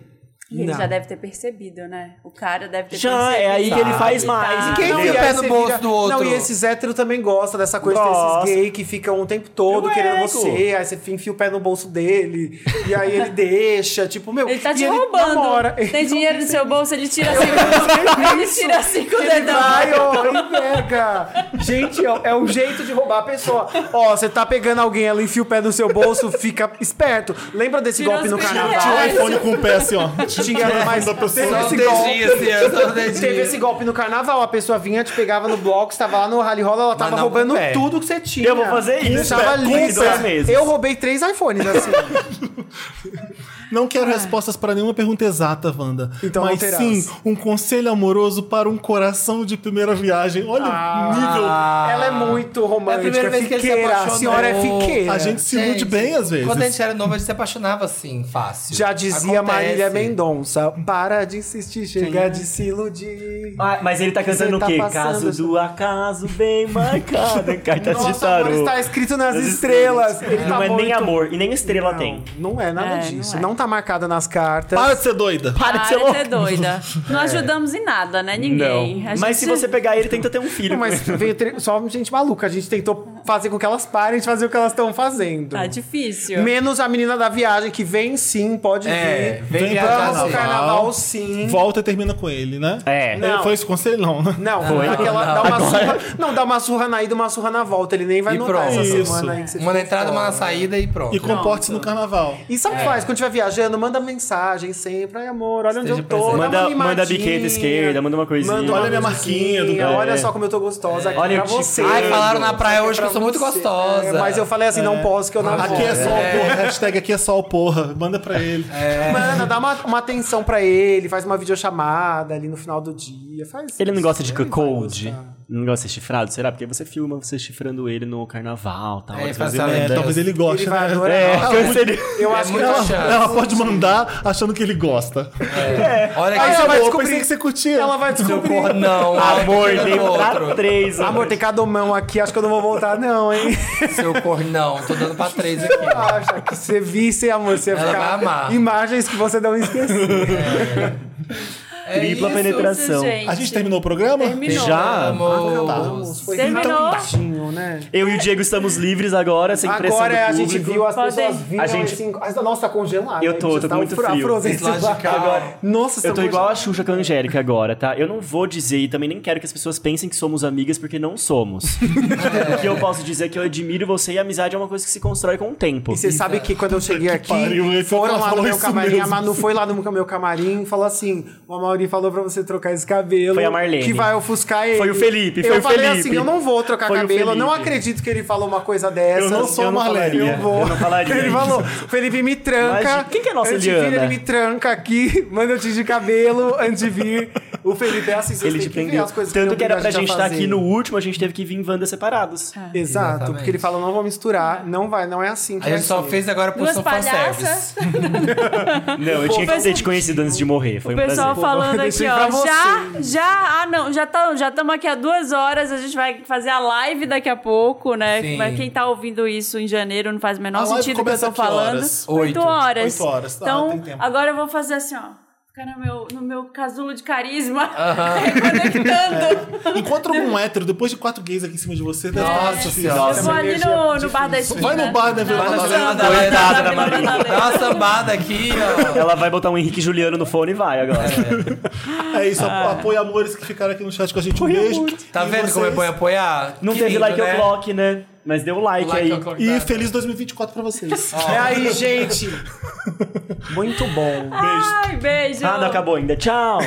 E ele Não. já deve ter percebido, né? O cara deve ter Já, percebido. é aí que ele faz mais. tá. E Quem Não, vier, e o pé no você bolso do outro? Não, e esses héteros também gostam dessa coisa Gosta. desses gays que ficam o tempo todo Eu querendo ego. você. Aí você enfia o pé no bolso dele. e aí ele deixa. Tipo, meu. Ele tá e te roubando. namora. Tem dinheiro no seu bolso, ele tira cinco. ele tira cinco Ele dedão. vai, ó, e pega. Gente, ó, é um jeito de roubar a pessoa. Ó, você tá pegando alguém, ela enfia o pé no seu bolso, fica esperto. Lembra desse Tirou golpe os no 20 carnaval? Tira o reais. iPhone com o pé assim, ó. Tinha, mas teve Só esse, o dedinho, golpe, assim, ó, só o dedinho. teve esse golpe no carnaval. A pessoa vinha, te pegava no bloco, estava lá no rally rola, ela tava não com roubando o pé. tudo que você tinha. Eu vou fazer isso, Deixava com o pé, lisa. dois meses. Eu roubei três iPhones assim. Não quero respostas pra nenhuma pergunta exata, Wanda. Então não Mas terás. sim, um conselho amoroso para um coração de primeira viagem. Olha o nível. Ela é muito Ah. É a romântica. primeira vez que ele se fiqueira. apaixonou. A senhora é fiqueira. A gente se ilude bem às vezes. Quando a gente era novo, a gente se apaixonava assim, fácil. Já dizia Acontece. Marília Mendonça, para de insistir, chega de se iludir. Ah, mas ele tá cantando Você o quê? tá passando- Caso do acaso bem marcado em cartas de Nosso tarô. amor está escrito nas tá estrelas. Ele Não tá é nem muito- amor, e nem estrela Não, tem. Não é nada É, disso. não Não, é. tá marcada nas cartas. Para de ser doida. Para de ser doida. Não ajudamos em nada, né? Ninguém. A Mas se gente- você pegar ele, tenta ter um filho. Mas veio tre- só gente maluca. A gente tentou fazer com que elas parem de fazer o que elas estão fazendo. Tá difícil. Menos a menina da viagem, que vem sim, pode É, vir. vem Vamos viajar, pro sim. carnaval sim. Volta e termina com ele, né? É. Ele Não. Foi esse conselho, não, né? Não, aquela dá uma surra. Não, dá uma surra na ida, uma surra na volta. Ele nem vai E notar pronto. essa Isso. semana aí que você Uma na ficou entrada, uma na fora. saída e pronto. E comporte-se no carnaval. E sabe o É. que faz? Quando estiver viajando, manda mensagem sempre. Ai, amor, olha onde Esteja eu tô. presente. dá uma Manda, manda a mimadinha, biqueta esquerda, manda uma coisinha. manda uma Olha minha coisinha, marquinha do cara. Olha só como eu tô gostosa aqui Olha pra o tipo- você. Ai, falaram na praia Aqui hoje que eu pra sou muito você. gostosa. É, mas eu falei assim, não posso, que eu não vou. Aqui é só o porra. Hashtag aqui é só o porra. Manda pra ele. É. Manda, dá uma, uma atenção pra ele, faz uma videochamada ali no final do dia. Faz Ele não isso, gosta de ele vai cuckold? gostar. Não gosta de chifrado? Será? Porque você filma você chifrando ele no carnaval, tal. É, às faz vezes essa então, ele- É, lenda. talvez ele goste, Ele vai né? adorar. É, Ah, cancelei. Eu acho É que muito ele vai chato. achar. Ela pode mandar achando que ele gosta. é. Olha que É. Aí ela vai vai descobrir. descobrir. Pensei que você curtia. Ela vai seu descobrir. corno. Não, Amor, olha que dei pra outro. três. Amor, tem cada mão aqui, acho que eu não vou voltar, não, hein? Seu corno, não. Tô dando pra três aqui. Acha que você visse, amor, você ia Ela ficar. vai amar. Imagens que você não esqueceu. É Tripla isso. penetração. Isso, gente. A gente terminou o programa? Terminou. Já? Tá Ah, tá. Amor. Foi Terminou. rapidinho, né? Eu e o Diego estamos livres agora, sem pressão do Agora é a gente público. viu as Pode- pessoas vindo. A gente- Assim, nossa, tá congelado. Eu tô, hein? tô com Tá muito fro- frio. frozen Esse lado de celular. cá, Agora- Nossa, Eu tá tô congelado. igual a Xuxa com a Angélica agora, tá? Eu não vou dizer e também nem quero que as pessoas pensem que somos amigas, porque não somos. o que eu posso dizer é que eu admiro você e a amizade é uma coisa que se constrói com o tempo. E você sabe que quando eu cheguei aqui, pariu, esse foram cara lá no falou meu isso camarim, mesmo. a Manu foi lá no meu camarim e falou assim: o Amaury falou pra você trocar esse cabelo. Foi a Marlene. Que vai ofuscar ele. Foi o Felipe, eu foi o falei Felipe. assim: eu não vou trocar Foi o cabelo, eu não Felipe. acredito que ele falou uma coisa dessa. Eu não sou eu não Marlene, falaria. Eu vou. Eu não falaria. Ele falou: o Felipe me tranca. Imagina- quem que é a nossa antes de vir, Eliana? Ele me tranca aqui, manda eu tingir cabelo antes de vir. O Felipe é assim, vocês Ele te têm que ver prendeu. as coisas Tanto eu que era obrigo pra a tá gente estar fazer. aqui no último, a gente teve que vir em Wanda É. separados. Exato, Exatamente. porque ele fala: não vou misturar, não vai, não é assim que A vai gente só ser. fez agora por Duas São Fanservice. palhaças. Não, eu tinha que ter te conhecido antes de morrer. Foi um O prazer. pessoal falando aqui, deixei pra ó. você. Já, já, ah, não, já estamos já tamo aqui há duas horas. A gente vai fazer a live daqui a pouco, né? Sim. Mas quem tá ouvindo isso em janeiro não faz o menor A live sentido o que eu começa tô que falando. horas? Oito. Oito horas. Oito horas, tá, Então, tem tempo. agora eu vou fazer assim, ó. Ficar no meu, no meu casulo de carisma, reconectando. Encontra um hétero depois de quatro gays aqui em cima de você. deve estar Nossa assistindo. senhora. eu vou ali no, no bar da esquina. Vai no bar né, da Vila Tá Não, Madalena. não, não, Coitada não, da não, não, não, não, Dá uma sambada aqui, ó. Ela vai botar um Henrique Juliano no fone e vai agora. É isso, apo- apoia amores que ficaram aqui no chat com a gente. Um beijo. Tá E vendo como é vocês- bom apoiar? Não Que teve lindo, like né? ao clock, né? Mas deu like, Like aí. ao clock. E feliz 2024 pra vocês. É aí, gente. Muito bom. Ai, beijo. Ah, não acabou ainda. Tchau!